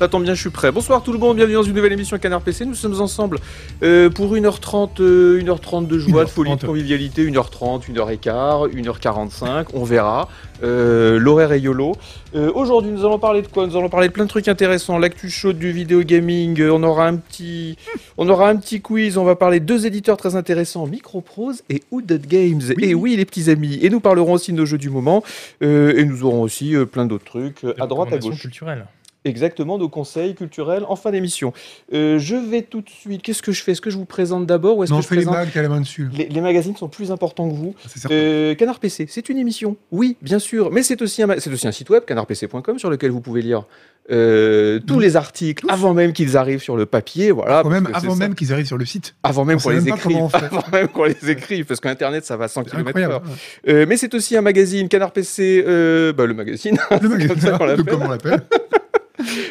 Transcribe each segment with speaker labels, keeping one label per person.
Speaker 1: Ça tombe bien, je suis prêt. Bonsoir tout le monde, bienvenue dans une nouvelle émission Canard PC. Nous sommes ensemble euh, pour 1h30, euh, 1h30 de joie, de folie, de
Speaker 2: 1h30.
Speaker 1: convivialité, 1h30, 1h15, 1h45, on verra. Euh, L'horaire est YOLO. Euh, Aujourd'hui, nous allons parler de quoi Nous allons parler de plein de trucs intéressants. L'actu chaude du vidéo gaming, euh, on aura un petit on aura un petit quiz, on va parler de deux éditeurs très intéressants, Microprose et Hooded Games. Et oui, les petits amis. Et nous parlerons aussi de nos jeux du moment. Euh, et nous aurons aussi euh, plein d'autres trucs euh, à droite, à gauche.
Speaker 2: culturelle.
Speaker 1: Exactement, nos conseils culturels en fin d'émission. Euh, je vais tout de suite. Qu'est-ce que je fais Est-ce que je vous présente d'abord ou est-ce
Speaker 3: Non,
Speaker 1: que je
Speaker 3: fais les
Speaker 1: présente
Speaker 3: bagues, t'as la main dessus.
Speaker 1: les, les magazines sont plus importants que vous.
Speaker 3: hein, C'est certain.
Speaker 1: Euh, Canard PC, c'est une émission, oui, bien sûr, mais c'est aussi, un ma- c'est aussi un site web, canardpc.com, sur lequel vous pouvez lire euh, tous les articles avant même qu'ils arrivent sur le papier. Voilà,
Speaker 3: Quand même,
Speaker 1: Ah, parce que
Speaker 3: avant
Speaker 1: c'est ça.
Speaker 3: même qu'ils arrivent sur le site.
Speaker 1: avant même
Speaker 3: on
Speaker 1: qu'on
Speaker 3: sait
Speaker 1: les
Speaker 3: même pas
Speaker 1: écrive.
Speaker 3: comment on fait.
Speaker 1: Avant même qu'on les écrive, parce qu'Internet, ça va 100
Speaker 3: C'est
Speaker 1: km
Speaker 3: incroyable.
Speaker 1: Euh, mais c'est aussi un magazine, Canard PC, euh, bah, le magazine.
Speaker 3: Le
Speaker 1: comme ça
Speaker 3: magazine,
Speaker 1: qu'on l'appelle.
Speaker 3: comme on l'appelle.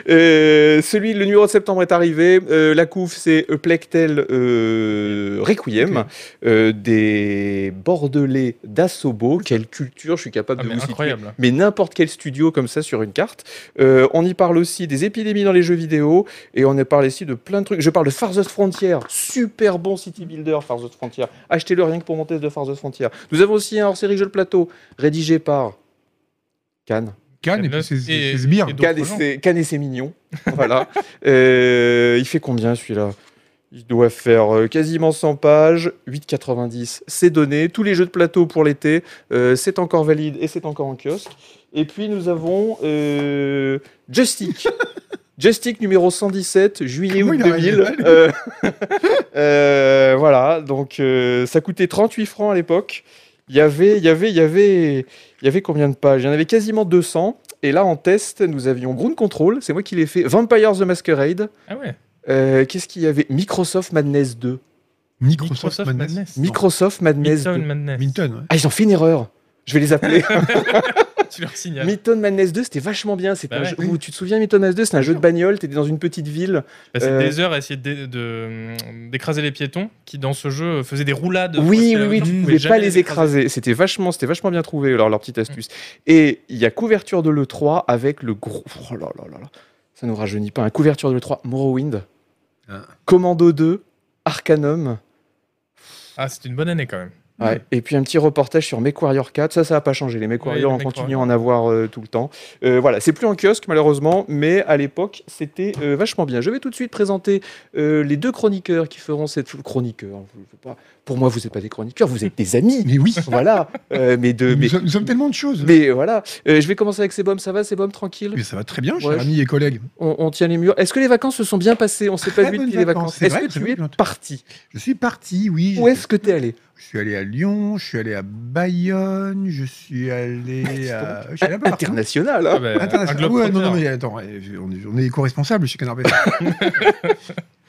Speaker 1: Euh, celui, le numéro de septembre est arrivé. Euh, la couve, c'est Plectel euh, Requiem,
Speaker 3: Ok.
Speaker 1: euh, des Bordelais d'Assobo. Quelle culture, je suis capable
Speaker 3: Ah,
Speaker 1: de vous citer.
Speaker 2: incroyable.
Speaker 1: Ah, Mais n'importe quel studio comme ça sur une carte. Euh, on y parle aussi des épidémies dans les jeux vidéo et on y parle aussi de plein de trucs. Je parle de Farthest Frontier, super bon city builder Farthest Frontier. Achetez-le rien que pour mon test de Farthest Frontier. Nous avons aussi un hors-série jeu de plateau rédigé par Cannes.
Speaker 3: Cannes, et puis c'est- c'est sbires.
Speaker 2: et d'autres
Speaker 1: Cannes et,
Speaker 2: gens.
Speaker 1: ses- Cannes et ses mignons. voilà. Euh, il fait combien celui-là Il doit faire euh, quasiment 100 pages, 8,90. C'est donné. Tous les jeux de plateau pour l'été, euh, c'est encore valide et c'est encore en kiosque. Et puis nous avons euh, Justic. Justic numéro 117, juillet
Speaker 3: Comment
Speaker 1: août
Speaker 3: il arrive
Speaker 1: 2000.
Speaker 3: là, lui
Speaker 1: Euh, euh, voilà, donc euh, ça coûtait 38 francs à l'époque. Il y avait, il y avait, il y avait, il y avait combien de pages Il y en avait quasiment 200. Et là, en test, nous avions Ground Control, c'est moi qui l'ai fait, Vampires the Masquerade.
Speaker 2: Ah ouais.
Speaker 1: Euh, Qu'est-ce qu'il y avait Microsoft Madness 2.
Speaker 3: Microsoft Madness.
Speaker 2: Non.
Speaker 1: Microsoft Madness 2.
Speaker 2: Midtown Madness.
Speaker 3: Minton, ouais.
Speaker 1: Ah, ils ont fait une erreur. Je vais les appeler.
Speaker 2: Tu leur signales.
Speaker 1: Midtown Madness 2, c'était vachement bien. C'était
Speaker 2: Bah
Speaker 1: un
Speaker 2: ouais.
Speaker 1: jeu- Ouh, tu te souviens, Midtown Madness 2, c'était un jeu de bagnole. T'étais dans une petite ville.
Speaker 2: Passer
Speaker 1: Euh,
Speaker 2: Bah, des heures à essayer de dé- de- d'écraser les piétons qui, dans ce jeu, faisaient des roulades.
Speaker 1: Oui, oui,
Speaker 2: Parce que,
Speaker 1: oui,
Speaker 2: euh,
Speaker 1: tu
Speaker 2: non,
Speaker 1: pouvais
Speaker 2: jamais
Speaker 1: pas les écraser. C'était vachement, c'était vachement bien trouvé leur, leur petite astuce. Et il y a couverture de l'E3 avec le gros. Oh là là là là. Ça nous rajeunit pas. Un couverture de l'E3, Morrowind,
Speaker 3: Ah.
Speaker 1: Commando 2, Arcanum.
Speaker 2: Ah, c'était une bonne année quand même.
Speaker 1: Ouais. Et puis un petit reportage sur MechWarrior 4. Ça, ça n'a pas changé. Les MechWarrior,
Speaker 2: Ouais,
Speaker 1: on
Speaker 2: les
Speaker 1: continue à en avoir euh, tout le temps. Euh, voilà, c'est plus en kiosque malheureusement, mais à l'époque, c'était euh, vachement bien. Je vais tout de suite présenter euh, les deux chroniqueurs qui feront cette chroniqueur. Pour moi, vous n'êtes pas des chroniqueurs, vous êtes des amis.
Speaker 3: Mais oui,
Speaker 1: voilà, euh, mais de,
Speaker 3: nous,
Speaker 1: mais,
Speaker 3: sommes, nous sommes tellement de choses. Mais,
Speaker 1: mais voilà. Euh, je vais commencer avec Sebom. Ça va, Sebom, tranquille.
Speaker 3: ça va très bien, chers
Speaker 1: Ouais, je-
Speaker 3: amis et collègues.
Speaker 1: On, on tient les murs. Est-ce que les vacances se sont bien passées On s'est pas
Speaker 3: Très
Speaker 1: vu
Speaker 3: bonnes
Speaker 1: depuis les
Speaker 3: vacances,
Speaker 1: vacances.
Speaker 3: c'est
Speaker 1: Est-ce
Speaker 3: vrai,
Speaker 1: que
Speaker 3: très
Speaker 1: tu es
Speaker 3: bonnes vacances.
Speaker 1: parti
Speaker 3: Je suis parti, oui.
Speaker 1: Où est-ce que t'es allé
Speaker 3: Je suis allé à Lyon, je suis allé à Bayonne, je suis
Speaker 1: Ah,
Speaker 3: allé à. Je suis allé un peu partout.
Speaker 1: International. hein
Speaker 2: Ah bah, un
Speaker 3: International.
Speaker 2: globe
Speaker 3: Ouais, non, non, mais attends, eh, on est, on est co-responsable chez Canard PC.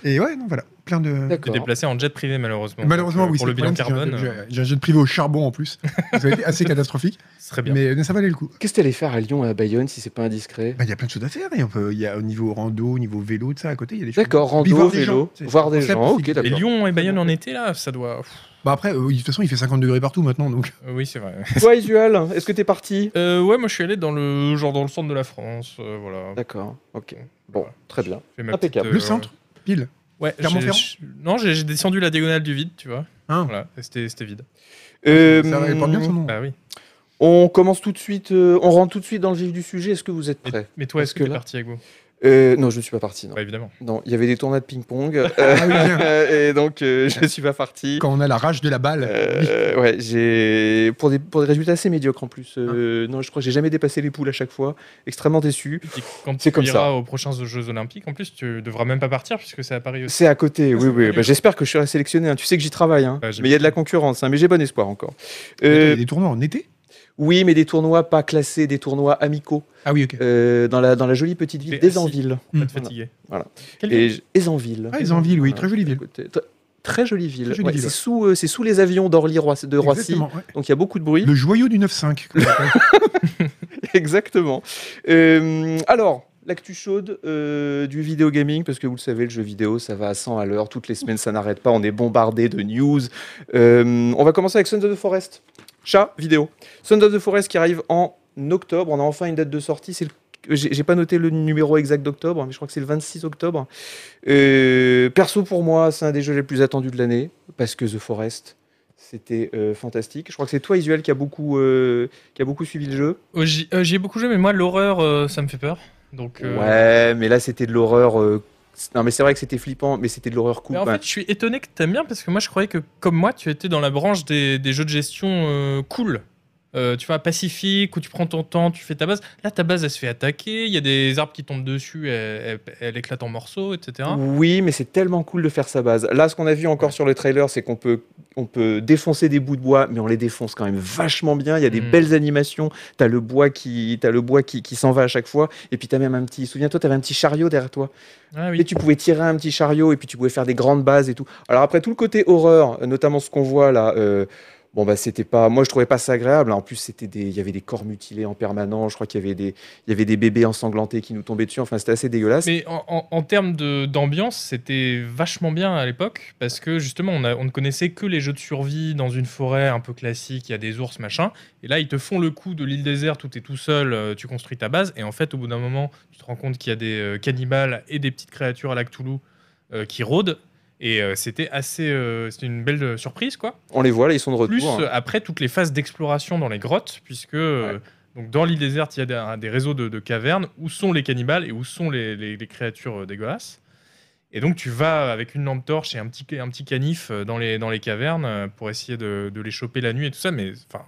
Speaker 3: Et ouais, non, voilà, plein de.
Speaker 2: T'es
Speaker 1: D'accord.
Speaker 2: déplacé en jet privé, malheureusement.
Speaker 3: Malheureusement,
Speaker 2: Donc, euh,
Speaker 3: oui,
Speaker 2: Pour
Speaker 3: c'est
Speaker 2: le bilan
Speaker 3: problème, c'est que
Speaker 2: carbone,
Speaker 3: j'ai-
Speaker 2: euh,
Speaker 3: J'ai un jeu de privé au charbon en plus. ça a été assez catastrophique.
Speaker 2: ce serait bien.
Speaker 3: Mais, mais ça valait le coup.
Speaker 1: Qu'est-ce que t'es allé faire à Lyon et à Bayonne si c'est pas indiscret
Speaker 3: Bah, Il y a plein de choses à faire. Et on peut, il y a, au niveau rando, au niveau vélo, tout ça, à côté, il y a des choses.
Speaker 1: D'accord,
Speaker 3: Puis
Speaker 1: rando,
Speaker 3: voir des
Speaker 1: vélo,
Speaker 3: gens, c'est-
Speaker 1: voir des
Speaker 3: c'est un
Speaker 1: gens.
Speaker 3: concept
Speaker 1: Ok,
Speaker 3: aussi.
Speaker 2: Et
Speaker 1: d'accord.
Speaker 2: Lyon et Bayonne en été, là, ça doit. Pff,
Speaker 3: Bah après, euh, de toute façon, il fait 50 degrés partout maintenant, donc
Speaker 2: Oui, c'est vrai.
Speaker 1: Toi, Isual, est-ce que t'es parti
Speaker 2: Euh, ouais, moi je suis allé dans le genre dans le centre de la France, euh, voilà.
Speaker 1: D'accord. Ok. Bon,
Speaker 2: Voilà.
Speaker 1: très bien.
Speaker 2: J'ai ma euh,
Speaker 1: Impeccable.
Speaker 3: le centre, pile.
Speaker 2: Ouais. j'ai-
Speaker 3: Clermont-Ferrand
Speaker 2: j'ai- Non, j'ai j'ai descendu la diagonale du vide, tu vois.
Speaker 3: Hein.
Speaker 2: Voilà, et c'était c'était vide.
Speaker 1: Euh,
Speaker 3: ça va pas bien son nom.
Speaker 2: Bah oui.
Speaker 1: on commence tout de suite. euh, on rentre tout de suite dans le vif du sujet. Est-ce que vous êtes prêts
Speaker 2: Mais toi,
Speaker 1: Parce
Speaker 2: est-ce que
Speaker 1: que
Speaker 2: t'es
Speaker 1: là-
Speaker 2: parti avec vous
Speaker 1: Euh, Non, je ne suis pas parti. Non.
Speaker 2: Bah évidemment.
Speaker 1: Non, il y avait des tournois de ping-pong.
Speaker 3: Ah oui, bien.
Speaker 1: Euh, et donc, euh, je suis pas parti.
Speaker 3: Quand on a la rage de la balle. oui.
Speaker 1: Euh, ouais, j'ai pour des, pour des résultats assez médiocres en plus.
Speaker 3: Ah.
Speaker 1: Euh, Non, je crois que j'ai jamais dépassé les poules à chaque fois. Extrêmement déçu.
Speaker 2: Et Quand
Speaker 1: C'est
Speaker 2: tu
Speaker 1: comme
Speaker 2: iras
Speaker 1: ça.
Speaker 2: aux prochains Jeux Olympiques, en plus, tu devras même pas partir puisque c'est à Paris aussi.
Speaker 1: C'est à côté.
Speaker 2: Ah,
Speaker 1: oui,
Speaker 2: c'est
Speaker 1: oui.
Speaker 2: pas
Speaker 1: Bah,
Speaker 2: dur.
Speaker 1: J'espère que je serai sélectionné. hein. Tu sais que j'y travaille. hein.
Speaker 2: Bah, j'ai
Speaker 1: mais il y a de la concurrence. hein, Mais j'ai bon espoir encore.
Speaker 3: Il y
Speaker 1: Euh,
Speaker 3: a des tournois en été
Speaker 1: oui, mais des tournois pas classés, des tournois amicaux
Speaker 3: Ah oui, ok.
Speaker 1: euh, dans la dans la jolie petite ville
Speaker 2: T'es assis.
Speaker 1: d'Ezanville.
Speaker 2: Pas
Speaker 3: Mm.
Speaker 2: de fatigué.
Speaker 1: Voilà.
Speaker 2: Quelle ville
Speaker 1: Et j- Ezanville.
Speaker 3: Ah, ils ont envie, oui,
Speaker 1: Voilà,
Speaker 3: très jolie ville.
Speaker 1: à côté. Tr- Très jolie ville.
Speaker 3: Très jolie
Speaker 1: Ouais,
Speaker 3: ville,
Speaker 1: c'est
Speaker 3: ouais.
Speaker 1: sous, euh, c'est sous les avions d'Orly Roi- de Roissy.
Speaker 3: Exactement, ouais.
Speaker 1: Donc il y a beaucoup de bruit.
Speaker 3: Le joyau du 9-5. comme on l'appelle.
Speaker 1: Exactement. Euh, alors, l'actu chaude euh, du vidéo gaming, parce que vous le savez, le jeu vidéo, ça va à 100 à l'heure. Toutes les semaines, ça n'arrête pas. On est bombardé de news. Euh, on va commencer avec Sons of the Forest. Chat vidéo. Sons of the Forest qui arrive en octobre. On a enfin une date de sortie. C'est le j'ai j'ai pas noté le numéro exact d'octobre, mais je crois que c'est le 26 octobre. Euh, perso, pour moi, c'est un des jeux les plus attendus de l'année, parce que The Forest, c'était euh, fantastique. Je crois que c'est toi, Isuel, qui a, beaucoup, euh, qui a beaucoup suivi le jeu.
Speaker 2: Oh, J'y euh, j'y ai beaucoup joué, mais moi, l'horreur, euh, ça me fait peur. Donc, euh,
Speaker 1: Ouais, mais là, c'était de l'horreur. euh, Non, mais c'est vrai que c'était flippant, mais c'était de l'horreur cool.
Speaker 2: mais en fait, je suis étonné que t'aimes bien parce que moi, je croyais que, comme moi, tu étais dans la branche des, des jeux de gestion euh, cool. Euh, tu vois, pacifique, où tu prends ton temps, tu fais ta base. Là, ta base, elle se fait attaquer, il y a des arbres qui tombent dessus, elle, elle- elle éclate en morceaux, etc.
Speaker 1: Oui, mais c'est tellement cool de faire sa base. Là, ce qu'on a vu encore sur le trailer, c'est qu'on peut, on peut défoncer des bouts de bois, mais on les défonce quand même vachement bien. Il y a des
Speaker 2: Mm.
Speaker 1: belles animations. T'as le bois qui, t'as le bois qui, qui s'en va à chaque fois. Et puis t'as même un petit. Souviens-toi, t'avais un petit chariot derrière toi.
Speaker 2: Ah oui.
Speaker 1: Et tu pouvais tirer un petit chariot et puis tu pouvais faire des grandes bases et tout. Alors après tout le côté horreur, euh, notamment ce qu'on voit là. euh, Bon bah c'était pas, moi je trouvais pas ça agréable. En plus c'était des, il y avait des corps mutilés en permanent. Je crois qu'il y avait des, il y avait des bébés ensanglantés qui nous tombaient dessus. Enfin c'était assez dégueulasse.
Speaker 2: Mais en, en- en termes de- d'ambiance, c'était vachement bien à l'époque parce que justement, on, a- on ne connaissait que les jeux de survie dans une forêt un peu classique, il y a des ours, machin. Et là, ils te font le coup de l'île déserte où tu es tout seul, euh, tu construis ta base. Et en fait, au bout d'un moment, tu te rends compte qu'il y a des euh, cannibales et des petites créatures à la Cthulhu euh, qui rôdent. Et euh, c'était assez. euh, c'était une belle euh, surprise, quoi.
Speaker 1: On les voit là, ils sont de retour. hein.
Speaker 2: Plus euh, après toutes les phases d'exploration dans les grottes, puisque euh, donc dans l'île déserte, il y a des, un- des réseaux de, de cavernes où sont les cannibales et où sont les, les- les créatures euh, dégueulasses. Et donc tu vas avec une lampe torche et un petit, un petit canif euh, dans les, dans les cavernes euh, pour essayer de, de les choper la nuit et tout ça, mais enfin
Speaker 1: Ah.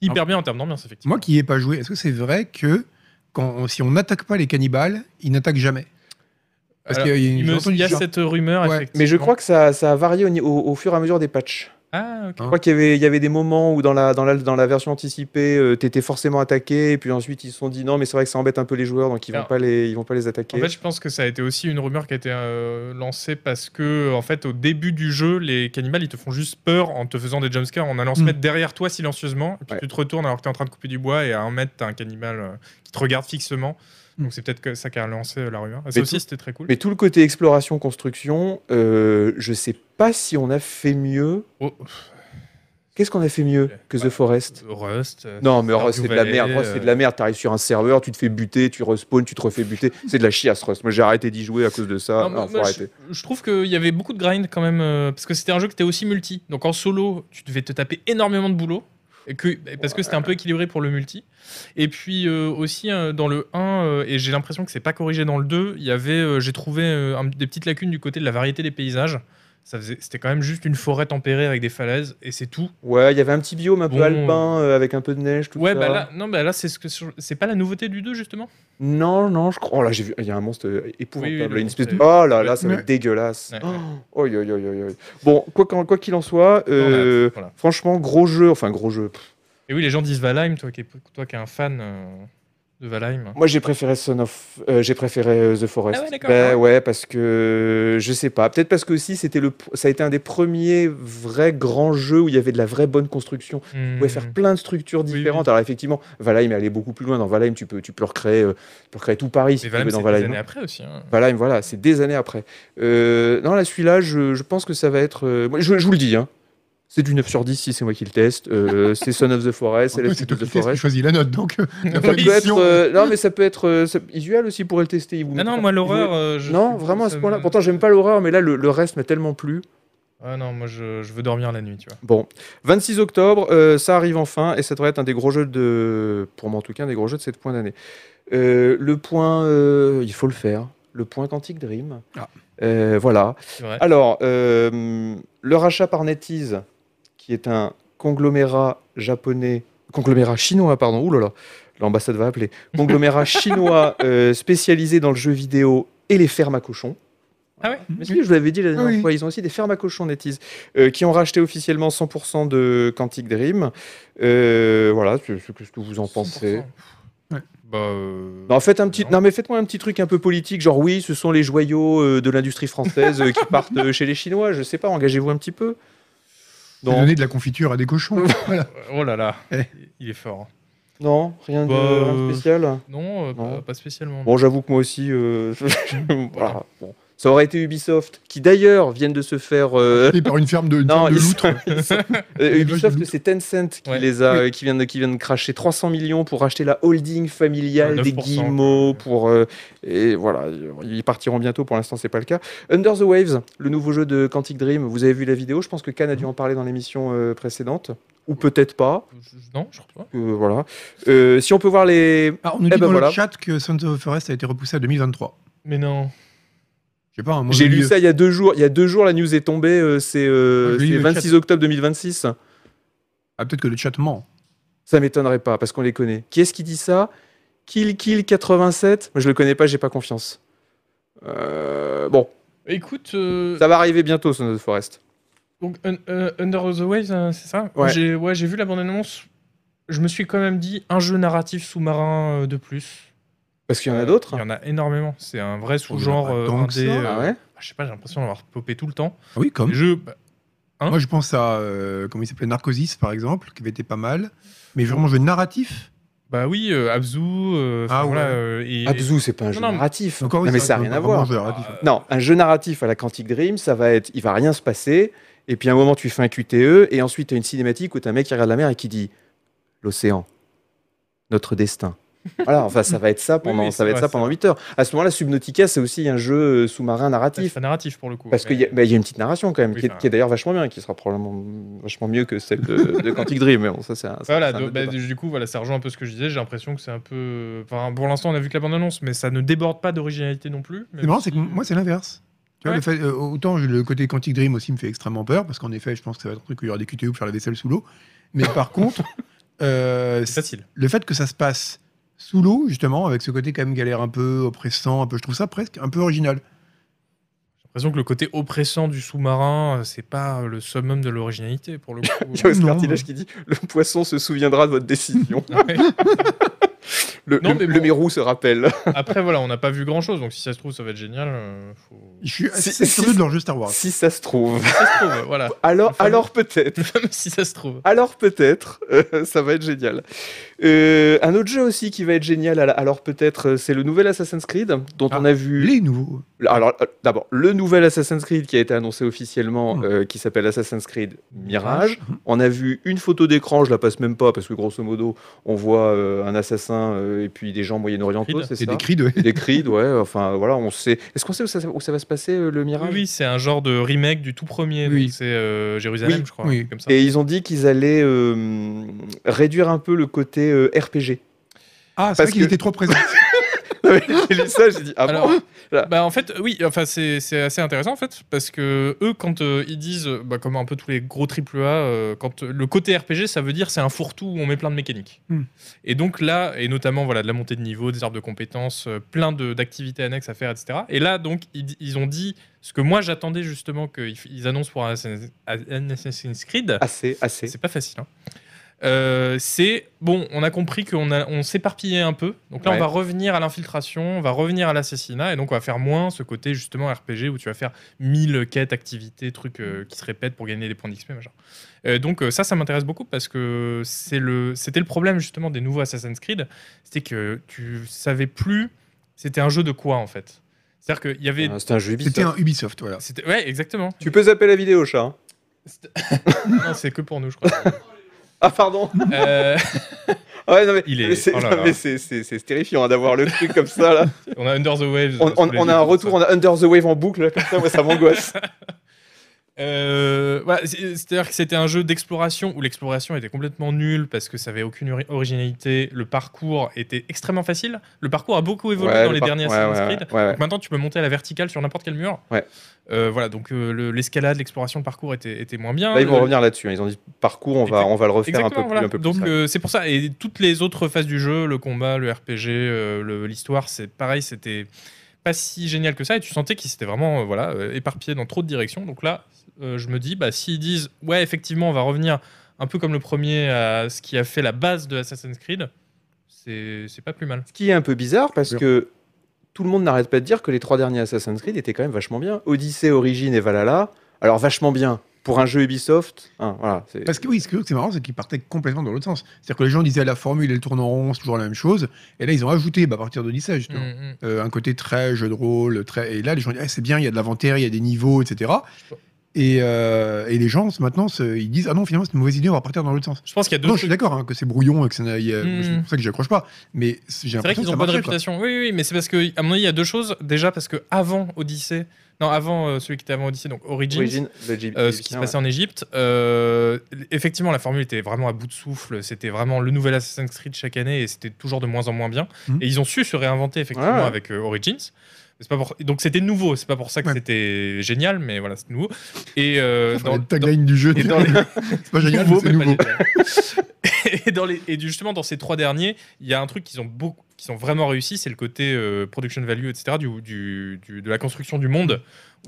Speaker 2: hyper bien en termes d'ambiance effectivement.
Speaker 3: Moi qui n'y ai pas joué, est-ce que c'est vrai que quand, si on n'attaque pas les cannibales, ils n'attaquent jamais Parce
Speaker 2: Alors,
Speaker 3: qu'il y a, une-
Speaker 2: il, me-
Speaker 3: j'ai entendu
Speaker 2: il y a
Speaker 3: dire-
Speaker 2: cette rumeur
Speaker 3: Ouais.
Speaker 2: effectivement.
Speaker 1: Mais je crois que ça, ça a varié au, ni- au- au fur et à mesure des patchs.
Speaker 2: Ah, ok.
Speaker 1: Je crois qu'il y avait, il y avait des moments où dans la, dans la, dans la version anticipée, euh, t'étais forcément attaqué, et puis ensuite ils se sont dit non, mais c'est vrai que ça embête un peu les joueurs, donc ils vont
Speaker 2: Alors,
Speaker 1: pas les, ils vont pas les attaquer.
Speaker 2: En fait, je pense que ça a été aussi une rumeur qui a été euh, lancée parce que, en fait, au début du jeu, les cannibales, ils te font juste peur en te faisant des jumpscares, en allant se
Speaker 3: Mm.
Speaker 2: mettre derrière toi silencieusement, et
Speaker 1: Hmm.
Speaker 2: puis
Speaker 1: Ouais.
Speaker 2: tu te retournes alors que tu es en train de couper du bois, et à un mètre, t'as un cannibale euh, qui te regarde fixement.
Speaker 3: Mm.
Speaker 2: Donc c'est peut-être que ça qui a lancé euh, la rumeur. Et
Speaker 1: Hmm. Mais
Speaker 2: ça aussi,
Speaker 1: tout-
Speaker 2: c'était très cool.
Speaker 1: Mais tout le côté exploration construction, euh, je sais pas si on a fait mieux.
Speaker 2: Oh,
Speaker 1: Qu'est-ce qu'on a fait mieux que The
Speaker 2: Bah,
Speaker 1: Forest
Speaker 2: Rust. euh,
Speaker 1: non, mais Rust, c'est de la
Speaker 2: Stardew
Speaker 1: merde.
Speaker 2: Valley, euh.
Speaker 1: Rust, c'est de la merde. T'arrives sur un serveur, tu te fais buter, tu respawns, tu te refais buter. C'est de la chiasse, Rust. Moi, j'ai arrêté d'y jouer à cause de ça.
Speaker 2: Non,
Speaker 1: Non,
Speaker 2: moi-
Speaker 1: faut
Speaker 2: moi,
Speaker 1: arrêter.
Speaker 2: je, je trouve qu'il y avait beaucoup de grind quand même, euh, parce que c'était un jeu qui était aussi multi. Donc en solo, tu devais te taper énormément de boulot, et que, et parce que c'était un peu équilibré pour le multi. Et puis euh, aussi euh, dans le 1, euh, et j'ai l'impression que c'est pas corrigé dans le 2, il y avait, euh, j'ai trouvé euh, un- des petites lacunes du côté de la variété des paysages. Ça faisait- C'était quand même juste une forêt tempérée avec des falaises, et c'est tout.
Speaker 1: Ouais, il y avait un petit biome un peu
Speaker 2: Bon.
Speaker 1: alpin, euh, avec un peu de neige, tout
Speaker 2: Ouais,
Speaker 1: ça.
Speaker 2: bah là, non, bah là c'est ce que c'est pas la nouveauté du 2 justement.
Speaker 1: Non, non, je crois. Oh là, j'ai vu. Il y a un monstre euh, épouvantable.
Speaker 2: Oui, oui, le
Speaker 1: une espèce de-
Speaker 2: monstre
Speaker 1: Oh là là, ça va
Speaker 3: Ouais.
Speaker 1: être dégueulasse.
Speaker 2: Ouais,
Speaker 1: Oh,
Speaker 2: ouais.
Speaker 1: oi, oi, oi, oi, oi. Bon, quoi qu'en- quoi qu'il en soit, euh,
Speaker 2: Voilà.
Speaker 1: franchement, gros jeu. Enfin, gros jeu. Pff.
Speaker 2: Et oui, les gens disent Valheim, toi qui es, toi qui es un fan euh, de Valheim.
Speaker 1: Moi, j'ai préféré Son of. euh, j'ai préféré euh, The Forest.
Speaker 2: Ah ouais, d'accord.
Speaker 1: Ben ouais, parce que je sais pas. Peut-être parce que aussi, c'était le. pr- Ça a été un des premiers vrais grands jeux où il y avait de la vraie bonne construction.
Speaker 2: Hmm.
Speaker 1: Vous pouvez faire plein de structures
Speaker 2: Oui,
Speaker 1: différentes. Alors effectivement, Valheim est allé beaucoup plus loin. Dans Valheim, tu peux, tu peux recréer, euh, tu peux recréer tout Paris si
Speaker 2: Mais
Speaker 1: tu veux
Speaker 2: Valheim,
Speaker 1: dans
Speaker 2: c'est des
Speaker 1: Valheim.
Speaker 2: années après aussi. hein.
Speaker 1: Valheim, voilà, c'est des années après. Euh, non, là, celui-là, je, je pense que ça va être. euh, moi, je, je vous le dis, hein. c'est du 9 sur 10 si c'est moi qui le teste. Euh, c'est Son of the Forest, c'est
Speaker 3: Ouais,
Speaker 1: la
Speaker 3: C'est
Speaker 1: suite
Speaker 3: toi
Speaker 1: de The
Speaker 3: qui teste, tu
Speaker 1: Forest.
Speaker 3: choisis la note. Donc, euh, la
Speaker 1: Ça peut être,
Speaker 3: position-
Speaker 1: euh, non, mais ça peut être. euh, ça- Isuel aussi pourrait le tester. il vous
Speaker 2: Ah non,
Speaker 1: mettra-
Speaker 2: moi
Speaker 1: il vous-
Speaker 2: l'horreur. euh, je-
Speaker 1: Non, vraiment à
Speaker 2: ça
Speaker 1: ce
Speaker 2: me-
Speaker 1: point-là. Pourtant, j'aime pas l'horreur, mais là, le, le reste m'a tellement plu.
Speaker 2: Ah non, moi je, je veux dormir la nuit, tu vois.
Speaker 1: Bon, 26 octobre, euh, ça arrive enfin, et ça devrait être un des gros jeux de. Pour moi, en tout cas, un des gros jeux de cette point d'année. Euh, le point. euh, il faut le faire. Le point Quantic Dream.
Speaker 3: Ah.
Speaker 1: Euh, voilà.
Speaker 2: C'est vrai.
Speaker 1: Alors, euh, le rachat par NetEase, qui est un conglomérat japonais, conglomérat chinois, pardon, oulala, l'ambassade va appeler, conglomérat chinois euh, spécialisé dans le jeu vidéo et les fermes à cochons.
Speaker 2: Ah ouais
Speaker 1: Mais si, je vous l'avais dit la dernière
Speaker 3: Oui.
Speaker 1: fois, ils ont aussi des fermes à cochons, NetEase, euh, qui ont racheté officiellement 100% de Quantic Dream. Euh, voilà, ce ce- qu'est-ce que vous en pensez
Speaker 2: 100%.
Speaker 3: Ouais.
Speaker 2: Bah, euh,
Speaker 1: non, faites un petit...
Speaker 2: Non.
Speaker 1: non, mais faites-moi un petit truc un peu politique, genre oui, ce sont les joyaux euh, de l'industrie française euh, qui partent euh, chez les Chinois, je sais pas, engagez-vous un petit peu.
Speaker 3: de
Speaker 1: Non,
Speaker 3: donner de la confiture à des cochons. voilà.
Speaker 2: Oh là là,
Speaker 3: Eh.
Speaker 2: il est fort.
Speaker 1: non rien, de,
Speaker 2: Bah,
Speaker 1: rien de
Speaker 2: euh,
Speaker 1: spécial.
Speaker 2: Non, euh,
Speaker 1: Non.
Speaker 2: Pas, pas spécialement.
Speaker 1: Bon, j'avoue que moi aussi, euh, je- voilà, bon, Ça aurait été Ubisoft, qui d'ailleurs viennent de se faire. euh,
Speaker 3: Et par une ferme de, une
Speaker 1: Non,
Speaker 3: ferme de
Speaker 1: ils
Speaker 3: loutres.
Speaker 1: euh,
Speaker 3: Les loges de
Speaker 1: Ubisoft,
Speaker 3: loup.
Speaker 1: c'est Tencent qui
Speaker 2: Ouais.
Speaker 1: les a, qui vient de, qui vient de cracher 300 millions pour acheter la holding familiale
Speaker 2: Ouais,
Speaker 1: des
Speaker 2: 9%,
Speaker 1: Guillemot. Pour euh, et voilà, ils partiront bientôt. Pour l'instant, c'est pas le cas. Under the Waves, le nouveau jeu de Quantic Dream. Vous avez vu la vidéo Je pense que Can a dû en parler dans l'émission euh, précédente, ou peut-être pas.
Speaker 2: Je- Non, je crois pas.
Speaker 1: euh, voilà. Euh, si on peut voir les,
Speaker 3: Ah, on nous
Speaker 1: Eh
Speaker 3: dit
Speaker 1: ben
Speaker 3: dans
Speaker 1: voilà.
Speaker 3: le chat que Sons of the Forest a été repoussé à 2023.
Speaker 2: Mais non.
Speaker 3: Je sais pas, hein, moi,
Speaker 1: J'ai
Speaker 3: je
Speaker 1: lu
Speaker 3: lis-
Speaker 1: ça il y a deux jours. Il y a deux jours, la news est tombée. euh, c'est euh,
Speaker 3: Ah, j'ai lu
Speaker 1: c'est
Speaker 3: le chat.
Speaker 1: 26 octobre 2026.
Speaker 3: Ah, peut-être que le chat ment.
Speaker 1: Ça m'étonnerait pas parce qu'on les connaît. Qui est-ce qui dit ça Kill Kill 87. Moi, je le connais pas. J'ai pas confiance. Euh, bon,
Speaker 2: Écoute, euh,
Speaker 1: ça va arriver bientôt, Son of the Forest.
Speaker 2: donc un- euh, Under the Waves, euh, c'est ça
Speaker 1: Ouais.
Speaker 2: J'ai ouais, j'ai vu la bande-annonce. Je me suis quand même dit un jeu narratif sous-marin euh, de plus.
Speaker 1: Parce qu'il y en
Speaker 2: Euh,
Speaker 1: a d'autres. hein.
Speaker 2: Il y en a énormément. C'est un vrai
Speaker 3: Oh, il y en a
Speaker 2: sous-genre
Speaker 3: pas
Speaker 2: euh,
Speaker 3: tant que
Speaker 2: indé,
Speaker 3: ça.
Speaker 2: euh,
Speaker 1: Ah ouais
Speaker 2: Je sais pas, j'ai l'impression d'avoir popé tout le temps.
Speaker 3: Ah oui, comme.
Speaker 2: Les jeux, bah, Hein
Speaker 3: Moi, je pense à, euh, comment il s'appelait, Narcosis, par exemple, qui avait été pas mal. Mais vraiment, jeu narratif.
Speaker 2: bah oui, euh, Abzu. euh, enfin,
Speaker 3: Ah ouais.
Speaker 2: voilà, euh, et-
Speaker 1: Abzu, c'est pas un
Speaker 2: Non,
Speaker 1: jeu
Speaker 2: non, mais-
Speaker 1: narratif.
Speaker 3: Encore oui,
Speaker 1: non, Ah, mais
Speaker 3: c'est
Speaker 1: ça n'a
Speaker 3: vrai
Speaker 1: rien
Speaker 3: que
Speaker 1: à
Speaker 3: c'est vraiment
Speaker 1: voir. Ah.
Speaker 3: un jeu
Speaker 2: et-
Speaker 3: narratif.
Speaker 2: euh,
Speaker 1: Non, un jeu narratif à la Quantic Dream, ça va être, il va rien se passer, et puis à un moment tu fais un QTE, et ensuite tu as une cinématique où tu un mec qui regarde la mer et qui dit L'océan, notre destin. voilà, enfin ça va être ça pendant,
Speaker 2: oui,
Speaker 1: ça va être
Speaker 2: c'est vrai,
Speaker 1: ça
Speaker 2: c'est
Speaker 1: pendant 8 heures. À ce moment-là, Subnautica, c'est aussi un jeu euh, sous-marin
Speaker 2: c'est
Speaker 1: narratif.
Speaker 2: pas narratif pour le coup.
Speaker 1: Parce qu'il y, a-
Speaker 2: mais-
Speaker 1: bah, il y a une petite narration quand même,
Speaker 2: Oui,
Speaker 1: qui est,
Speaker 2: enfin,
Speaker 1: qui est d'ailleurs vachement bien, qui sera probablement vachement mieux que celle de, de Quantic Dream. Mais bon, ça c'est un. ça,
Speaker 2: Voilà,
Speaker 1: c'est un
Speaker 2: do-
Speaker 1: autre
Speaker 2: bah,
Speaker 1: débat.
Speaker 2: du coup, voilà, ça rejoint un peu ce que je disais. J'ai l'impression que c'est un peu. Enfin, pour l'instant, on a vu que la bande-annonce, mais ça ne déborde pas d'originalité non plus.
Speaker 3: C'est marrant, c'est que moi, c'est l'inverse. Tu vois,
Speaker 2: Ouais.
Speaker 3: le fait- euh, autant je- le côté Quantic Dream aussi me fait extrêmement peur, parce qu'en effet, je pense que ça va être un truc où il y aura des QTE pour faire la vaisselle sous l'eau. Mais par contre, euh,
Speaker 2: c'est facile.
Speaker 3: le fait que ça se passe sous l'eau, justement, avec ce côté quand même galère un peu oppressant, un peu, je trouve ça presque un peu original.
Speaker 2: J'ai l'impression que le côté oppressant du sous-marin, euh, c'est pas le summum de l'originalité pour le coup.
Speaker 1: Il y a Oscar
Speaker 3: Non,
Speaker 1: Tillage
Speaker 3: mais-
Speaker 1: qui dit Le poisson se souviendra de votre décision.
Speaker 2: Ouais.
Speaker 1: Le,
Speaker 2: Non,
Speaker 1: le-
Speaker 2: mais
Speaker 1: le
Speaker 2: bon.
Speaker 1: mérou se rappelle.
Speaker 2: Après, voilà, on n'a pas vu grand-chose, donc si ça se trouve, ça va être génial. euh, faut-
Speaker 3: Je suis
Speaker 1: Si-
Speaker 3: assez
Speaker 1: si-
Speaker 3: curieux de leur jeu Star Wars.
Speaker 1: Si ça se trouve.
Speaker 2: Si ça se trouve, euh, voilà.
Speaker 1: Alors,
Speaker 2: Enfin,
Speaker 1: alors peut-être.
Speaker 2: si ça se
Speaker 3: Ah,
Speaker 2: trouve.
Speaker 1: Alors peut-être. Euh, ça va être génial. Euh, un autre jeu aussi qui va être génial. à la- Alors peut-être, euh, c'est le nouvel Assassin's Creed dont
Speaker 3: Ah,
Speaker 1: on a vu.
Speaker 3: Les nouveaux.
Speaker 1: Alors euh, d'abord, le nouvel Assassin's Creed qui a été annoncé officiellement,
Speaker 3: Mm.
Speaker 1: euh, qui s'appelle Assassin's Creed Mirage. On a vu une photo d'écran. Je la passe même pas parce que grosso modo, on voit euh, un assassin euh, et puis des gens moyen-orientaux.
Speaker 2: Creed.
Speaker 1: C'est
Speaker 3: Ah, C'est
Speaker 1: ça.
Speaker 3: des cris de.
Speaker 1: Des Creed, ouais. Enfin voilà, on sait. Est-ce qu'on sait où ça, où ça va se passer euh, le
Speaker 2: Oui,
Speaker 1: Mirage
Speaker 2: oui, c'est un genre de remake du tout premier.
Speaker 3: Oui.
Speaker 2: donc C'est euh, Jérusalem,
Speaker 3: Oui,
Speaker 2: je crois.
Speaker 3: oui.
Speaker 2: un truc Comme ça.
Speaker 1: Et ils ont dit qu'ils allaient euh, réduire un peu le côté euh, RPG.
Speaker 3: Ah, c'est
Speaker 1: Parce
Speaker 3: vrai qu'ils
Speaker 1: que-
Speaker 3: étaient trop présents.
Speaker 1: J'ai lu ça, j'ai dit ah
Speaker 2: Alors,
Speaker 1: bon
Speaker 2: bah en fait, oui, enfin c'est c'est assez intéressant en fait, parce que eux, quand euh, ils disent, euh, bah, comme un peu tous les gros AAA, euh, quand euh, le côté RPG, ça veut dire c'est un fourre-tout où on met plein de mécaniques.
Speaker 3: Hmm.
Speaker 2: Et donc là, et notamment voilà, de la montée de niveau, des arbres de compétences, euh, plein de- d'activités annexes à faire, etc. Et là, donc, ils, di- ils ont dit ce que moi j'attendais justement qu'ils f- ils annoncent pour un Assassin's un Assassin's Creed.
Speaker 1: Assez, assez.
Speaker 2: C'est pas facile. hein. Euh, c'est bon, on a compris qu'on a- on s'éparpillait un peu. Donc là,
Speaker 1: Ouais.
Speaker 2: on va revenir à l'infiltration, on va revenir à l'assassinat, et donc on va faire moins ce côté justement RPG où tu vas faire 1000 quêtes, activités, trucs euh, qui se répètent pour gagner des points d'XP. machin. Euh, donc euh, ça, ça m'intéresse beaucoup parce que c'est le, c'était le problème justement des nouveaux Assassin's Creed, c'était que tu savais plus c'était un jeu de quoi en fait. C'est-à-dire qu'il y avait,
Speaker 1: Ah, C'est un jeu
Speaker 3: C'était
Speaker 1: Ubisoft.
Speaker 3: un Ubisoft,
Speaker 1: Ah.
Speaker 3: voilà.
Speaker 2: c'était, ouais, exactement.
Speaker 1: Tu peux zapper la vidéo, chat. hein.
Speaker 2: C'était- non, c'est que pour nous, je crois.
Speaker 1: Ah pardon.
Speaker 2: Euh,
Speaker 1: Ouais, non, mais,
Speaker 2: Il est-
Speaker 1: mais c'est
Speaker 2: oh là
Speaker 1: non,
Speaker 2: là.
Speaker 1: mais c'est- c'est- c'est terrifiant hein, d'avoir le truc comme ça là.
Speaker 2: on a Under the Waves.
Speaker 1: On,
Speaker 2: euh,
Speaker 1: on-
Speaker 2: sous les
Speaker 1: on a un
Speaker 2: yeux, comme ça.
Speaker 1: retour, on a Under the Wave en boucle là, comme ça, moi ça m'angoisse.
Speaker 2: Euh, voilà, c'est- c'est-à-dire que c'était un jeu d'exploration où l'exploration était complètement nulle parce que ça avait aucune ori- originalité. Le parcours était extrêmement facile. Le parcours a beaucoup évolué
Speaker 1: Ouais,
Speaker 2: dans
Speaker 1: le
Speaker 2: les
Speaker 1: par-
Speaker 2: derniers
Speaker 1: ouais,
Speaker 2: Assassin's
Speaker 1: ouais,
Speaker 2: Creed.
Speaker 1: ouais, ouais.
Speaker 2: Donc maintenant, tu peux monter à la verticale sur n'importe quel mur.
Speaker 1: Ouais.
Speaker 2: Euh, voilà, donc euh, le- l'escalade, l'exploration, le parcours était, était moins bien.
Speaker 1: Là, ils vont
Speaker 2: Le-
Speaker 1: revenir là-dessus. hein. Ils ont dit parcours, on va,
Speaker 2: Exact-
Speaker 1: on va le refaire un peu
Speaker 2: Exactement,
Speaker 1: plus.
Speaker 2: voilà.
Speaker 1: un peu plus,
Speaker 2: Donc
Speaker 1: ouais.
Speaker 2: euh, c'est pour ça. Et toutes les autres phases du jeu, le combat, le RPG, euh, le- l'histoire, c'est pareil, c'était pas si génial que ça. Et tu sentais qu'ils s'étaient vraiment euh, voilà, euh, éparpillés dans trop de directions. Donc là, euh, je me dis, bah, s'ils disent, ouais, effectivement, on va revenir un peu comme le premier à ce qui a fait la base de Assassin's Creed, c'est c'est pas plus mal.
Speaker 1: Ce qui est un peu bizarre parce
Speaker 3: Sûr.
Speaker 1: que tout le monde n'arrête pas de dire que les trois derniers Assassin's Creed étaient quand même vachement bien. Odyssey, Origin et Valhalla. Alors vachement bien. pour un jeu Ubisoft. hein, voilà, c'est-
Speaker 3: Parce que oui, ce que c'est marrant, c'est qu'ils partaient complètement dans l'autre sens. C'est-à-dire que les gens disaient la formule et le tourne en rond, c'est toujours la même chose. Et là, ils ont ajouté, bah, à partir de 10 justement.
Speaker 2: Mm, mm.
Speaker 3: Euh, un côté très jeu de rôle, très... et là les gens disent Ah, c'est bien, il y a de l'inventaire, il y a des niveaux, etc. Et, euh, et les gens se- maintenant se- ils disent ah non finalement c'est une mauvaise idée, on va partir dans l'autre sens.
Speaker 2: Je pense qu'il y a deux
Speaker 3: Non, je suis
Speaker 2: trucs.
Speaker 3: d'accord hein, que c'est brouillon et que ça n'a- il y a-
Speaker 2: Hmm.
Speaker 3: c'est pour ça que j'y accroche pas. Mais c'est- j'ai
Speaker 2: C'est vrai
Speaker 3: l'impression
Speaker 2: qu'ils
Speaker 3: que
Speaker 2: ont
Speaker 3: ça
Speaker 2: pas de
Speaker 3: marchait, quoi.
Speaker 2: réputation. Oui, oui, oui, mais c'est parce que, à mon avis, il y a deux choses. Déjà, parce que avant Odyssey, non, avant euh, celui qui était avant Odyssey, donc Origins,
Speaker 1: Origin, le J-
Speaker 2: euh, ce qui se
Speaker 1: ouais.
Speaker 2: passait en Égypte, euh, effectivement, la formule était vraiment à bout de souffle. C'était vraiment le nouvel Assassin's Creed chaque année et c'était toujours de moins en moins bien.
Speaker 3: Mhm.
Speaker 2: Et ils ont su se réinventer, effectivement,
Speaker 1: Ouais.
Speaker 2: avec euh, Origins. C'est Pas pour... Donc c'était nouveau, c'est pas pour ça que
Speaker 3: Ouais.
Speaker 2: c'était génial, mais voilà, c'est nouveau. Et euh,
Speaker 3: Enfin,
Speaker 2: dans-
Speaker 3: le tagline du jeu,
Speaker 2: et dans les-
Speaker 3: c'est pas génial, mais
Speaker 2: nouveau,
Speaker 3: c'est
Speaker 2: mais pas
Speaker 3: nouveau.
Speaker 2: génial. et, dans les, et justement, dans ces trois derniers, il y a un truc qu'ils ont beaucoup qui sont vraiment réussi, c'est le côté euh, production value, etc., du, du- du- de la construction du monde.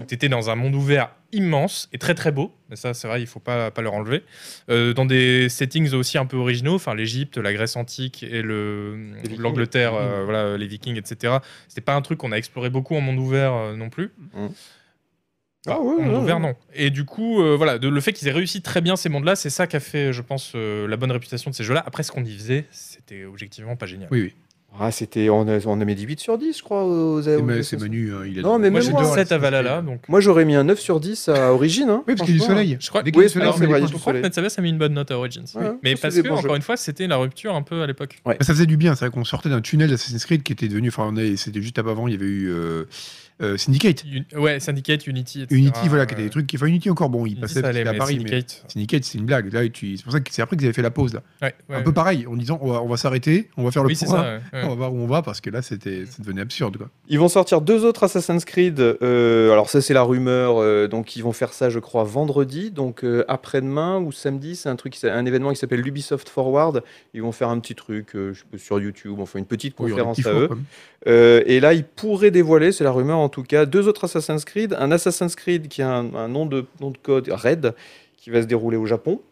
Speaker 2: Tu étais dans un monde ouvert immense et très très beau, mais ça c'est vrai, il faut pas, pas leur enlever. Euh, dans des settings aussi un peu originaux, enfin l'Égypte, la Grèce antique et le-
Speaker 1: Vikings.
Speaker 2: l'Angleterre, euh, voilà, les Vikings, etc. C'était pas un truc qu'on a exploré beaucoup en monde ouvert euh, non plus.
Speaker 1: Ah ouais,
Speaker 2: En
Speaker 1: ouais,
Speaker 2: ouvert,
Speaker 1: ouais.
Speaker 2: non. Et du coup, euh, voilà, de- le fait qu'ils aient réussi très bien ces mondes-là, c'est ça qui a fait, je pense, euh, la bonne réputation de ces jeux-là. Après, ce qu'on y faisait, c'était objectivement pas génial.
Speaker 3: Oui, oui.
Speaker 1: Ah, c'était, on a, on a mis 18 sur 10, je crois. Aux, aux-
Speaker 3: C'est ma-
Speaker 1: aux-
Speaker 3: c'est Manu, hein, il a
Speaker 1: Non, mais
Speaker 2: Moi,
Speaker 1: même
Speaker 2: j'ai
Speaker 1: moi,
Speaker 2: mis
Speaker 1: ouais,
Speaker 2: 7 à Valhalla, euh, donc.
Speaker 1: Moi, j'aurais mis un 9 sur 10 à Origin. Hein,
Speaker 3: Oui, parce qu'il y a du
Speaker 1: franchement.
Speaker 3: soleil.
Speaker 2: Je crois,
Speaker 3: Dès qu'il y a
Speaker 1: Oui,
Speaker 3: du
Speaker 1: c'est vrai,
Speaker 3: soleil, on met
Speaker 1: c'est
Speaker 3: des
Speaker 1: vrai,
Speaker 3: points.
Speaker 1: du
Speaker 2: je crois que
Speaker 1: soleil.
Speaker 2: Metsabas a mis une bonne note à Origins. oui.
Speaker 1: Ouais,
Speaker 2: mais
Speaker 1: ça, c'est
Speaker 2: parce
Speaker 1: des
Speaker 2: que,
Speaker 1: bons
Speaker 2: encore
Speaker 1: jeux.
Speaker 2: une fois, c'était la rupture un peu à l'époque.
Speaker 3: Bah, ça faisait du bien, c'est vrai qu'on sortait d'un tunnel d'Assassin's Creed qui était devenu, enfin on est- c'était juste avant, il y avait eu euh, euh, Syndicate.
Speaker 2: Un- Ouais, Syndicate, Unity, etc.
Speaker 3: Unity, voilà, qui était
Speaker 2: Euh,
Speaker 3: des trucs qui, enfin Unity encore bon, il
Speaker 2: Unity,
Speaker 3: passait
Speaker 2: ça
Speaker 3: parce
Speaker 2: allait,
Speaker 3: qu'il est à
Speaker 2: mais
Speaker 3: Paris, mais
Speaker 2: Syndicate.
Speaker 3: Syndicate, c'est une blague. Là, tu... C'est pour ça que c'est après qu'ils avaient fait la pause. Là.
Speaker 2: Ouais, ouais,
Speaker 3: un
Speaker 2: ouais.
Speaker 3: peu pareil, en disant on va, on va s'arrêter, on va faire le
Speaker 2: Oui, c'est
Speaker 3: point,
Speaker 2: ça. ouais, Mm. ouais.
Speaker 3: on va voir où on va, parce que là, c'était, ça devenait absurde. Quoi.
Speaker 1: Ils vont sortir deux autres Assassin's Creed. euh, alors ça c'est la rumeur. euh, donc ils vont faire ça, je crois, vendredi. Donc euh, après-demain ou samedi, c'est un truc, qui s'a- un événement qui s'appelle Ubisoft Forward. Ils vont faire un petit truc, euh, je sais pas, sur YouTube. Enfin une petite
Speaker 3: Il y aura des
Speaker 1: conférence
Speaker 3: petits
Speaker 1: à
Speaker 3: fours,
Speaker 1: eux.
Speaker 3: quoi.
Speaker 1: Euh, et là, ils pourraient dévoiler, c'est la rumeur en tout cas, deux autres Assassin's Creed. Un Assassin's Creed qui a un, un nom, de, nom de code Red, qui va se dérouler au Japon.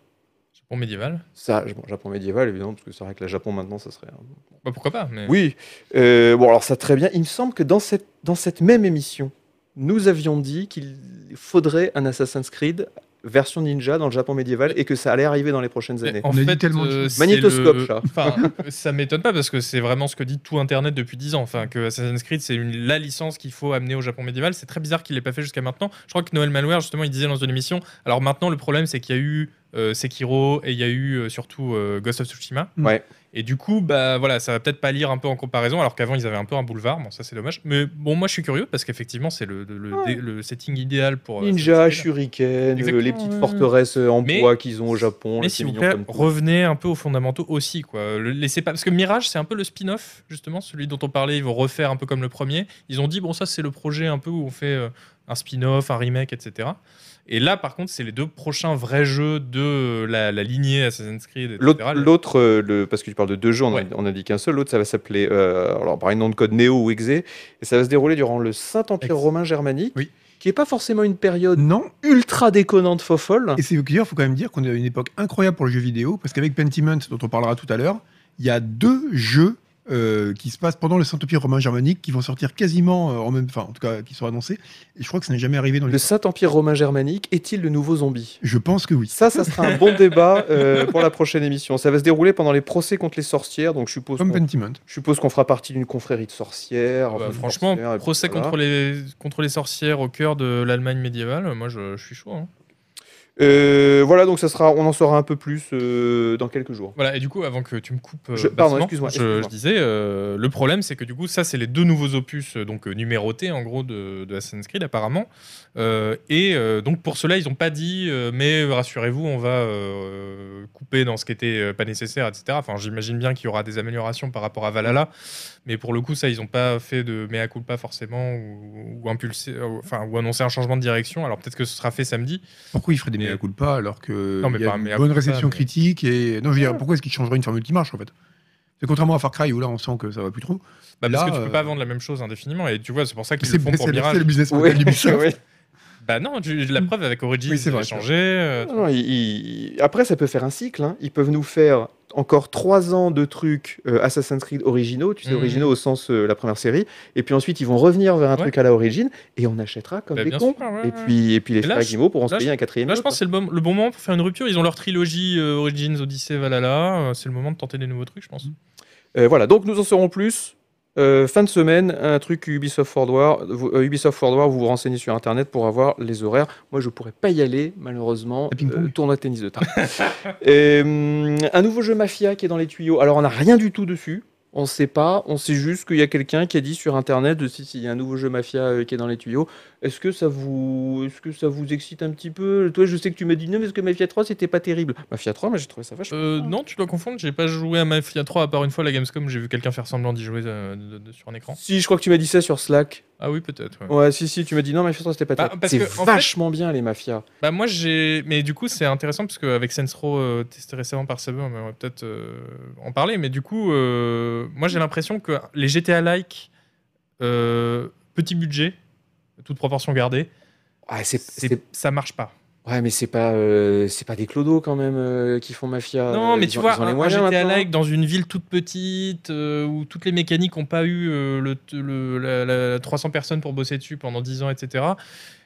Speaker 2: Pour médiéval.
Speaker 1: Ça, bon, Japon médiéval évidemment, parce que c'est vrai que le Japon maintenant, ça serait. un-
Speaker 2: Bah, pourquoi pas mais...
Speaker 1: Oui. Euh, bon, alors ça très bien. Il me semble que dans cette, dans cette même émission, nous avions dit qu'il faudrait un Assassin's Creed version ninja dans le Japon médiéval et que ça allait arriver dans les prochaines
Speaker 2: Mais
Speaker 1: années.
Speaker 2: En
Speaker 3: On a dit
Speaker 2: fait,
Speaker 3: tellement de
Speaker 2: euh,
Speaker 3: choses.
Speaker 2: c'est
Speaker 1: Magnétoscope,
Speaker 2: le-
Speaker 1: ça.
Speaker 2: Enfin, ça m'étonne pas parce que c'est vraiment ce que dit tout Internet depuis 10 ans. Enfin, que Assassin's Creed, c'est une- la licence qu'il faut amener au Japon médiéval. C'est très bizarre qu'il l'ait pas fait jusqu'à maintenant. Je crois que Noël Malware, justement, il disait dans une émission. Alors maintenant, le problème, c'est qu'il y a eu euh, Sekiro et il y a eu euh, surtout euh, Ghost of Tsushima.
Speaker 3: Mm.
Speaker 1: Ouais.
Speaker 2: Et du coup, bah voilà, ça va peut-être pas lire un peu en comparaison, alors qu'avant ils avaient un peu un boulevard. Bon, ça c'est dommage. Mais bon, moi je suis curieux parce qu'effectivement, c'est le, le- le-
Speaker 1: Ouais.
Speaker 2: le setting idéal pour euh,
Speaker 1: Ninja,
Speaker 2: Assassin's Creed.
Speaker 1: shuriken, euh, les
Speaker 2: Exactement,
Speaker 1: petites
Speaker 2: ouais.
Speaker 1: forteresses euh, en
Speaker 2: Mais-
Speaker 1: bois qu'ils ont au Japon.
Speaker 2: Mais
Speaker 1: là,
Speaker 2: s'il
Speaker 1: c'est
Speaker 2: vous
Speaker 1: mignon
Speaker 2: plaît,
Speaker 1: comme tout.
Speaker 2: revenez un peu aux fondamentaux aussi. Quoi. Le- laissez pas... Parce que Mirage, c'est un peu le spin-off, justement, celui dont on parlait. Ils vont refaire un peu comme le premier. Ils ont dit, bon, ça, c'est le projet un peu où on fait euh, un spin-off, un remake, etc. Et là, par contre, c'est les deux prochains vrais jeux de euh, la, la lignée Assassin's Creed. etc.
Speaker 1: L'autre,
Speaker 2: Le-
Speaker 1: l'autre, euh, le, parce que tu parles de deux jeux, on, a-
Speaker 2: Ouais.
Speaker 1: on a, dit qu'un seul. L'autre, ça va s'appeler, euh, alors par un nom de code Néo ou Exe, et ça va se dérouler durant le Saint Empire
Speaker 2: Ex-
Speaker 1: romain germanique,
Speaker 3: Oui.
Speaker 1: qui est pas forcément une période
Speaker 3: Non,
Speaker 1: ultra déconnante fofolle.
Speaker 3: et c'est d'ailleurs, il faut quand même dire qu'on est à une époque incroyable pour le jeu vidéo, parce qu'avec Pentiment, dont on parlera tout à l'heure, il y a deux jeux euh, qui se passent pendant le Saint-Empire romain germanique qui vont sortir quasiment euh, en même, enfin, en tout cas, qui sont annoncés. Et je crois que ça n'est jamais arrivé dans les.
Speaker 1: Le Saint Empire romain germanique est-il le nouveau zombie
Speaker 3: Je pense que oui.
Speaker 1: Ça, ça sera un bon débat euh, pour la prochaine émission. Ça va se dérouler pendant les procès contre les sorcières, donc je suppose
Speaker 3: Comme
Speaker 1: qu'on,
Speaker 3: Pentiment.
Speaker 1: je suppose qu'on fera partie d'une confrérie de sorcières.
Speaker 2: Bah,
Speaker 1: enfin, de
Speaker 2: franchement,
Speaker 1: sorcières, et puis
Speaker 2: procès
Speaker 1: voilà.
Speaker 2: contre, les, contre les sorcières au cœur de l'Allemagne médiévale, moi je, je suis chaud. hein.
Speaker 1: Euh, voilà, donc ça sera, on en saura un peu plus euh, dans quelques jours.
Speaker 2: Voilà, et du coup, avant que tu me coupes, euh,
Speaker 1: Je- pardon,
Speaker 2: bassement,
Speaker 1: excuse-moi,
Speaker 2: je-
Speaker 1: excuse-moi.
Speaker 2: je, disais, euh, le problème, c'est que du coup, ça, c'est les deux nouveaux opus, euh, donc euh, numérotés, en gros, de, de Assassin's Creed, apparemment. Euh, et euh, donc, pour cela, ils n'ont pas dit, euh, mais rassurez-vous, on va euh, couper dans ce qui était euh, pas nécessaire, etc. Enfin, j'imagine bien qu'il y aura des améliorations par rapport à Valhalla, mais pour le coup, ça, ils n'ont pas fait de mea culpa, forcément, ou, ou impulsé, ou- enfin, ou annoncé un changement de direction. Alors, peut-être que ce sera fait samedi,
Speaker 3: Pourquoi il ferait des
Speaker 2: Mais-
Speaker 3: mea culpa alors que
Speaker 2: Non, mais
Speaker 3: il y a
Speaker 2: pas un
Speaker 3: une
Speaker 2: mea
Speaker 3: bonne
Speaker 2: culpa,
Speaker 3: réception
Speaker 2: mais- Ah.
Speaker 3: critique et non, je veux dire, pourquoi est-ce qu'il changerait une formule qui marche en fait C'est contrairement à Far Cry où là on sent que ça va plus trop.
Speaker 2: Bah, parce
Speaker 3: Là,
Speaker 2: que tu
Speaker 3: euh,
Speaker 2: peux pas vendre la même chose indéfiniment, et tu vois, c'est pour ça qu'ils
Speaker 3: C'est
Speaker 2: le font pour
Speaker 3: c'est le
Speaker 2: Mirage.
Speaker 3: c'est le business
Speaker 1: Oui,
Speaker 3: model d'Ubisoft.
Speaker 1: oui.
Speaker 2: Bah non, tu- la preuve avec Origins,
Speaker 3: Oui, c'est
Speaker 2: c'est
Speaker 3: vrai,
Speaker 2: changé. euh,
Speaker 1: Non, non, il- il- Après, ça peut faire un cycle. hein. Ils peuvent nous faire encore trois ans de trucs euh, Assassin's Creed originaux, tu sais,
Speaker 2: Mhm.
Speaker 1: originaux au sens euh, la première série, et puis ensuite ils vont revenir vers un
Speaker 2: Ouais.
Speaker 1: truc à la origine, et on achètera comme
Speaker 2: Bah,
Speaker 1: des
Speaker 2: bien
Speaker 1: cons.
Speaker 2: sûr, ouais,
Speaker 1: Et
Speaker 2: ouais.
Speaker 1: puis, et puis les
Speaker 2: Et là,
Speaker 1: frères
Speaker 2: je-
Speaker 1: Guimau pourront se
Speaker 2: là,
Speaker 1: payer un quatrième.
Speaker 2: Là, je
Speaker 1: lot,
Speaker 2: pense que c'est le bon, le bon moment pour faire une rupture. Ils ont leur trilogie euh, Origins, Odyssey, Valhalla. Euh, C'est le moment de tenter des nouveaux trucs, je pense.
Speaker 1: Euh, voilà, donc nous en saurons plus. Euh, fin de semaine, un truc Ubisoft Forward, vous, euh, Ubisoft Forward, vous vous renseignez sur Internet pour avoir les horaires. Moi, je pourrais pas y aller, malheureusement. euh,
Speaker 3: À ping-pong.
Speaker 1: tournoi de tennis de table. Et, hum, un nouveau jeu Mafia qui est dans les tuyaux. Alors, on n'a rien du tout dessus. On sait pas. On sait juste qu'il y a quelqu'un qui a dit sur Internet euh, si s'il y a un nouveau jeu Mafia euh, qui est dans les tuyaux. Est-ce que ça vous, est-ce que ça vous excite un petit peu Toi, je sais que tu m'as dit non, mais est-ce que Mafia 3 c'était pas terrible Mafia 3, moi j'ai trouvé ça vachement.
Speaker 2: Euh, non, tu dois confondre. J'ai pas joué à Mafia 3 à part une fois à la Gamescom. J'ai vu quelqu'un faire semblant d'y jouer euh, de- de- sur un écran.
Speaker 1: Si, je crois que tu m'as dit ça sur Slack.
Speaker 2: Ah oui, peut-être. ouais.
Speaker 1: Ouais, si, si, tu m'as dit non, Mafia 3, c'était pas
Speaker 2: Bah,
Speaker 1: terrible.
Speaker 2: parce
Speaker 1: C'est
Speaker 2: que, en fait-
Speaker 1: vachement bien, les mafias.
Speaker 2: Bah moi j'ai, mais du coup c'est intéressant parce qu'avec Sensro euh, testé récemment par Saber, mais on va peut-être euh, en parler. Mais du coup, euh, moi j'ai l'impression que les GTA like, euh, petit budget, toute proportion gardée,
Speaker 1: Ah, c'est,
Speaker 2: c'est-
Speaker 1: c'est-
Speaker 2: ça marche pas.
Speaker 1: Ouais, mais c'est pas, euh, c'est pas des clodos quand même euh, qui font mafia.
Speaker 2: non,
Speaker 1: Euh,
Speaker 2: mais
Speaker 1: ils
Speaker 2: tu
Speaker 1: ont-
Speaker 2: vois,
Speaker 1: ils ont les
Speaker 2: un, un
Speaker 1: moyens
Speaker 2: GTA
Speaker 1: maintenant.
Speaker 2: like dans une ville toute petite euh, où toutes les mécaniques n'ont pas eu euh, le, le- la- la 300 personnes pour bosser dessus pendant 10 ans, etc.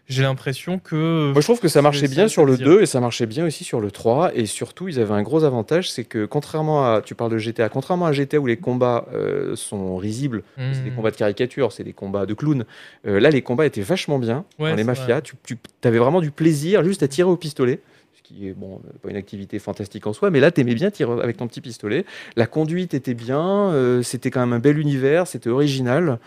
Speaker 2: J'ai l'impression que
Speaker 1: Moi, je trouve que ça marchait
Speaker 2: C'est-
Speaker 1: bien
Speaker 2: ça,
Speaker 1: sur
Speaker 2: ça
Speaker 1: le
Speaker 2: tire.
Speaker 1: 2 et ça marchait bien aussi sur le 3. Et surtout, ils avaient un gros avantage c'est que, contrairement à. Tu parles de GTA, contrairement à GTA où les combats euh, sont risibles, c'est des
Speaker 2: Hmm.
Speaker 1: combats de caricature, c'est des combats de clowns, euh, là, les combats étaient vachement bien
Speaker 2: Ouais,
Speaker 1: dans les
Speaker 2: c'est
Speaker 1: mafias. Tu, avais vraiment du plaisir juste à tirer au pistolet. Ce qui est bon, euh, pas une activité fantastique en soi, mais là, t'aimais bien tirer avec ton petit pistolet. La conduite était bien, euh, c'était quand même un bel univers, c'était original.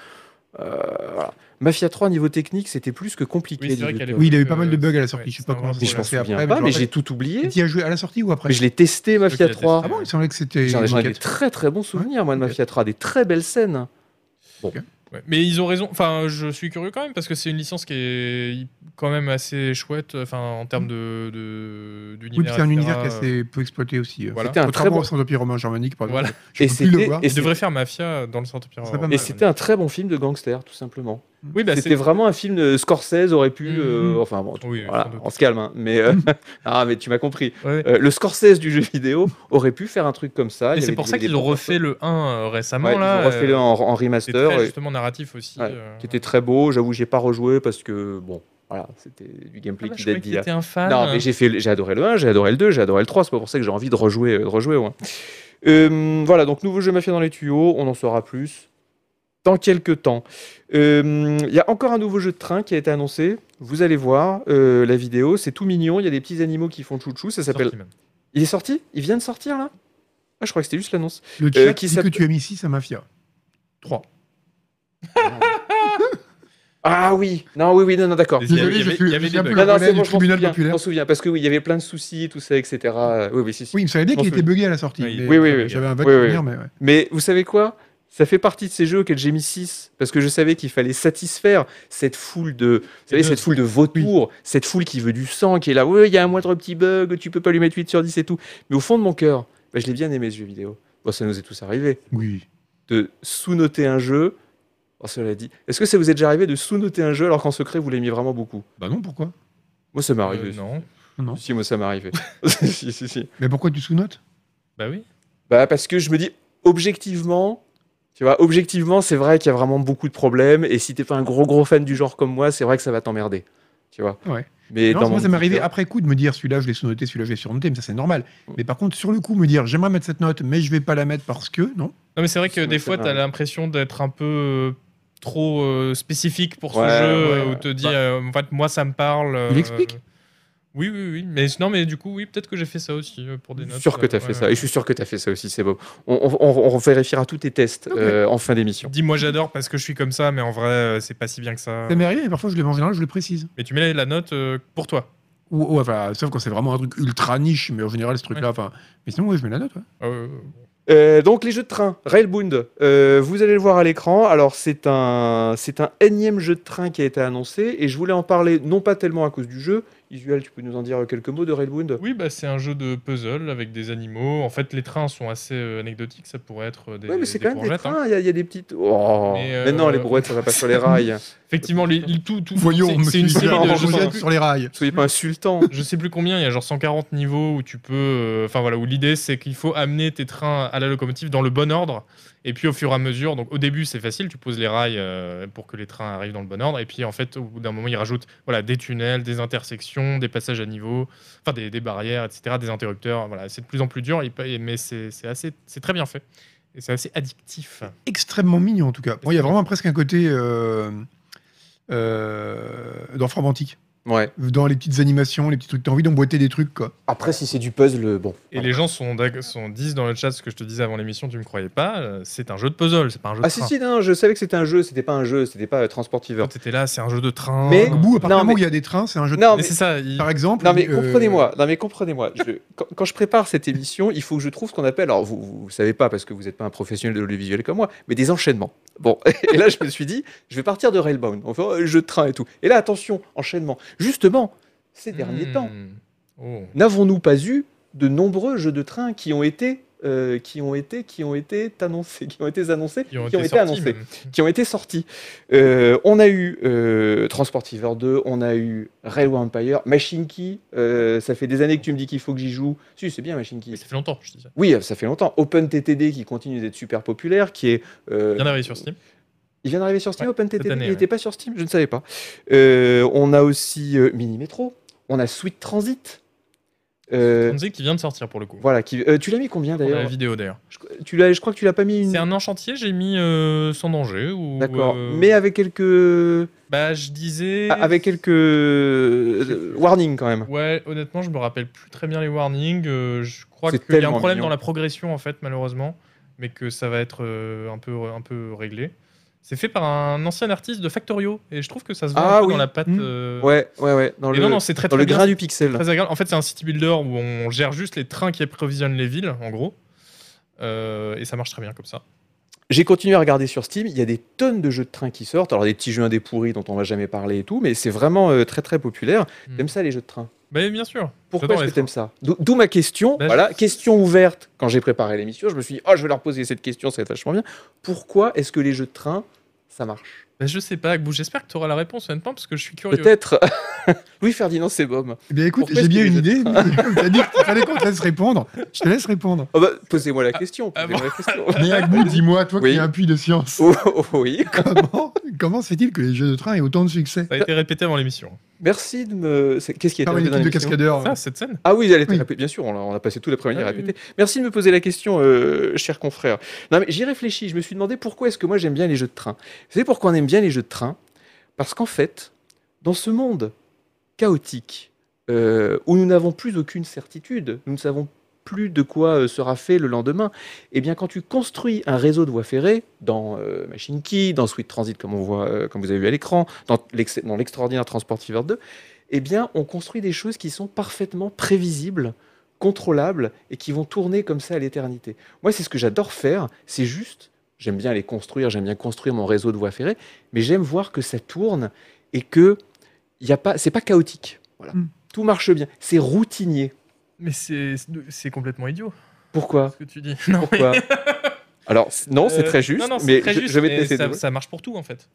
Speaker 1: Euh, voilà. Mafia 3, niveau technique, c'était plus que compliqué.
Speaker 2: Oui, c'est vrai
Speaker 1: dis-le-toi.
Speaker 2: qu'à l'époque,
Speaker 3: Oui, il a eu pas
Speaker 2: euh,
Speaker 3: mal de bugs à la
Speaker 2: ouais,
Speaker 3: sortie. je sais
Speaker 2: c'est
Speaker 3: pas
Speaker 2: un
Speaker 3: comment
Speaker 2: vrai
Speaker 1: Mais
Speaker 2: problème.
Speaker 1: je m'en
Speaker 3: fait
Speaker 1: souviens
Speaker 3: après,
Speaker 1: pas,
Speaker 3: je
Speaker 1: mais
Speaker 3: me
Speaker 1: j'ai tout oublié.
Speaker 3: rappelle. Tu y as joué à la sortie ou après
Speaker 1: Je l'ai testé, Mafia
Speaker 2: l'as testé.
Speaker 1: 3.
Speaker 3: Ah bon, il semblait que c'était.
Speaker 1: J'en ai- j'en ai des
Speaker 3: Enquête.
Speaker 1: très très bons souvenirs, moi, de
Speaker 3: ok.
Speaker 1: Mafia 3, des très belles scènes.
Speaker 2: Ouais, Mais ils ont raison. Enfin, je suis curieux quand même parce que c'est une licence qui est quand même assez chouette. Enfin, en termes de, de
Speaker 3: Oui, puis
Speaker 2: d'univers.
Speaker 3: c'est un
Speaker 2: etc..
Speaker 3: univers qui est assez peu exploité aussi. euh.
Speaker 2: Voilà.
Speaker 1: C'était un très
Speaker 3: Contrairement
Speaker 1: bon.
Speaker 3: au Centre Romain Germanique, par exemple.
Speaker 2: Voilà.
Speaker 3: Je
Speaker 1: Et
Speaker 3: peux plus le
Speaker 1: c'était-
Speaker 3: voir.
Speaker 1: et
Speaker 2: Ils
Speaker 1: c'est-
Speaker 2: devraient faire Mafia dans le Saint-Empire.
Speaker 3: Ce serait pas
Speaker 1: Et
Speaker 3: mal.
Speaker 1: c'était un très bon film de gangster, tout simplement.
Speaker 2: Oui, bah
Speaker 1: C'était
Speaker 2: c'est.
Speaker 1: vraiment un film de Scorsese aurait pu. euh,
Speaker 2: Mhm.
Speaker 1: enfin bon,
Speaker 2: Oui,
Speaker 1: voilà,
Speaker 2: sans doute.
Speaker 1: on se calme. hein, mais euh, ah, mais tu m'as compris.
Speaker 2: Ouais.
Speaker 1: Euh, le Scorsese du jeu vidéo aurait pu faire un truc comme ça.
Speaker 2: Et c'est pour ça qu'ils ont refait le 1 euh, récemment
Speaker 1: Ouais,
Speaker 2: là. euh,
Speaker 1: ils ont refait le en, en remaster,
Speaker 2: C'était
Speaker 1: euh,
Speaker 2: justement narratif aussi.
Speaker 1: Ouais,
Speaker 2: euh,
Speaker 1: qui était très beau. J'avoue, j'ai pas rejoué parce que bon, voilà, c'était du
Speaker 2: Ah,
Speaker 1: gameplay
Speaker 2: bah,
Speaker 1: qui
Speaker 2: je
Speaker 1: date
Speaker 2: croyais
Speaker 1: d'il
Speaker 2: que
Speaker 1: y a-
Speaker 2: t'étais un fan.
Speaker 1: non, mais j'ai fait, j'ai adoré le 1, j'ai adoré le 2, j'ai adoré le 3. C'est pas pour ça que j'ai envie de rejouer, de rejouer. ouais. Euh, voilà, donc nouveau jeu Mafia dans les tuyaux. On en saura plus dans quelques temps. Euh, Il y a encore un nouveau jeu de train qui a été annoncé. Vous allez voir euh, la vidéo. C'est tout mignon. Il y a des petits animaux qui font chouchou. Ça s'appelle.
Speaker 2: Sorti même.
Speaker 1: Il est sorti Il vient de sortir là Ah, je crois que c'était juste l'annonce.
Speaker 3: Le chat
Speaker 1: qui
Speaker 3: qui dit que
Speaker 1: s'appelle-
Speaker 3: tu as mis 6 à Mafia. 3.
Speaker 1: Ah oui, non, oui, oui, non, non, d'accord.
Speaker 2: Désolé,
Speaker 3: Désolé,
Speaker 2: il y
Speaker 3: je
Speaker 2: avait-
Speaker 3: suis-
Speaker 2: il y avait
Speaker 3: je
Speaker 2: des
Speaker 3: suis un peu
Speaker 2: bugs.
Speaker 1: Non, non, c'est
Speaker 3: relais
Speaker 1: bon,
Speaker 3: du
Speaker 1: je m'en
Speaker 3: tribunal
Speaker 1: souviens, je
Speaker 3: populaire.
Speaker 1: m'en souviens, parce que oui, il y avait plein de soucis, tout ça, etc. Euh, Oui, oui, si, si.
Speaker 3: Oui, il me savait bien
Speaker 1: Je m'en
Speaker 3: qu'il était bugué à la sortie.
Speaker 2: Oui,
Speaker 3: mais
Speaker 1: oui, oui, oui.
Speaker 3: J'avais un vague
Speaker 1: Oui, oui.
Speaker 3: souvenir, mais ouais.
Speaker 1: Mais vous savez quoi Ça fait partie de ces jeux auxquels j'ai mis 6 parce que je savais qu'il fallait satisfaire cette foule de vous savez,
Speaker 2: Haineuse.
Speaker 1: cette foule de vautours, cette foule qui veut du sang, qui est là ouais, il y a un moindre petit bug, tu peux pas lui mettre 8 sur 10 et tout. Mais au fond de mon cœur, bah, je l'ai bien aimé ce jeu vidéo. Bon, ça nous est tous arrivé
Speaker 3: Oui.
Speaker 1: de sous-noter un jeu. Bon, cela dit, est-ce que ça vous est déjà arrivé de sous-noter un jeu alors qu'en secret vous l'aimiez vraiment beaucoup
Speaker 3: Bah non, pourquoi
Speaker 1: Moi ça m'est
Speaker 2: Euh,
Speaker 1: arrivé.
Speaker 2: Non.
Speaker 3: Non.
Speaker 1: Si moi ça m'est arrivé. si si si.
Speaker 3: Mais pourquoi tu sous-notes
Speaker 2: Bah oui.
Speaker 1: Bah parce que je me dis objectivement, tu vois, objectivement, c'est vrai qu'il y a vraiment beaucoup de problèmes et si t'es pas un gros gros fan du genre comme moi, c'est vrai que ça va t'emmerder, tu vois.
Speaker 3: Ouais.
Speaker 1: Mais
Speaker 3: Non,
Speaker 1: dans
Speaker 3: moi,
Speaker 1: mon
Speaker 3: ça m'est arrivé
Speaker 1: petit cœur-
Speaker 3: après coup de me dire celui-là, je l'ai sous-noté, celui-là, je l'ai surnoté, mais ça, c'est normal. Mais par contre, sur le coup, me dire j'aimerais mettre cette note, mais je vais pas la mettre parce que, non
Speaker 2: Non, mais c'est vrai que
Speaker 1: Ouais,
Speaker 2: des
Speaker 1: c'est
Speaker 2: fois, t'as
Speaker 1: vrai.
Speaker 2: l'impression d'être un peu euh, trop euh, spécifique pour ce
Speaker 1: Ouais,
Speaker 2: jeu,
Speaker 1: ouais,
Speaker 2: euh,
Speaker 1: ouais.
Speaker 2: où te dis, euh, en fait, moi, ça me parle. euh,
Speaker 3: Il explique.
Speaker 2: Oui, oui, oui. Mais non, mais du coup, oui, peut-être que j'ai fait ça aussi euh, pour des
Speaker 1: Je
Speaker 2: notes.
Speaker 1: suis sûr que t'as
Speaker 2: euh,
Speaker 1: fait
Speaker 2: ouais,
Speaker 1: ça
Speaker 2: ouais.
Speaker 1: et je suis sûr que t'as fait ça aussi, c'est Bob. On, on, on- on vérifiera tous tes tests euh, en fin d'émission.
Speaker 2: Dis, moi, j'adore parce que je suis comme ça, mais en vrai, euh, c'est pas si bien que ça.
Speaker 3: Ça m'est arrivé, mais parfois, je le en général, je le précise.
Speaker 2: Mais tu mets la- la note euh, pour toi.
Speaker 3: Ou, ou, enfin, sauf quand c'est vraiment un truc ultra niche, mais en général, ce truc-là, enfin. Mais sinon, oui, je mets la note. ouais.
Speaker 2: Euh,
Speaker 1: Euh, donc les jeux de train, Railbound, euh, vous allez le voir à l'écran. Alors c'est un c'est un énième jeu de train qui a été annoncé et je voulais en parler non pas tellement à cause du jeu, Isuel, tu peux nous en dire quelques mots de Railbound
Speaker 2: Oui, bah, c'est un jeu de puzzle avec des animaux. En fait, les trains sont assez euh, anecdotiques. Ça pourrait être des.
Speaker 1: Oui, mais c'est
Speaker 2: des
Speaker 1: quand même des
Speaker 2: bourgettes, hein.
Speaker 1: trains, il y a- il y, a des petites. Oh
Speaker 2: Mais,
Speaker 1: Mais,
Speaker 2: euh,
Speaker 1: non, les brouettes, ça va pas sur les rails.
Speaker 2: Effectivement, les, les- tout, tout.
Speaker 3: Voyons,
Speaker 2: c'est-
Speaker 3: monsieur
Speaker 2: c'est une série
Speaker 1: Hidalgo,
Speaker 2: de.
Speaker 3: Hidalgo,
Speaker 2: Je
Speaker 1: vous
Speaker 2: sais,
Speaker 1: êtes-
Speaker 3: vous êtes
Speaker 2: plus,
Speaker 3: sur les rails.
Speaker 1: Soyez pas insultant.
Speaker 2: je sais plus combien. Il y a genre 140 niveaux où tu peux. euh, Enfin voilà, où l'idée c'est qu'il faut amener tes trains à la locomotive dans le bon ordre. Et puis au fur et à mesure, donc au début c'est facile, tu poses les rails euh, pour que les trains arrivent dans le bon ordre. Et puis en fait, au bout d'un moment, ils rajoutent voilà des tunnels, des intersections, des passages à niveau, enfin des, des barrières, etc., des interrupteurs. Voilà, c'est de plus en plus dur. et pa- et- Mais c'est c'est assez, c'est très bien fait. Et c'est assez addictif.
Speaker 3: Extrêmement mignon en tout cas. Bon, Il y a vraiment presque un côté euh, euh, d'enfant romantique.
Speaker 1: Ouais.
Speaker 3: Dans les petites animations, les petits trucs. T'as envie d'emboîter des trucs quoi.
Speaker 1: Après, si c'est du puzzle, bon.
Speaker 2: Et les gens sont, d'ac- sont disent dans le chat ce que je te disais avant l'émission, tu me croyais pas, euh, c'est un jeu de puzzle, c'est pas un jeu de
Speaker 1: Ah si
Speaker 2: train.
Speaker 1: si, non, je savais que c'était un jeu, c'était pas un jeu, c'était pas euh, Transportiver.
Speaker 2: Toi, t'étais là, c'est un jeu de train.
Speaker 1: Mais-
Speaker 3: Au bout, à partir
Speaker 1: Non,
Speaker 3: du moment
Speaker 1: mais-
Speaker 3: où il y a des trains, c'est un jeu de.
Speaker 1: Non,
Speaker 2: Mais
Speaker 1: mais-
Speaker 2: c'est ça, il-
Speaker 3: Par exemple.
Speaker 1: Non mais
Speaker 3: euh,
Speaker 1: comprenez-moi, non mais comprenez-moi. Je- quand, quand je prépare cette émission, il faut que je trouve ce qu'on appelle, alors vous, vous, vous savez pas parce que vous n'êtes pas un professionnel de l'audiovisuel comme moi, mais des enchaînements. Bon, et là je me suis dit, je vais partir de Railbound, enfin euh, jeu de train et tout. Et là attention, enchaînement. Justement, ces derniers
Speaker 2: Hmm.
Speaker 1: temps,
Speaker 2: Oh.
Speaker 1: n'avons-nous pas eu de nombreux jeux de train qui ont été, euh, qui ont été, qui ont été annoncés, qui ont été annoncés,
Speaker 2: Ils ont été, sortis,
Speaker 1: annoncés
Speaker 2: même.
Speaker 1: qui ont été sortis. Euh, on a eu euh, Transportiver 2, on a eu Railway Empire, Machine Key, euh, ça fait des années que tu me dis qu'il faut que j'y joue. Si, c'est bien Machine
Speaker 2: Mais
Speaker 1: Key.
Speaker 2: ça fait longtemps, je te dis ça.
Speaker 1: Oui, euh, ça fait longtemps. OpenTTD qui continue d'être super populaire, qui est... euh,
Speaker 2: Il y en avait sur Steam.
Speaker 1: il vient d'arriver sur Steam,
Speaker 2: Ouais,
Speaker 1: OpenTTD,
Speaker 2: cette année,
Speaker 1: il
Speaker 2: ouais.
Speaker 1: n'était pas sur Steam, je ne savais pas. Euh, on a aussi euh, Mini Metro, on a Sweet Transit. Euh,
Speaker 2: On disait qu'il vient de sortir pour le coup.
Speaker 1: voilà, qui, euh, tu l'as mis combien
Speaker 2: Pour la
Speaker 1: d'ailleurs
Speaker 2: vidéo d'ailleurs.
Speaker 1: je, tu l'as- je crois que tu l'as pas mis une...
Speaker 2: C'est un enchantier, j'ai mis euh, sans danger. Ou,
Speaker 1: D'accord,
Speaker 2: euh,
Speaker 1: mais avec quelques...
Speaker 2: Bah, je disais.
Speaker 1: Ah, Avec quelques euh, warnings quand même.
Speaker 2: Ouais, honnêtement, je me rappelle plus très bien les warnings. euh, je crois
Speaker 1: C'est
Speaker 2: qu'il y a un
Speaker 1: tellement
Speaker 2: problème
Speaker 1: mignon.
Speaker 2: dans la progression, en fait, malheureusement, mais que ça va être euh, un, peu, un peu réglé. C'est fait par un ancien artiste de Factorio, et je trouve que ça se voit
Speaker 1: Ah
Speaker 2: un peu
Speaker 1: oui.
Speaker 2: dans la patte.
Speaker 3: Mm.
Speaker 2: euh,
Speaker 1: Ouais, ouais, ouais. Dans
Speaker 2: et
Speaker 1: le,
Speaker 2: non, non, c'est très,
Speaker 1: dans
Speaker 2: très,
Speaker 1: le
Speaker 2: bien,
Speaker 1: grain
Speaker 2: c'est
Speaker 1: du pixel.
Speaker 2: très agréable. En fait, c'est un city builder où on gère juste les trains qui approvisionnent les villes, en gros. Euh, et ça marche très bien comme ça.
Speaker 1: J'ai continué à regarder sur Steam. Il y a des tonnes de jeux de train qui sortent. Alors des petits jeux indés pourris dont on va jamais parler et tout, mais c'est vraiment euh, très très populaire.
Speaker 2: Mm.
Speaker 1: T'aimes ça les jeux de train
Speaker 2: Bah, bien sûr.
Speaker 1: Pourquoi
Speaker 2: J'adore
Speaker 1: est-ce
Speaker 2: les
Speaker 1: que t'aimes ça D'o- D'où ma question.
Speaker 2: Bah, je-
Speaker 1: voilà, question ouverte. Quand j'ai préparé l'émission, je me suis dit, oh, je vais leur poser cette question, ça va être vachement bien. Pourquoi est-ce que les jeux de train, ça marche
Speaker 2: Bah, je sais pas, Agbou, j'espère que tu auras la réponse, honnêtement, parce que je suis curieux.
Speaker 1: Peut-être. Louis Ferdinand Sebom.
Speaker 3: Eh bien écoute,
Speaker 1: Pourquoi
Speaker 3: j'ai
Speaker 1: est-ce
Speaker 3: bien
Speaker 1: que
Speaker 3: une
Speaker 1: les
Speaker 3: idée. mais Comme t'as dit qu'il fallait qu'on te laisse répondre. Je te laisse répondre.
Speaker 1: Oh, bah, posez-moi la question.
Speaker 2: ah,
Speaker 1: posez-moi la question.
Speaker 3: Mais Agbou, dis-moi, toi
Speaker 1: Oui.
Speaker 3: qui as un puits de science,
Speaker 1: Oh, oh, oh, oui.
Speaker 3: comment, comment se fait-il que les jeux de train aient autant de succès
Speaker 2: Ça a été répété avant l'émission.
Speaker 1: Merci de me. c'est- Qu'est-ce qui a été
Speaker 3: Par une
Speaker 1: répété dans
Speaker 3: équipe de
Speaker 1: l'émission
Speaker 3: cascadeurs.
Speaker 2: Ça, cette scène
Speaker 1: Ah oui, elle était
Speaker 3: Oui.
Speaker 1: répétée, bien sûr, on a, on a passé tout l'après-midi à
Speaker 2: Ah oui,
Speaker 1: répéter. Merci de me poser la question, euh, cher confrère. Non, mais j'y réfléchis, je me suis demandé pourquoi est-ce que moi j'aime bien les jeux de train. Vous savez pourquoi on aime bien les jeux de train Parce qu'en fait, dans ce monde chaotique, euh, où nous n'avons plus aucune certitude, nous ne savons plus de quoi euh, sera fait le lendemain, eh bien quand tu construis un réseau de voies ferrées, dans euh, Machine Key, dans Sweet Transit comme, on voit, euh, comme vous avez vu à l'écran, dans l'ex- dans l'extraordinaire Transport Fever 2, eh bien, on construit des choses qui sont parfaitement prévisibles, contrôlables et qui vont tourner comme ça à l'éternité. Moi, c'est ce que j'adore faire. C'est juste, j'aime bien les construire, j'aime bien construire mon réseau de voies ferrées, mais j'aime voir que ça tourne et que il y a pas, c'est pas chaotique. Voilà.
Speaker 3: Mm.
Speaker 1: Tout marche bien. C'est routinier.
Speaker 2: Mais c'est c'est complètement idiot,
Speaker 1: Pourquoi
Speaker 2: ce que tu dis. Non, mais-
Speaker 1: Pourquoi Alors, c- euh, non, c'est
Speaker 2: Euh,
Speaker 1: très juste,
Speaker 2: non, non, c'est
Speaker 1: mais
Speaker 2: très
Speaker 1: je,
Speaker 2: juste,
Speaker 1: je vais
Speaker 2: mais
Speaker 1: te laisser.
Speaker 2: ça,
Speaker 1: deux.
Speaker 2: ça marche pour tout en fait.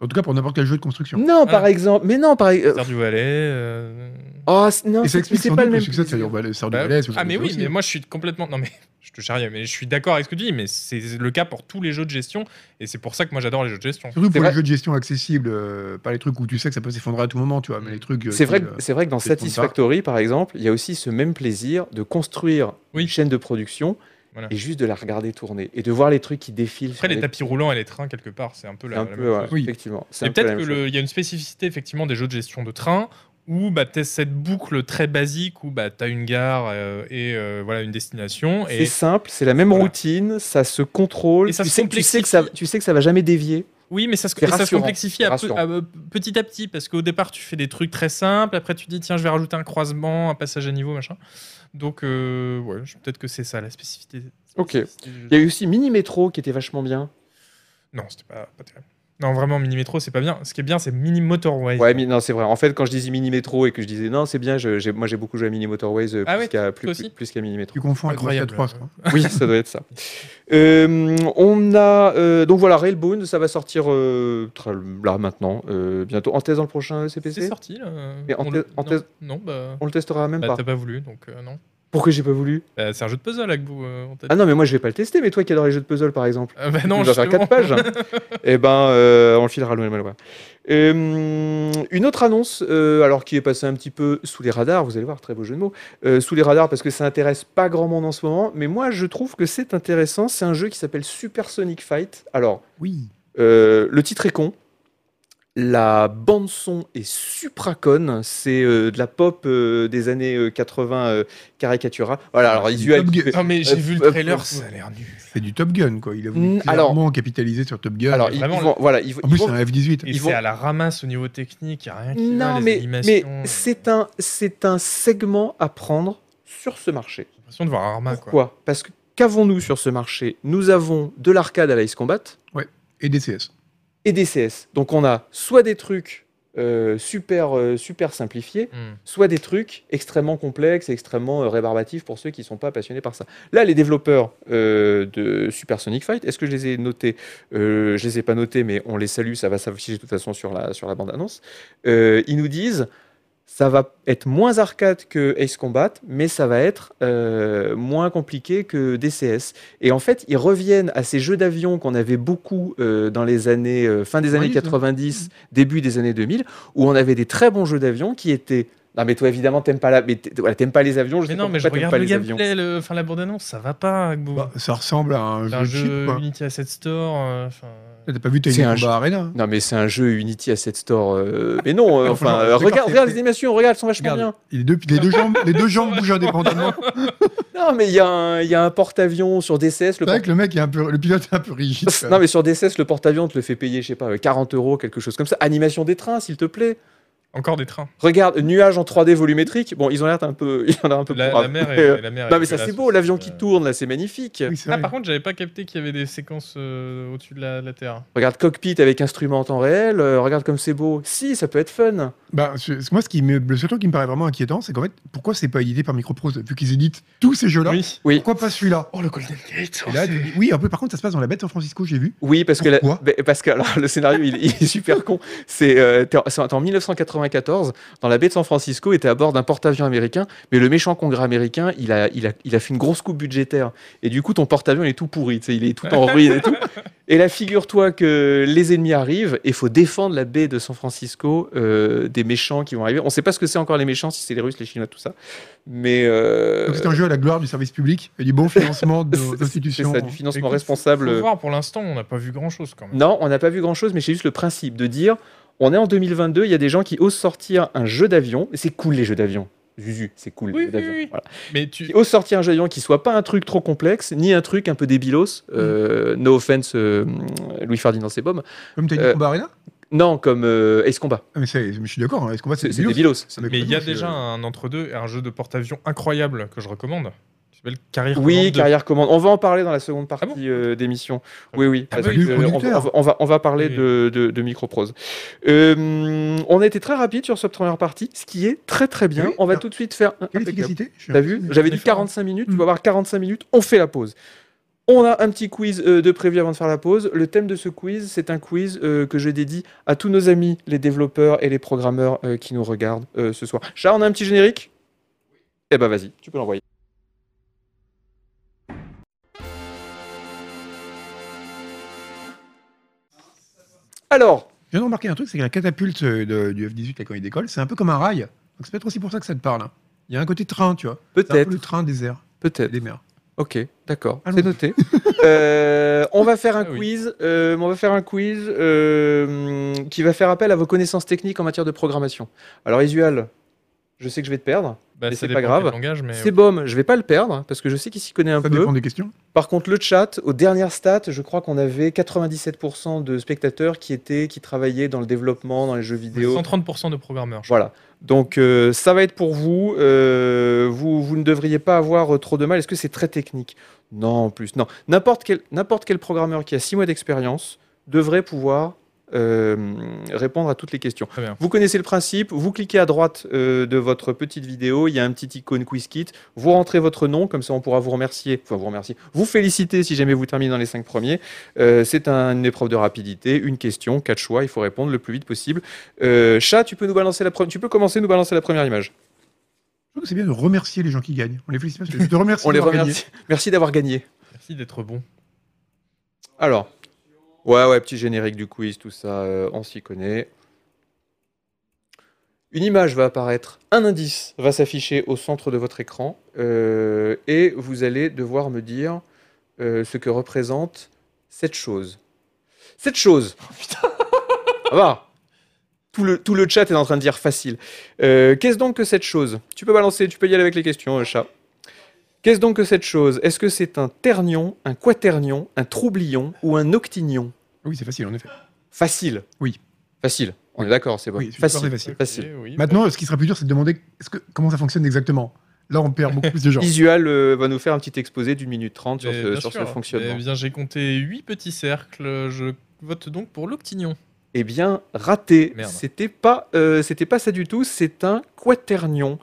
Speaker 3: En tout cas, pour n'importe quel jeu de construction.
Speaker 1: Non, par
Speaker 2: Voilà.
Speaker 1: exemple, mais non, par exemple.
Speaker 2: Star du Valais. euh,
Speaker 1: Oh, c- non,
Speaker 3: Et ça
Speaker 1: c'est
Speaker 3: explique
Speaker 1: c'est
Speaker 3: sans
Speaker 1: pas le
Speaker 3: doute le
Speaker 1: même.
Speaker 3: succès de
Speaker 1: plaisir.
Speaker 3: Sadio Balais- Sardou
Speaker 2: bah,
Speaker 3: Balais,
Speaker 2: ah mais oui,
Speaker 3: aussi.
Speaker 2: mais moi je suis complètement. Non mais je te charrie, mais je suis d'accord avec ce que tu dis, mais c'est le cas pour tous les jeux de gestion et c'est pour ça que moi j'adore les jeux de gestion.
Speaker 3: Surtout pour
Speaker 1: vrai.
Speaker 3: les jeux de gestion accessibles, euh, pas les trucs où tu sais que ça peut s'effondrer à tout moment, tu vois, mais les trucs. euh,
Speaker 1: C'est vrai,
Speaker 3: qui,
Speaker 1: que-
Speaker 3: euh,
Speaker 1: c'est vrai que dans
Speaker 3: c'est ton
Speaker 1: Satisfactory, par exemple, il y a aussi ce même plaisir de construire
Speaker 2: Oui.
Speaker 1: une chaîne de production
Speaker 2: Voilà.
Speaker 1: et juste de la regarder tourner et de voir les trucs qui défilent. sur
Speaker 2: Après les
Speaker 1: les-
Speaker 2: tapis roulants et les trains quelque part, c'est un peu
Speaker 1: C'est
Speaker 2: la,
Speaker 1: un
Speaker 2: la
Speaker 1: peu,
Speaker 2: même
Speaker 1: ouais,
Speaker 2: chose.
Speaker 3: Oui.
Speaker 1: effectivement. c'est
Speaker 2: Et
Speaker 1: un peu la
Speaker 2: peut-être que
Speaker 1: même chose.
Speaker 2: le- il y a une spécificité effectivement des jeux de gestion de train où bah, tu cette boucle très basique où bah, tu as une gare euh, et euh, voilà une destination.
Speaker 1: C'est
Speaker 2: Et
Speaker 1: simple, c'est la même
Speaker 2: Voilà.
Speaker 1: routine, ça se contrôle.
Speaker 2: Et ça
Speaker 1: tu,
Speaker 2: se
Speaker 1: sais, tu sais que ça,
Speaker 2: complexifie.
Speaker 1: tu sais que ça va jamais dévier.
Speaker 2: Oui, mais ça se,
Speaker 1: C'est
Speaker 2: et ça se
Speaker 1: rassurant,
Speaker 2: complexifie
Speaker 1: c'est
Speaker 2: à peu-
Speaker 1: rassurant.
Speaker 2: à- euh, petit à petit, parce qu'au départ, tu fais des trucs très simples, après tu dis, tiens, je vais rajouter un croisement, un passage à niveau, machin. Donc, euh, ouais, je- peut-être que c'est ça la spécificité.
Speaker 1: Ok.
Speaker 2: spécificité du jeu.
Speaker 1: Il y a eu aussi Mini Métro qui était vachement bien.
Speaker 2: Non, c'était pas, pas terrible. Non, vraiment, Mini Metro, c'est pas bien. Ce qui est bien, c'est Mini Motorway.
Speaker 1: Ouais, mais non, c'est vrai. En fait, quand je disais Mini Métro et que je disais non, c'est bien, je- j'ai- moi j'ai beaucoup joué à Mini Motorways euh,
Speaker 2: Ah
Speaker 1: plus
Speaker 2: ouais,
Speaker 1: qu'à
Speaker 2: toi
Speaker 1: plus,
Speaker 2: aussi
Speaker 1: plus, plus qu'à Mini Metro.
Speaker 3: euh, Tu confonds avec Mafia
Speaker 2: Incroyable.
Speaker 3: 3, je crois.
Speaker 1: Oui, ça doit être ça. Euh, on a euh, donc voilà Railbound, ça va sortir euh, très- là maintenant, euh, bientôt. En thèse dans le prochain E CPC.
Speaker 2: C'est sorti là. euh,
Speaker 1: Mais en
Speaker 2: on le-
Speaker 1: thèse- en
Speaker 2: non,
Speaker 1: thèse-
Speaker 2: Non, bah.
Speaker 1: On le testera même
Speaker 2: bah,
Speaker 1: pas.
Speaker 2: t'as pas voulu, donc euh, non.
Speaker 1: Pourquoi j'ai pas voulu
Speaker 2: Bah, c'est un jeu de puzzle, Agbou. euh, on t'a dit.
Speaker 1: Ah non, mais moi je vais pas le tester. Mais toi qui adore les jeux de puzzle par exemple.
Speaker 2: Ah bah non,
Speaker 1: Il va faire
Speaker 2: justement.
Speaker 1: 4 pages. et ben, euh, on le filera à Noël Malouin. Euh, une autre annonce, euh, alors qui est passée un petit peu sous les radars, vous allez voir, très beau jeu de mots, euh, sous les radars parce que ça intéresse pas grand monde en ce moment, mais moi je trouve que c'est intéressant, c'est un jeu qui s'appelle Super Sonic Fight. Alors,
Speaker 3: Oui.
Speaker 1: euh, le titre est con, la bande son est supraconne, c'est euh, de la pop euh, des années euh, 80 euh, caricatura. Voilà, alors
Speaker 3: C'est du
Speaker 1: visuel,
Speaker 3: Top Gun.
Speaker 2: Non, mais j'ai
Speaker 1: Euh,
Speaker 2: vu le
Speaker 1: euh,
Speaker 2: trailer,
Speaker 1: euh,
Speaker 2: ça a l'air nul.
Speaker 3: C'est du Top Gun, quoi. Il a voulu
Speaker 1: Mm, alors-
Speaker 3: clairement capitaliser sur Top Gun.
Speaker 1: alors
Speaker 2: mais
Speaker 1: ils,
Speaker 2: vraiment,
Speaker 1: ils vont, voilà, ils,
Speaker 3: en
Speaker 1: ils
Speaker 3: plus,
Speaker 1: vont-
Speaker 3: c'est un F-18.
Speaker 2: Et
Speaker 1: Ils
Speaker 2: c'est
Speaker 1: vont-
Speaker 2: à la ramasse au niveau technique, y a rien qui va,
Speaker 1: Non,
Speaker 2: les
Speaker 1: mais, mais
Speaker 2: animations, euh,
Speaker 1: c'est un, c'est un segment à prendre sur ce marché.
Speaker 2: J'ai l'impression de voir un
Speaker 3: Bah,
Speaker 2: Arma, quoi.
Speaker 1: Pourquoi Parce que qu'avons-nous sur ce marché Nous avons de l'arcade à l'ice combat
Speaker 3: Et DCS.
Speaker 1: et des CS. Donc on a soit des trucs euh, super, euh, super simplifiés,
Speaker 2: Hmm.
Speaker 1: soit des trucs extrêmement complexes et extrêmement euh, rébarbatifs pour ceux qui ne sont pas passionnés par ça. Là, les développeurs euh, de Super Sonic Fight, est-ce que je les ai notés Euh, Je les ai pas notés, mais on les salue, ça va s'afficher de toute façon sur la, sur la bande-annonce. Euh, ils nous disent, ça va être moins arcade que Ace Combat, mais ça va être euh, moins compliqué que DCS. Et en fait, ils reviennent à ces jeux d'avion qu'on avait beaucoup euh, dans les années, euh, fin des années
Speaker 3: 90,
Speaker 1: 90,
Speaker 3: hein.
Speaker 1: début des années 2000, où on avait des très bons jeux d'avion qui étaient non mais toi évidemment t'aimes pas la, mais t'- voilà, t'aimes pas les avions. Je
Speaker 2: Mais
Speaker 1: sais
Speaker 2: non,
Speaker 1: pas
Speaker 2: mais je
Speaker 1: pourquoi t'aimes
Speaker 2: regarde
Speaker 1: pas
Speaker 2: le
Speaker 1: les avions.
Speaker 2: gameplay, le- enfin la bande-annonce, ça va pas, Agbou.
Speaker 3: Bah, ça ressemble à un
Speaker 2: c'est
Speaker 3: jeu,
Speaker 2: un
Speaker 3: cheap,
Speaker 2: jeu
Speaker 3: quoi.
Speaker 2: Unity Asset Store, euh, enfin...
Speaker 3: T'as pas vu Tiny
Speaker 1: C'est un
Speaker 3: Combat
Speaker 1: jeu-
Speaker 3: Arena hein
Speaker 1: Non mais c'est un jeu Unity Asset Store. euh, mais non, euh, enfin
Speaker 3: Enfin,
Speaker 1: euh,
Speaker 3: d'accord,
Speaker 1: regarde,
Speaker 3: c'est-
Speaker 1: regarde les animations, regarde, elles sont vachement
Speaker 3: Regarde, les deux, les deux jambes, les deux jambes bougent indépendamment.
Speaker 1: bien. Non mais il y, a un- il y a un porte-avions sur DCS. Le
Speaker 3: C'est vrai que le mec est un peu, le pilote est un peu rigide.
Speaker 1: porte- non mais sur DCS le porte-avions te le fait payer, je sais pas, euh, 40 euros quelque chose comme ça. Animation des trains, s'il te plaît.
Speaker 2: Encore des trains.
Speaker 1: Regarde, nuage en 3D volumétrique. Bon, ils ont l'air un peu, ils ont l'air un peu
Speaker 2: La,
Speaker 1: pourrables,
Speaker 2: la mer
Speaker 1: mais,
Speaker 2: est,
Speaker 1: euh,
Speaker 2: la mer est
Speaker 1: Non mais ça c'est
Speaker 2: dégueulasse
Speaker 1: beau,
Speaker 2: aussi,
Speaker 1: l'avion qui
Speaker 2: euh.
Speaker 1: tourne là, c'est magnifique.
Speaker 3: Oui, c'est
Speaker 2: Ah
Speaker 3: vrai.
Speaker 2: par contre, j'avais pas capté qu'il y avait des séquences euh, au-dessus de la, la Terre.
Speaker 1: Regarde cockpit avec instrument en temps réel. euh, regarde comme c'est beau. Si, ça peut être fun.
Speaker 3: Bah, ce- ce- moi, ce qui me, le seul truc qui me paraît vraiment inquiétant, c'est qu'en fait, pourquoi c'est pas édité par Microprose Vu qu'ils éditent tous ces jeux-là,
Speaker 2: Oui.
Speaker 1: Oui.
Speaker 3: pourquoi pas celui-là
Speaker 2: Oh, le Golden Gate
Speaker 3: Et là, tu dis- oui, un peu, par contre, ça se passe dans la bête San Francisco, j'ai vu.
Speaker 1: Oui, parce que, la-
Speaker 3: Pourquoi
Speaker 1: ben, parce que alors, le scénario, il, il est super con. C'est euh, t'es en, c'est en 1994, dans la baie de San Francisco, et t'es à bord d'un porte-avions américain, mais le méchant congrès américain, il a, il, a, il a fait une grosse coupe budgétaire. Et du coup, ton porte-avions, il est tout pourri, tu sais, il est tout en ruine et tout. Et là, figure-toi que les ennemis arrivent, et faut défendre la baie de San Francisco euh, des méchants qui vont arriver. On sait pas ce que c'est encore les méchants, si c'est les Russes, les Chinois, tout ça. Mais... euh,
Speaker 3: Donc, c'est un jeu à la gloire du service public et du bon financement de nos
Speaker 1: c'est- c'est
Speaker 3: institutions.
Speaker 1: ça, du financement
Speaker 2: Écoute,
Speaker 1: responsable.
Speaker 2: Faut voir, pour l'instant, on n'a pas vu grand-chose quand même.
Speaker 1: Non, on n'a pas vu grand-chose, mais c'est juste le principe de dire on est en 2022, il y a des gens qui osent sortir un jeu d'avion. Et C'est cool les jeux d'avion. Zuzu, c'est cool
Speaker 2: Oui,
Speaker 1: les jeux d'avion.
Speaker 2: oui, oui.
Speaker 1: Voilà.
Speaker 2: Mais tu,
Speaker 1: Qui osent sortir un jeu d'avion qui soit pas un truc trop complexe, ni un truc un peu débilos. euh,
Speaker 2: Mm.
Speaker 1: No offense, euh, Louis-Ferdinand Sebom.
Speaker 3: Comme t'as dit
Speaker 1: Euh,
Speaker 3: Combat Arena
Speaker 1: Non, comme euh, Ace Combat.
Speaker 3: Ah, mais, c'est- mais je suis d'accord, hein,
Speaker 2: Ah,
Speaker 3: est-ce qu'on va
Speaker 1: C'est c'est débilos. C'est-
Speaker 2: Mais il y a déjà
Speaker 1: euh,
Speaker 2: un entre-deux et un jeu de porte-avions incroyable que je recommande. Qui s'appelle Carrière
Speaker 1: Oui,
Speaker 2: Command 2.
Speaker 1: carrière commande. On va en parler dans la seconde partie
Speaker 2: Ah bon
Speaker 1: euh, d'émission.
Speaker 2: Ah
Speaker 1: Oui, oui.
Speaker 2: Ah
Speaker 1: parce
Speaker 2: oui,
Speaker 1: que,
Speaker 3: le
Speaker 1: euh, on,
Speaker 3: producteur.
Speaker 1: va- on va, on va parler
Speaker 2: Oui.
Speaker 1: de, de, de Microprose. Euh, on a été très rapide sur cette première partie, ce qui est très très bien.
Speaker 3: Oui.
Speaker 1: on va
Speaker 3: Alors,
Speaker 1: tout de suite faire. un-
Speaker 3: Quelle
Speaker 1: impeccable.
Speaker 3: efficacité Je suis
Speaker 1: T'as vu
Speaker 3: impressionné.
Speaker 1: J'avais
Speaker 2: On est
Speaker 1: dit
Speaker 2: fort,
Speaker 1: 45 minutes, tu
Speaker 3: Mm.
Speaker 1: vas avoir 45 minutes, on fait la pause. On a un petit quiz euh, de prévu avant de faire la pause. Le thème de ce quiz, c'est un quiz euh, que je dédie à tous nos amis, les développeurs et les programmeurs euh, qui nous regardent euh, ce soir. Char, on a un petit générique Eh ben vas-y, tu peux l'envoyer. Alors,
Speaker 3: Je viens de remarquer un truc, c'est que la catapulte euh, de- du F-18, là, quand il décolle, c'est un peu comme un rail. Donc, c'est peut-être aussi pour ça que ça te parle. hein. Il y a un côté train, tu vois. C'est un peu
Speaker 1: peut-être,
Speaker 3: le train des airs,
Speaker 1: peut-être.
Speaker 3: des mers.
Speaker 1: Ok, d'accord, c'est
Speaker 3: Allons-y.
Speaker 1: noté. Euh, on va faire un
Speaker 2: Ah oui.
Speaker 1: quiz, euh, on va faire un quiz euh, qui va faire appel à vos connaissances techniques en matière de programmation. Alors Isual, je sais que je vais te perdre.
Speaker 2: Bah,
Speaker 1: Mais
Speaker 2: ça
Speaker 1: c'est pas
Speaker 2: dépend
Speaker 1: grave.
Speaker 2: quel Langage, mais...
Speaker 1: C'est bom, je vais pas le perdre parce que je sais qu'il s'y connaît un
Speaker 3: Ça
Speaker 1: peu.
Speaker 3: dépend des questions.
Speaker 1: Par contre, le chat, aux dernières stats, je crois qu'on avait 97% de spectateurs qui étaient, qui travaillaient dans le développement, dans les jeux vidéo.
Speaker 2: 130% de programmeurs. je
Speaker 1: Voilà. Donc euh, ça va être pour vous. Euh, vous. Vous ne devriez pas avoir euh, trop de mal. Est-ce que c'est très technique Non, en plus. Non. N'importe quel, n'importe quel programmeur qui a 6 mois d'expérience devrait pouvoir euh, répondre à toutes les questions.
Speaker 2: Très bien.
Speaker 1: Vous connaissez le principe, vous cliquez à droite euh, de votre petite vidéo, il y a un petit icône quiz kit, vous rentrez votre nom, comme ça on pourra vous remercier, enfin vous remercier, vous féliciter si jamais vous terminez dans les cinq premiers. Euh, c'est un- une épreuve de rapidité, une question, quatre choix, il faut répondre le plus vite possible. Euh, chat, tu peux nous balancer la première, tu peux commencer à nous balancer la première image.
Speaker 3: Je trouve que c'est bien de remercier les gens qui gagnent. On les félicite parce que je te remercie.
Speaker 1: On les
Speaker 3: d'avoir
Speaker 1: remercie. Merci d'avoir gagné.
Speaker 2: Merci d'être bon.
Speaker 1: Alors, ouais, ouais, petit générique du quiz, tout ça, euh, on s'y connaît. Une image va apparaître, un indice va s'afficher au centre de votre écran, euh, et vous allez devoir me dire euh, ce que représente cette chose. Cette chose Ah bah, tout, le, tout le chat est en train de dire facile. Euh, Qu'est-ce donc que cette chose Tu peux balancer, tu peux y aller avec les questions, euh, chat. Qu'est-ce donc que cette chose Est-ce que c'est un ternion, un quaternion, un troublion ou un octignon
Speaker 3: gagné. Oui, c'est facile en effet.
Speaker 1: Facile.
Speaker 3: Oui.
Speaker 1: Facile. On est d'accord, c'est bon.
Speaker 3: Oui, c'est
Speaker 1: facile.
Speaker 3: très facile.
Speaker 1: Facile.
Speaker 2: Ok, oui,
Speaker 3: Maintenant, ce qui sera plus dur, c'est de demander est-ce que- comment ça fonctionne exactement. Là, on perd beaucoup plus de gens.
Speaker 1: Visual euh, va nous faire un petit exposé d'une minute trente sur ce,
Speaker 2: Mais Bah, bien
Speaker 1: sur ce
Speaker 2: sûr.
Speaker 1: fonctionnement.
Speaker 2: Eh bien, j'ai compté 8 petits cercles. Je vote donc pour l'Octignon.
Speaker 1: Eh bien, raté.
Speaker 2: Merde.
Speaker 1: C'était pas, euh, c'était pas ça du tout. C'est un quaternion.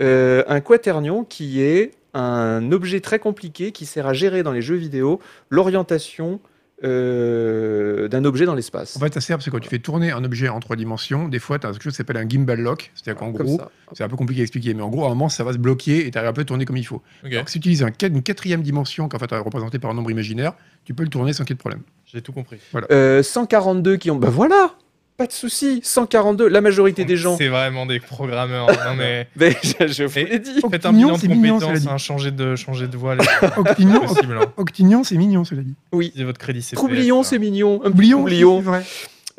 Speaker 1: Euh, un quaternion qui est un objet très compliqué qui sert à gérer dans les jeux vidéo l'orientation euh, d'un objet dans l'espace.
Speaker 3: En fait, ça sert parce que quand tu fais tourner un objet en trois dimensions, des fois, tu as quelque chose qui s'appelle un gimbal lock. C'est-à-dire qu'en
Speaker 1: Ah, Comme
Speaker 3: gros,
Speaker 1: ça.
Speaker 3: c'est un peu compliqué à expliquer, mais en gros, à un moment, ça va se bloquer et tu arrives un peu à tourner comme il faut.
Speaker 2: Ok,
Speaker 3: Donc, si tu utilises un quat- une quatrième dimension, qu'en fait, est représentée par un nombre imaginaire, tu peux le tourner sans qu'il y ait de problème.
Speaker 2: j'ai tout compris.
Speaker 1: Euh, 142 qui ont. Bah voilà Pas de souci 142, la majorité des gens.
Speaker 2: C'est vraiment des programmeurs. non, mais
Speaker 1: Ben, je, je vous l'ai dit.
Speaker 2: faites un
Speaker 3: Mignon,
Speaker 2: bilan de
Speaker 3: c'est mignon,
Speaker 2: compétences,
Speaker 3: cela dit.
Speaker 2: hein, changez de, changez de voile. c'est
Speaker 3: Octignon,
Speaker 2: possible. hein.
Speaker 3: Octignon, c'est mignon, cela dit.
Speaker 2: Utilisez votre crédit CPF.
Speaker 1: Troublion, c'est mignon. Un petit
Speaker 3: Oublions,
Speaker 1: troublion.
Speaker 3: c'est vrai.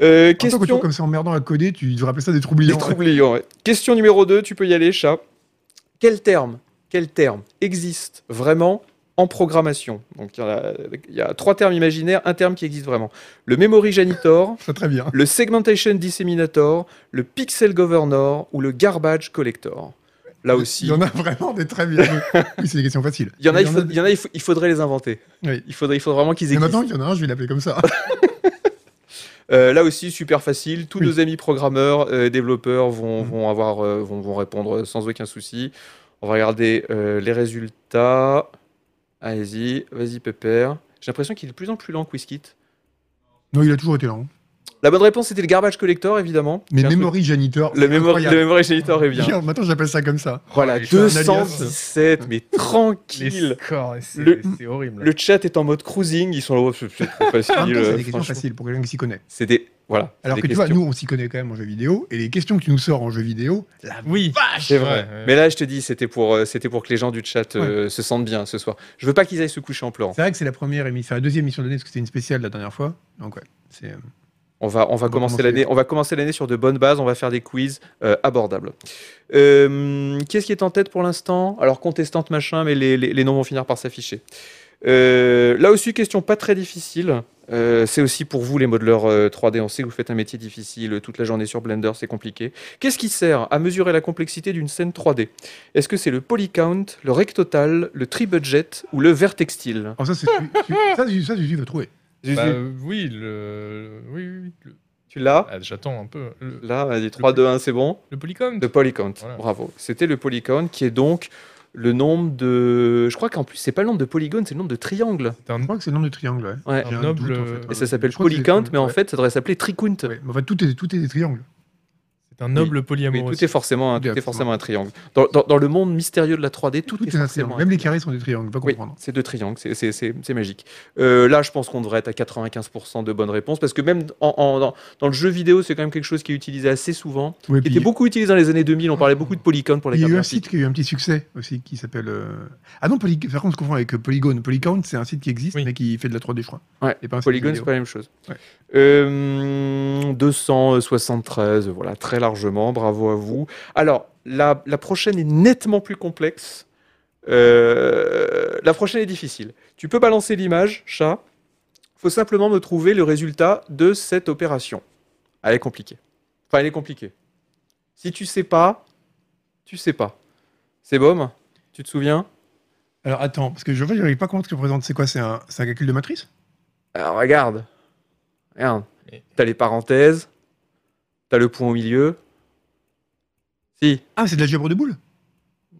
Speaker 1: Euh,
Speaker 3: Question...
Speaker 1: question.
Speaker 3: comme c'est emmerdant à coder, tu devrais appeler ça des
Speaker 1: Les
Speaker 3: troublions.
Speaker 1: troublions, ouais. Question numéro 2, tu peux y aller, chat. Quel terme, quel terme existe vraiment en programmation Donc il y, en a- il y a trois termes imaginaires, un terme qui existe vraiment. Le memory janitor,
Speaker 3: Ça, très bien.
Speaker 1: le segmentation disseminator, le pixel governor ou le garbage collector. Là Ah, aussi,
Speaker 3: Il y en a vraiment des très bien. oui, c'est des questions faciles.
Speaker 1: il y en a, il, faut-
Speaker 3: des-
Speaker 1: il y en a, il faut- il faudrait les inventer.
Speaker 3: Oui.
Speaker 1: Il faudrait, il faudrait vraiment qu'ils
Speaker 3: Mais maintenant,
Speaker 1: existent.
Speaker 3: il y en a un, je vais l'appeler comme ça.
Speaker 1: Euh, là aussi, super facile. Tous
Speaker 3: Oui.
Speaker 1: nos amis programmeurs, euh, développeurs vont,
Speaker 3: Mhm.
Speaker 1: vont, avoir, euh, vont, vont répondre sans aucun souci. On va regarder euh, les résultats. Allez-y, vas-y, Pépère. J'ai l'impression qu'il est de plus en plus lent, Quizkit.
Speaker 3: non, il a toujours été là. hein.
Speaker 1: La bonne réponse, c'était le garbage collector, évidemment.
Speaker 3: Mais
Speaker 1: C'est un
Speaker 3: Memory Janitor.
Speaker 1: truc- Le,
Speaker 3: c'est
Speaker 1: memory,
Speaker 3: incroyable.
Speaker 1: le memory hein. janitor est bien.
Speaker 3: Tiens, Maintenant, j'appelle ça comme ça.
Speaker 1: Voilà,
Speaker 2: les choses, un alias.
Speaker 1: 217, mais
Speaker 2: Les
Speaker 1: tranquille.
Speaker 2: scores, c'est
Speaker 1: Le-
Speaker 2: c'est horrible.
Speaker 1: Le chat est en mode cruising, ils sont là, oh, c'est c'est trop
Speaker 3: En même
Speaker 1: facile.
Speaker 3: temps, Ah, c'est
Speaker 1: euh,
Speaker 3: des questions
Speaker 1: franchement.
Speaker 3: faciles pour quelqu'un qui s'y connaît.
Speaker 1: C'est des. Voilà. c'est
Speaker 3: Alors
Speaker 1: des
Speaker 3: que tu vois,
Speaker 1: questions.
Speaker 3: nous, on s'y connaît quand même en jeu vidéo. Et les questions que tu nous sors en jeu vidéo,
Speaker 2: Oui,
Speaker 1: C'est vrai.
Speaker 2: Ouais, ouais.
Speaker 1: Mais là, je te dis, c'était pour, euh, c'était pour que les gens du chat euh, se sentent bien ce soir. Je veux pas qu'ils aillent se coucher en pleurant.
Speaker 3: c'est vrai que c'est la première émission, enfin, la deuxième émission de l'année, parce que c'était une spéciale la dernière fois. Donc, ouais. c'est, euh,
Speaker 1: On va, on va
Speaker 3: va
Speaker 1: commencer
Speaker 3: commencer.
Speaker 1: l'année, on va commencer l'année sur de bonnes bases. On va faire des quiz euh, abordables. Euh, Qu'est-ce qui est en tête pour l'instant Alors contestante machin, mais les, les- les noms vont finir par s'afficher. Euh, là aussi, question pas très difficile. Euh, c'est aussi pour vous les modeleurs euh, 3D. On sait que vous faites un métier difficile euh, toute la journée sur Blender, c'est compliqué. Qu'est-ce qui sert à mesurer la complexité d'une scène 3D Est-ce que c'est le polycount, le rectotal, le tribudget ou le vertextile
Speaker 3: Alors, oh, ça, c'est. tu- ça, tu- ça, tu vas trouver.
Speaker 1: Zuzu,
Speaker 2: Bah, euh, oui, le... oui, oui, oui, le-
Speaker 1: tu l'as
Speaker 2: Ah, J'attends un peu. Le,
Speaker 1: Là, vas-y, 3, 2, 1, c'est bon.
Speaker 2: le polycom
Speaker 1: Le polycount,
Speaker 2: Voilà.
Speaker 1: bravo. C'était le polycount qui est donc le nombre de. Je crois qu'en plus, c'est pas le nombre de polygones, c'est le nombre de triangles.
Speaker 2: C'est un
Speaker 3: Je crois que c'est le nom de triangle, ouais.
Speaker 1: Ouais.
Speaker 2: Un
Speaker 3: J'ai un
Speaker 2: noble,
Speaker 3: doute, en fait.
Speaker 2: euh,
Speaker 3: Ouais,
Speaker 1: Et
Speaker 3: ouais.
Speaker 1: ça s'appelle
Speaker 3: Bah Je crois que c'est des
Speaker 1: polycount, mais en
Speaker 3: triangles,
Speaker 1: fait, ça devrait s'appeler tricount.
Speaker 3: ouais. Ouais, mais en fait, tout est, tout est des triangles.
Speaker 2: C'est un noble
Speaker 1: Mais
Speaker 2: polyamoureux.
Speaker 1: tout est forcément un, tout
Speaker 3: Oui,
Speaker 1: est
Speaker 3: absolument.
Speaker 1: forcément un triangle. Dans, dans- dans le monde mystérieux de la 3D, tout, est,
Speaker 3: un
Speaker 1: forcément
Speaker 3: triangle.
Speaker 1: un
Speaker 3: Même les carrés sont des triangles, va
Speaker 1: Oui,
Speaker 3: comprendre.
Speaker 1: c'est deux triangles, c'est- c'est c'est- c'est magique. Euh, là, je pense qu'on devrait être à 95% de bonnes réponses, parce que même en- en- dans, dans le jeu vidéo, c'est quand même quelque chose qui est utilisé assez souvent,
Speaker 3: Ouais,
Speaker 1: qui
Speaker 3: puis-
Speaker 1: était beaucoup utilisé dans les années 2000, on parlait beaucoup de polycount pour les
Speaker 3: Il y a
Speaker 1: cartes
Speaker 3: eu un
Speaker 1: graphiques.
Speaker 3: site qui a eu un petit succès aussi qui s'appelle. euh, Ah non, Poly... par contre, on se confond avec euh, Polygon. Polycount, c'est un site qui existe
Speaker 2: Oui.
Speaker 3: mais qui fait de la 3D, je crois.
Speaker 1: Ouais,
Speaker 3: Et pas un site
Speaker 1: Polygon, c'est
Speaker 3: vidéo.
Speaker 1: pas la même chose.
Speaker 3: Ouais.
Speaker 1: Euh, 273, voilà, très largement, bravo à vous. Alors, la, la prochaine est nettement plus complexe. Euh, la prochaine est difficile. Tu peux balancer l'image, chat. faut simplement me trouver le résultat de cette opération. Ah, Elle est compliquée. Enfin, elle est compliquée. Si tu sais pas, tu sais pas. C'est bon Tu te souviens
Speaker 3: Alors attends, parce que je vois, j'arrive pas à comprendre ce que représente. C'est quoi C'est un... c'est un calcul de matrice
Speaker 1: Alors, regarde. Regarde.
Speaker 2: Mais-
Speaker 1: T'as les parenthèses. T'as le point au milieu. Si.
Speaker 3: Ah, c'est de l'algèbre de boules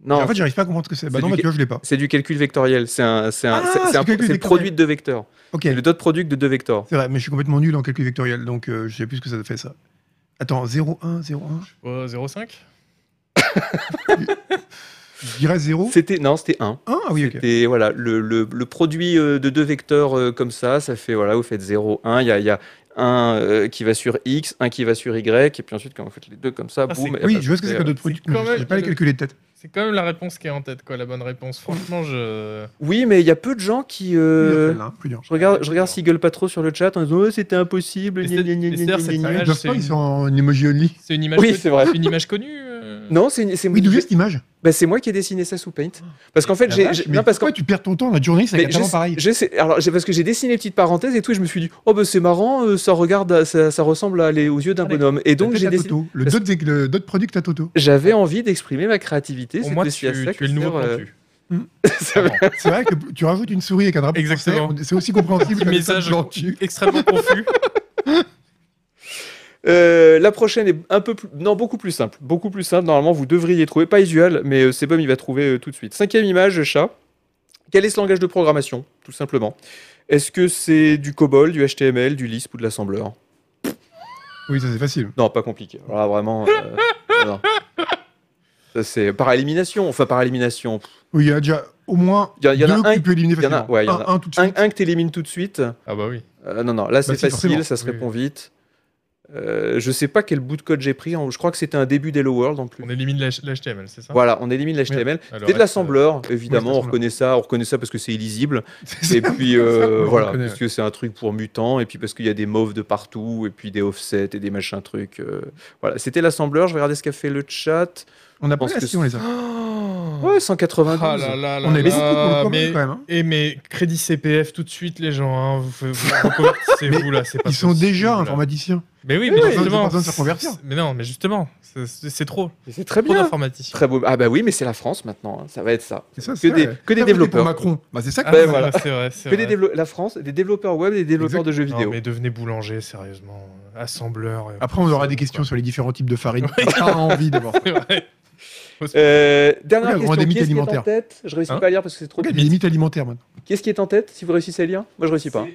Speaker 1: Non.
Speaker 3: En fait, j'arrive pas à comprendre ce que c'est. Bah
Speaker 1: c'est
Speaker 3: non,
Speaker 1: du
Speaker 3: bah, tu vois, je l'ai pas.
Speaker 1: c'est du calcul vectoriel. C'est un, c'est un,
Speaker 3: Ah,
Speaker 1: c'est-
Speaker 3: c'est
Speaker 1: c'est un-
Speaker 3: du calcul
Speaker 1: c'est le
Speaker 3: vectoriel.
Speaker 1: produit de deux vecteurs.
Speaker 3: Ok,
Speaker 1: C'est le dot product de deux vecteurs.
Speaker 3: c'est vrai, mais je suis complètement nul en calcul vectoriel, donc euh, je sais plus ce que ça fait ça. Attends, 0, 1, 0, 1.
Speaker 2: Euh, 0,5
Speaker 3: Je dirais 0,
Speaker 1: C'était non, c'était 1.
Speaker 3: 1 Ah oui, ok.
Speaker 1: C'était voilà le, le- le produit euh, de deux vecteurs euh, comme ça, ça fait voilà, vous faites 0, 1, il y a, il y a un euh, qui va sur x, un qui va sur y, et puis ensuite quand vous faites les deux comme ça,
Speaker 2: Ah,
Speaker 1: boum.
Speaker 2: c'est-
Speaker 1: et
Speaker 3: Oui,
Speaker 1: bah,
Speaker 3: je vois ce que c'est que
Speaker 1: euh,
Speaker 3: d'autres produits,
Speaker 2: quand
Speaker 3: mais je
Speaker 2: même-
Speaker 3: sais pas les calculer de tête.
Speaker 2: C'est quand même la réponse qui est en tête, quoi, la bonne réponse. Franchement, je.
Speaker 1: Oui, mais il y a peu de gens qui. euh,
Speaker 3: Plus dur, celle-là, hein, plus dur.
Speaker 1: Je regarde, je regarde s'ils gueulent pas trop sur le chat en disant ouais, c'était impossible.
Speaker 2: Mais
Speaker 1: gna, gna, gna,
Speaker 2: c'est-
Speaker 1: gna, gna,
Speaker 2: c'est-
Speaker 1: gna.
Speaker 2: c'est-
Speaker 3: Ils doivent pas,
Speaker 2: une-
Speaker 3: ils sont en emoji only.
Speaker 2: C'est une image.
Speaker 1: Oui,
Speaker 2: connue-
Speaker 1: c'est vrai.
Speaker 2: une image connue. euh,
Speaker 1: Non, c'est c'est-
Speaker 3: Oui, d'où vient cette image
Speaker 1: bah, c'est moi qui ai dessiné ça sous Paint. Parce qu'en fait,
Speaker 2: La
Speaker 1: j'ai.
Speaker 3: Vache,
Speaker 1: j'ai-
Speaker 3: mais
Speaker 1: non, parce qu'en-
Speaker 3: pourquoi tu perds ton temps dans la journée, c'est
Speaker 1: Mais
Speaker 3: un talent
Speaker 1: je-
Speaker 3: pareil
Speaker 1: je sais- alors, j'ai- parce que j'ai dessiné les petites parenthèses et tout, et je me suis dit, oh bah c'est marrant, euh, ça regarde, à- ça, ça ressemble à les- aux yeux d'un
Speaker 2: Allez.
Speaker 1: bonhomme. Et donc
Speaker 3: La tête
Speaker 1: j'ai
Speaker 3: à
Speaker 1: dessiné-
Speaker 3: Toto, le
Speaker 1: parce-
Speaker 3: dot- le dot product à Toto.
Speaker 1: j'avais envie d'exprimer ma créativité.
Speaker 2: Pour moi,
Speaker 1: c'était
Speaker 2: tu,
Speaker 1: aussi à ça
Speaker 2: tu
Speaker 1: que
Speaker 2: es le nouveau Mmh.
Speaker 1: sert, euh,
Speaker 2: Plantu.
Speaker 1: ça va.
Speaker 3: C'est vrai que tu rajoutes une souris avec un drapeau
Speaker 2: Exactement.
Speaker 3: français, on- c'est aussi compréhensible que le
Speaker 2: Message
Speaker 3: dot product.
Speaker 2: extrêmement confus.
Speaker 1: Euh, la prochaine est un peu plus, non beaucoup plus simple, beaucoup plus simple. Normalement, vous devriez trouver, pas usual, mais euh, Sebum il va trouver euh, tout de suite. Cinquième image, chat. Quel est ce langage de programmation, tout simplement Est-ce que c'est du COBOL, du HTML, du Lisp ou de l'assembleur
Speaker 3: Oui, ça c'est facile.
Speaker 1: Non, pas compliqué. Alors là, Ah, vraiment. euh, non. Ça, c'est par élimination. Enfin, par élimination.
Speaker 3: Oui, il y a déjà au moins
Speaker 1: Il y, a- il y en a
Speaker 3: deux
Speaker 1: un,
Speaker 3: que tu peux éliminer
Speaker 1: il y en a-
Speaker 3: facilement.
Speaker 1: ouais, il y en
Speaker 3: un,
Speaker 1: a
Speaker 3: un tout de
Speaker 1: un,
Speaker 3: suite.
Speaker 1: un que tu élimines tout de suite.
Speaker 2: Ah bah oui.
Speaker 1: Euh, non, non, là c'est
Speaker 3: si, forcément.
Speaker 1: facile, ça se
Speaker 2: Oui,
Speaker 1: répond vite. Euh, je sais pas quel bout de code j'ai pris. en- Je crois que c'était un début d'Hello World en plus.
Speaker 2: On élimine l'HTML, c'est ça
Speaker 1: Voilà, on élimine l'HTML. C'est
Speaker 2: Ah, le
Speaker 1: de
Speaker 2: reste,
Speaker 1: l'assembleur, évidemment, on
Speaker 3: l'assembleur.
Speaker 1: reconnaît ça, on reconnaît ça parce que c'est illisible.
Speaker 3: C'est
Speaker 1: Et
Speaker 3: ça.
Speaker 1: puis euh,
Speaker 3: on
Speaker 1: voilà,
Speaker 3: reconnaît,
Speaker 1: parce que c'est un truc pour mutants, et puis parce qu'il y a des mauves de partout, et puis des offsets et des machins trucs. euh, Voilà, c'était l'assembleur, je vais regarder ce qu'a fait le chat.
Speaker 3: On n'a pas
Speaker 1: pense
Speaker 3: la
Speaker 1: que
Speaker 3: scie, on les a.
Speaker 2: euh,
Speaker 1: Ouais, 192.
Speaker 2: Ah là là là
Speaker 3: On est
Speaker 2: là,
Speaker 3: beaucoup pour le commun,
Speaker 2: mais...
Speaker 3: quand même. hein.
Speaker 2: Et mais crédit CPF tout de suite les gens, hein. vous, vous reconvertissez-vous là, c'est pas
Speaker 3: Ils sont
Speaker 2: possible,
Speaker 3: déjà
Speaker 2: là.
Speaker 3: informaticiens.
Speaker 2: Mais
Speaker 1: Oui,
Speaker 2: oui, mais
Speaker 1: ils ont
Speaker 2: justement,
Speaker 3: pas besoin de se reconvertir.
Speaker 2: Mais non, mais justement, c'est- c'est c'est trop,
Speaker 1: Mais C'est très
Speaker 2: trop
Speaker 1: bien.
Speaker 2: d'informatique.
Speaker 1: Très beau. Ah bah oui, mais c'est la France maintenant, hein, ça va être ça.
Speaker 3: C'est ça,
Speaker 1: Que
Speaker 3: c'est
Speaker 1: des,
Speaker 3: vrai.
Speaker 1: que des
Speaker 3: T'as voté pour
Speaker 1: développeurs.
Speaker 3: Macron. Bah, c'est ça que
Speaker 1: Ouais,
Speaker 2: c'est
Speaker 1: voilà.
Speaker 2: vrai, Ah, C'est vrai, c'est
Speaker 1: Que des
Speaker 2: vrai.
Speaker 1: dévelop- la France, des développeurs web, des développeurs de jeux
Speaker 2: Non,
Speaker 1: vidéo.
Speaker 2: mais devenez boulanger, sérieusement, assembleur. euh,
Speaker 3: Après, on aura
Speaker 2: c'est
Speaker 3: des
Speaker 2: bon,
Speaker 3: questions
Speaker 2: quoi.
Speaker 3: sur les différents types de farine. On a pas envie d'avoir.
Speaker 2: C'est vrai.
Speaker 1: Euh,
Speaker 3: Oula,
Speaker 1: dernière
Speaker 3: on
Speaker 1: question,
Speaker 3: aura des
Speaker 1: qui est-ce qui est en
Speaker 3: alimentaires.
Speaker 1: tête Je réussis
Speaker 2: Hein
Speaker 1: pas à lire parce que c'est trop
Speaker 3: Regarde, il y a des limites alimentaires maintenant.
Speaker 1: Qui est-ce qui est en tête Si vous réussissez à lire Moi, je réussis pas.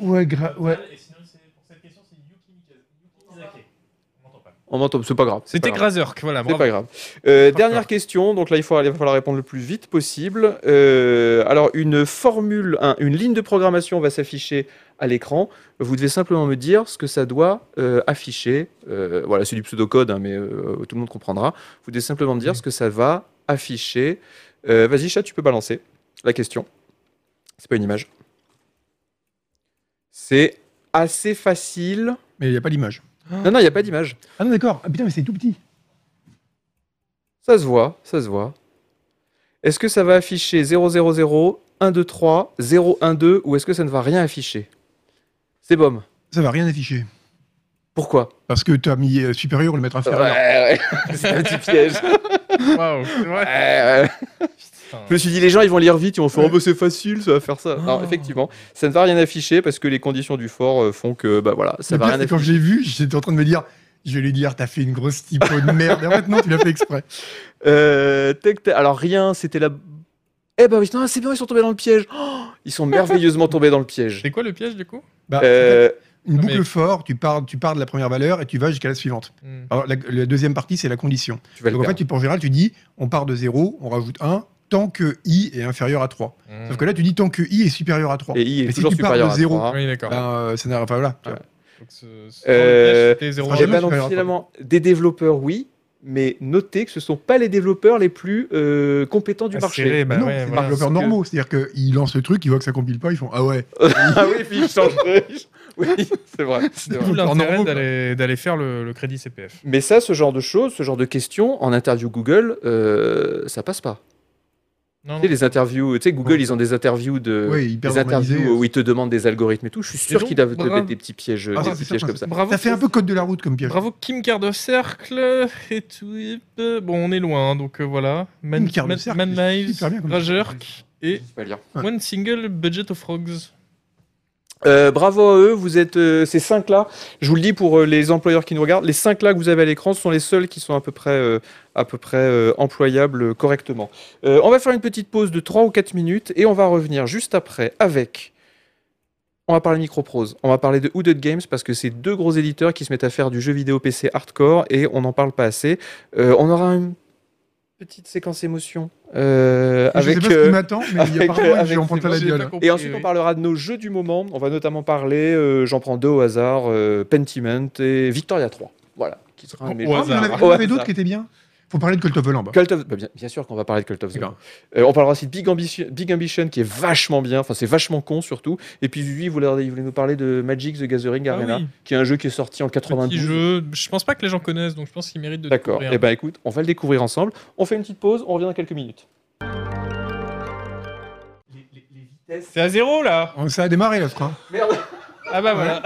Speaker 3: Ouais, gra- Ah, ouais.
Speaker 2: Et sinon, pour cette question, c'est Yuki Mizake. On n'entend pas.
Speaker 1: On m'entend, c'est pas grave. c'est
Speaker 2: C'était
Speaker 1: pas grave.
Speaker 2: Grazerk, voilà,
Speaker 1: C'est
Speaker 2: Ah, bravo.
Speaker 1: pas grave. Euh,
Speaker 2: Pas
Speaker 1: dernière
Speaker 2: grave.
Speaker 1: question, donc là il, faut, il va falloir répondre le plus vite possible. Euh, alors une formule, un- une ligne de programmation va s'afficher à l'écran. Vous devez simplement me dire ce que ça doit euh, afficher. Euh, voilà, c'est du pseudocode, hein, mais euh, tout le monde comprendra. Vous devez simplement me dire ce que ça va afficher. Euh, Vas-y, chat, tu peux balancer la question. C'est pas une image. C'est assez facile.
Speaker 3: Mais il n'y a pas l'image.
Speaker 1: Non, non, il n'y a pas d'image.
Speaker 3: Ah non, d'accord. Ah putain, mais c'est tout petit.
Speaker 1: Ça se voit, ça se voit. Est-ce que ça va afficher 000, 123, 012 ou est-ce que ça ne va rien afficher C'est bom.
Speaker 3: Ça va rien afficher.
Speaker 1: Pourquoi
Speaker 3: Parce que tu as mis euh, supérieur ou le mettre inférieur.
Speaker 1: ouais, C'est un petit piège.
Speaker 2: Waouh, c'est
Speaker 1: Ouais,
Speaker 2: vrai.
Speaker 1: ouais.
Speaker 2: Putain.
Speaker 1: Je me suis dit, les gens, ils vont lire vite, ils vont faire
Speaker 3: Ouais.
Speaker 1: Oh, bah, c'est facile, ça va faire ça. Non,
Speaker 2: Oh.
Speaker 1: effectivement, ça ne va rien afficher parce que les conditions du fort euh, font que, bah voilà, ça
Speaker 3: Le
Speaker 1: va
Speaker 3: pire,
Speaker 1: rien
Speaker 3: c'est quand
Speaker 1: afficher.
Speaker 3: je l'ai vu, j'étais en train de me dire, je vais lui dire, t'as fait une grosse typo de merde. Et maintenant, tu l'as fait exprès.
Speaker 1: Euh, tac, tac. Alors, rien, c'était la. Eh bah oui, non, c'est bien, ils sont tombés dans le piège. Oh, ils sont merveilleusement tombés dans le piège.
Speaker 2: C'est quoi le piège du coup
Speaker 3: Bah,
Speaker 1: Euh,
Speaker 3: Une
Speaker 2: Non,
Speaker 3: boucle
Speaker 2: mais-
Speaker 3: fort, tu pars, tu pars de la première valeur et tu vas jusqu'à la suivante.
Speaker 2: Hmm.
Speaker 3: Alors, la, la deuxième partie, c'est la condition.
Speaker 1: tu vas le
Speaker 3: Donc, en fait,
Speaker 1: perdre.
Speaker 3: tu, en général, tu dis, on part de 0, on rajoute 1, tant que i est inférieur à 3. Sauf que là, tu dis, tant que i est supérieur à 3.
Speaker 1: Hmm. Et Ah, I est
Speaker 3: Mais si
Speaker 1: toujours
Speaker 3: tu pars de
Speaker 1: supérieur à
Speaker 3: zéro,
Speaker 1: 3.
Speaker 2: Hmm. Oui, d'accord.
Speaker 3: Ben, euh, ça n'a enfin, voilà.
Speaker 1: Ouais.
Speaker 2: Donc, ce- ce-
Speaker 1: Euh,
Speaker 2: le piège, c'était
Speaker 3: Ah,
Speaker 1: Eh
Speaker 3: j'ai
Speaker 1: ben
Speaker 3: jamais
Speaker 2: 0,2.
Speaker 1: donc,
Speaker 3: fait
Speaker 1: finalement, des développeurs, oui, mais notez que ce ne sont pas les développeurs les plus euh, compétents du
Speaker 2: Ah,
Speaker 1: marché.
Speaker 2: serré, bah
Speaker 3: Ben non,
Speaker 2: ouais,
Speaker 3: c'est
Speaker 2: voilà.
Speaker 3: des développeurs
Speaker 1: parce que-
Speaker 3: normaux. C'est-à-dire qu'ils lancent le truc, ils voient que ça compile pas, ils font Ah ouais.
Speaker 1: ah oui, puis ils changeraient. Oui, c'est vrai. c'est vrai.
Speaker 2: D'où
Speaker 3: Développeurs
Speaker 2: l'intérêt
Speaker 3: normaux,
Speaker 2: d'aller d'aller faire le, le crédit CPF.
Speaker 1: Mais ça, ce genre de choses, ce genre de questions, en interview Google, euh, ça passe pas.
Speaker 2: Non,
Speaker 1: Tu sais, les interviews, tu sais, Google,
Speaker 3: Ouais.
Speaker 1: ils ont des interviews de.
Speaker 3: Ouais, hyper
Speaker 1: des Euh, interviews euh,
Speaker 3: normalisé.
Speaker 1: où ils te demandent des algorithmes et tout. Je suis sûr
Speaker 2: donc,
Speaker 1: qu'ils doivent te
Speaker 2: bravo.
Speaker 1: mettre des petits pièges,
Speaker 3: Ah,
Speaker 1: des
Speaker 3: c'est
Speaker 1: petits
Speaker 3: sûr,
Speaker 1: pièges
Speaker 3: ça,
Speaker 1: comme
Speaker 3: c'est-
Speaker 1: ça.
Speaker 2: Bravo,
Speaker 3: Ça fait un peu code de la route comme piège.
Speaker 2: Bravo Kim Cercle et Twip. Bon, on est loin, donc euh, voilà. Man,
Speaker 3: Kim Kardashian,
Speaker 2: Man- Man
Speaker 3: c'est
Speaker 2: Lives,
Speaker 3: super bien comme
Speaker 2: Rajerk et
Speaker 1: Je vais pas lire.
Speaker 3: Ouais.
Speaker 2: One Single Budget of Frogs.
Speaker 1: Euh, bravo à eux, vous êtes euh, ces cinq là. Je vous le dis pour euh, les employeurs qui nous regardent, les cinq là que vous avez à l'écran sont les seuls qui sont à peu près, euh, à peu près euh, employables euh, correctement. Euh, on va faire une petite pause de 3 ou 4 minutes et on va revenir juste après avec. On va parler microprose, on va parler de Hooded Games parce que c'est deux gros éditeurs qui se mettent à faire du jeu vidéo PC hardcore et on n'en parle pas assez. Euh, on aura une petite séquence émotion euh,
Speaker 3: je sais
Speaker 1: avec.
Speaker 3: pas ce
Speaker 1: euh,
Speaker 3: qui m'attend, mais il y a
Speaker 1: avec,
Speaker 3: apparemment,
Speaker 1: euh,
Speaker 3: je vais
Speaker 1: avec
Speaker 3: en prendre
Speaker 2: C'est
Speaker 3: plein la
Speaker 2: bon, j'ai pas
Speaker 3: gueule.
Speaker 2: compris,
Speaker 1: et ensuite,
Speaker 2: oui.
Speaker 1: on parlera de nos jeux du moment. On va notamment parler, euh, j'en prends deux au hasard, euh, Pentiment et Victoria 3. Voilà, qui sera un de mes jeux.
Speaker 3: Ah,
Speaker 2: Au
Speaker 3: mais Il y en
Speaker 2: hasard.
Speaker 3: avait- il y en
Speaker 1: Au
Speaker 3: avait d'autres
Speaker 1: hasard.
Speaker 3: qui étaient bien. Faut parler de Cult of the Lamb.
Speaker 1: Cult of- bah, bien, bien sûr qu'on va parler de Cult of the
Speaker 3: D'accord.
Speaker 1: Lamb. Euh, on parlera aussi de Big Ambition, Big Ambition qui est vachement bien, enfin c'est vachement con surtout. Et puis lui, il voulait, il voulait nous parler de Magic the Gathering
Speaker 2: Ah
Speaker 1: Arena,
Speaker 2: oui.
Speaker 1: qui est un jeu qui est sorti en
Speaker 2: Petit
Speaker 1: 92.
Speaker 2: jeu. Je pense pas que les gens connaissent, donc je pense qu'ils méritent de
Speaker 1: D'accord.
Speaker 2: découvrir.
Speaker 1: Et ben écoute, on va le découvrir ensemble. On fait une petite pause, on revient dans quelques minutes.
Speaker 2: C'est à zéro là
Speaker 3: Oh, Ça a démarré là, je crois.
Speaker 1: Merde.
Speaker 2: Ah bah voilà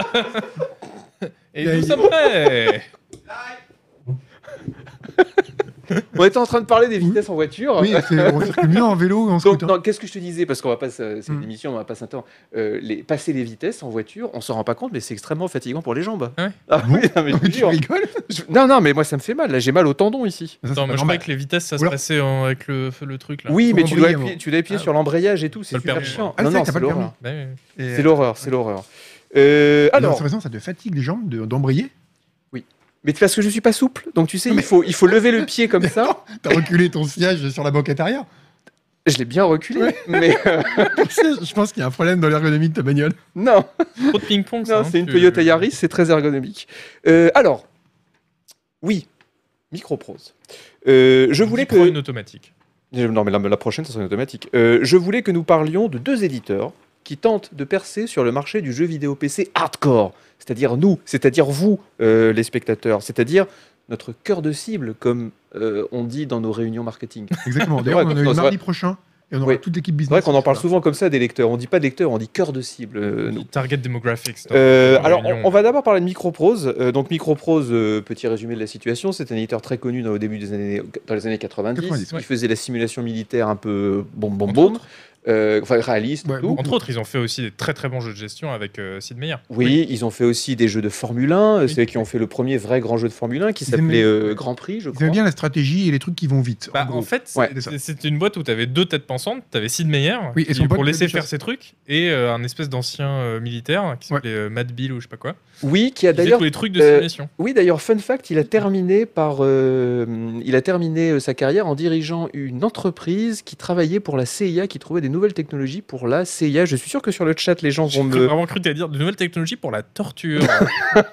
Speaker 2: Et
Speaker 3: Il y a-
Speaker 2: nous sommes prêts
Speaker 1: On était en train de parler des vitesses en voiture.
Speaker 3: Oui, c'est- on circule mieux en vélo ou en
Speaker 1: Oh, Donc,
Speaker 3: scooter.
Speaker 1: non, qu'est-ce que je te disais Parce qu'on va pas, se- c'est une
Speaker 3: Mm.
Speaker 1: émission, on va pas s'attendre. Euh, les, passer les vitesses en voiture, on s'en rend pas compte, mais c'est extrêmement fatigant pour les jambes.
Speaker 2: Ah ouais
Speaker 1: Ah oui, non, mais je te
Speaker 3: Tu
Speaker 1: jure.
Speaker 3: rigoles
Speaker 1: Je- non, non, mais moi ça me fait mal. Là, j'ai mal au tendon ici.
Speaker 3: Ça, c'est
Speaker 2: Attends,
Speaker 3: pas
Speaker 2: moi je
Speaker 3: normal.
Speaker 2: croyais que les vitesses ça se
Speaker 3: Oula.
Speaker 2: passait en- avec le, le truc là.
Speaker 1: Oui,
Speaker 3: faut
Speaker 1: mais tu dois
Speaker 3: embrayer,
Speaker 1: appuyer,
Speaker 3: moi.
Speaker 1: tu dois appuyer
Speaker 2: Ah.
Speaker 1: sur l'embrayage et tout.
Speaker 2: Pas
Speaker 1: C'est
Speaker 2: le
Speaker 1: super
Speaker 2: permis.
Speaker 1: chiant.
Speaker 3: Ah,
Speaker 1: non,
Speaker 3: c'est
Speaker 1: non,
Speaker 3: vrai que t'as
Speaker 1: c'est
Speaker 3: pas le permis.
Speaker 1: l'horreur.
Speaker 2: Bah oui, oui.
Speaker 3: Et,
Speaker 1: C'est
Speaker 3: euh,
Speaker 1: l'horreur, c'est l'horreur. Euh,
Speaker 3: non,
Speaker 1: alors,
Speaker 3: c'est raison, ça te fatigue les jambes de- d'embrayer.
Speaker 1: mais parce que je suis pas souple, donc tu sais, il
Speaker 3: Mais-
Speaker 1: faut, il faut lever le pied comme ça.
Speaker 3: T'as reculé ton siège sur la banquette arrière.
Speaker 1: Je l'ai bien reculé, mais euh,
Speaker 3: je pense qu'il y a un problème dans l'ergonomie de ta bagnole.
Speaker 1: non.
Speaker 2: Trop de ping-pong ça.
Speaker 1: Non,
Speaker 2: hein,
Speaker 1: c'est une
Speaker 2: tu-
Speaker 1: Toyota Yaris, c'est très ergonomique. Euh, alors, oui, microprose. Euh, je voulais que.
Speaker 2: Micro-ondes automatiques.
Speaker 1: Non, mais la, la prochaine, ça sera une automatique. Euh, je voulais que nous parlions de deux éditeurs qui tentent de percer sur le marché du jeu vidéo PC hardcore. C'est-à-dire nous, c'est-à-dire vous, euh, les spectateurs, c'est-à-dire notre cœur de cible, comme euh, on dit dans nos réunions marketing.
Speaker 3: Exactement. D'ailleurs, on en a eu
Speaker 1: Non, c'est
Speaker 3: mardi prochain et on aura
Speaker 1: Oui.
Speaker 3: toute l'équipe
Speaker 1: C'est vrai
Speaker 3: business.
Speaker 1: qu'on en parle souvent comme ça des lecteurs. On dit pas de lecteurs, on dit cœur de cible, euh, nous.
Speaker 2: Target Demographics. non
Speaker 1: Euh,
Speaker 2: Dans
Speaker 1: alors,
Speaker 2: Lyon.
Speaker 1: on, on va d'abord parler de Microprose. Euh, donc, Microprose, euh, petit résumé de la situation, c'est un éditeur très connu dans, au début des années, dans les années 90.
Speaker 3: 90,
Speaker 2: ouais.
Speaker 1: Il faisait la simulation militaire un peu bon, bon,
Speaker 2: Entre
Speaker 1: bon, euh, enfin réaliste.
Speaker 3: Ouais,
Speaker 1: tout.
Speaker 3: beaucoup.
Speaker 2: Entre autres, ils ont fait aussi des très très bons jeux de gestion avec euh, Sid Meier.
Speaker 1: Oui, ils ont fait aussi des jeux de Formule 1. euh,
Speaker 2: Oui.
Speaker 1: C'est eux qui ont fait le premier vrai grand jeu de Formule 1 qui
Speaker 3: Ils aimaient-
Speaker 1: s'appelait euh, Grand Prix, je
Speaker 3: Ils aiment
Speaker 1: crois.
Speaker 3: bien la stratégie et les trucs qui vont vite.
Speaker 2: Bah,
Speaker 3: en
Speaker 2: en,
Speaker 3: gros.
Speaker 2: fait, c'est-
Speaker 1: Ouais,
Speaker 3: c'est ça.
Speaker 2: c'est- c'était une boîte où tu avais deux têtes pensantes. Tu avais Sid Meier
Speaker 3: Oui, et
Speaker 2: qui-
Speaker 3: son pote
Speaker 2: pour laisser
Speaker 3: Bill
Speaker 2: faire
Speaker 3: Chase.
Speaker 2: ses trucs et euh, un espèce d'ancien euh, militaire qui s'appelait euh, Matt Bill ou je sais pas quoi.
Speaker 1: Oui, qui a
Speaker 2: Qui faisait
Speaker 1: d'ailleurs,
Speaker 2: tous les trucs de
Speaker 1: euh,
Speaker 2: simulation.
Speaker 1: oui d'ailleurs, fun fact, il a terminé par, euh, il a terminé euh, sa carrière en dirigeant une entreprise qui travaillait pour la CIA, qui trouvait des nouvelles technologies pour la CIA. Je suis sûr que sur le chat, les gens
Speaker 2: J'ai
Speaker 1: vont
Speaker 2: cru-
Speaker 1: me,
Speaker 2: vraiment cru t'allais dire de nouvelles technologies pour la torture.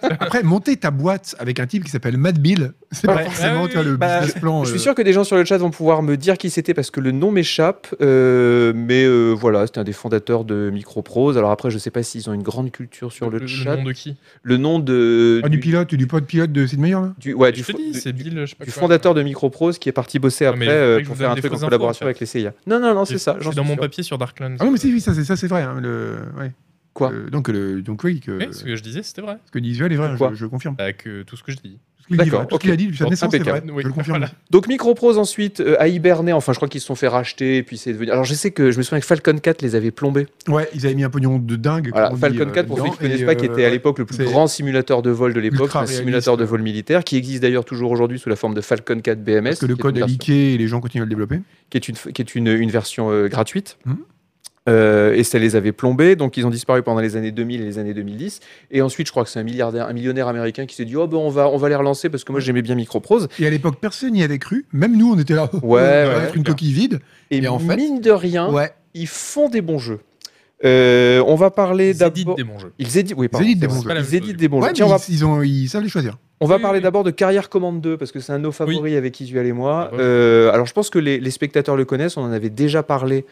Speaker 3: Après, monter ta boîte avec un type qui s'appelle Matt Bill, c'est
Speaker 2: Ouais.
Speaker 3: pas forcément
Speaker 2: Ah oui,
Speaker 3: tu vois, le
Speaker 2: oui.
Speaker 1: Bah,
Speaker 3: business plan.
Speaker 1: Je
Speaker 3: euh,
Speaker 1: suis sûr que des gens sur le chat vont pouvoir me dire qui c'était parce que le nom m'échappe. euh, mais euh, voilà, c'était un des fondateurs de Microprose. Alors après, je sais pas s'ils ont une grande culture sur le, chat.
Speaker 2: nom de qui
Speaker 1: le nom de
Speaker 3: ah, du pilote, du pote pilote de Sid Meier, là
Speaker 1: du- ouais, Bah, du,
Speaker 2: Je te
Speaker 1: fo-
Speaker 2: dis,
Speaker 1: du-
Speaker 2: c'est Bill, je sais pas
Speaker 1: du
Speaker 2: quoi.
Speaker 1: fondateur de Microprose qui est parti bosser
Speaker 2: Non, mais
Speaker 1: après
Speaker 2: il faudrait
Speaker 1: euh,
Speaker 2: que je
Speaker 1: pour
Speaker 2: vous
Speaker 1: faire
Speaker 2: donne
Speaker 1: un
Speaker 2: des
Speaker 1: truc en
Speaker 2: fausses infos,
Speaker 1: collaboration
Speaker 2: en fait.
Speaker 1: avec les CIA. Non, non, non, c'est
Speaker 2: C'est
Speaker 1: ça. j'en
Speaker 2: C'est dans
Speaker 1: suis
Speaker 2: mon
Speaker 1: sûr.
Speaker 2: papier sur Darklands.
Speaker 3: Ah non, mais si, oui, ça, c'est- ça c'est vrai. hein, le... ouais.
Speaker 1: Quoi
Speaker 3: Euh, Donc, le... donc oui, que...
Speaker 2: Oui, ce que je disais, c'était vrai.
Speaker 3: ce que Visuel est vrai, je-
Speaker 1: Quoi
Speaker 3: je, confirme.
Speaker 2: Bah, que tout ce que je dis.
Speaker 3: Tout ce qu'il dit est
Speaker 1: D'accord,
Speaker 3: vrai. Tout ce qu'il a dit depuis sa
Speaker 1: Bon,
Speaker 3: naissance, c'est vrai.
Speaker 1: impeccable.
Speaker 2: Oui,
Speaker 3: Je le confirme.
Speaker 2: voilà.
Speaker 1: Donc Microprose ensuite euh, a hiberné. Enfin, je crois qu'ils se sont fait racheter et puis c'est devenu. Alors je sais que je me souviens que Falcon 4 les avait plombés.
Speaker 3: Ouais, ils avaient mis un pognon de dingue.
Speaker 1: Voilà,
Speaker 3: comme on dit,
Speaker 1: Falcon
Speaker 3: euh,
Speaker 1: 4, pour ceux qui
Speaker 3: dedans,
Speaker 1: ne connaissent
Speaker 3: et,
Speaker 1: pas, qui était à
Speaker 3: euh,
Speaker 1: l'époque le plus
Speaker 3: c'est-
Speaker 1: grand simulateur de vol de l'époque,
Speaker 3: Ultra
Speaker 1: un
Speaker 3: réaliste,
Speaker 1: simulateur de
Speaker 3: ouais.
Speaker 1: vol militaire, qui existe d'ailleurs toujours aujourd'hui sous la forme de Falcon 4 BMS,
Speaker 3: Parce que le
Speaker 1: qui est
Speaker 3: code
Speaker 1: une
Speaker 3: est
Speaker 1: version-
Speaker 3: leaké et les gens continuent à le développer.
Speaker 1: qui est une, qui est une, une version euh, gratuite.
Speaker 3: Mhm.
Speaker 1: Euh, et ça les avait plombés, donc ils ont disparu pendant les années 2000 et les années 2010. Et ensuite, je crois que c'est un milliardaire, un millionnaire américain qui s'est dit oh ben on va, on va les relancer parce que moi j'aimais bien Microprose.
Speaker 3: Et à l'époque, personne n'y avait cru. Même nous, on était là.
Speaker 1: Ouais,
Speaker 3: on va
Speaker 1: ouais, Hein
Speaker 3: être une
Speaker 2: clair.
Speaker 3: coquille vide.
Speaker 1: Et,
Speaker 3: Et en fait-
Speaker 1: mine de rien,
Speaker 3: Ouais.
Speaker 1: ils font des bons jeux. Euh, on va parler
Speaker 2: Ils éditent
Speaker 1: d'abord.
Speaker 2: des bons jeux.
Speaker 1: Ils éditent, oui, pardon,
Speaker 3: éditent des
Speaker 1: c'est
Speaker 3: bons
Speaker 1: vrai.
Speaker 2: jeux.
Speaker 1: Ils éditent des bons
Speaker 3: Ouais,
Speaker 1: jeux. Tiens, on
Speaker 3: mais
Speaker 1: va
Speaker 3: ils, ils ont, ils savent les choisir.
Speaker 1: On va
Speaker 2: Oui,
Speaker 1: parler
Speaker 2: oui.
Speaker 1: d'abord de Carrière Commande 2 parce que c'est un de nos favoris avec Isuel et moi.
Speaker 2: Ah ouais.
Speaker 1: Euh, alors je pense que les, les spectateurs le connaissent, on en avait déjà parlé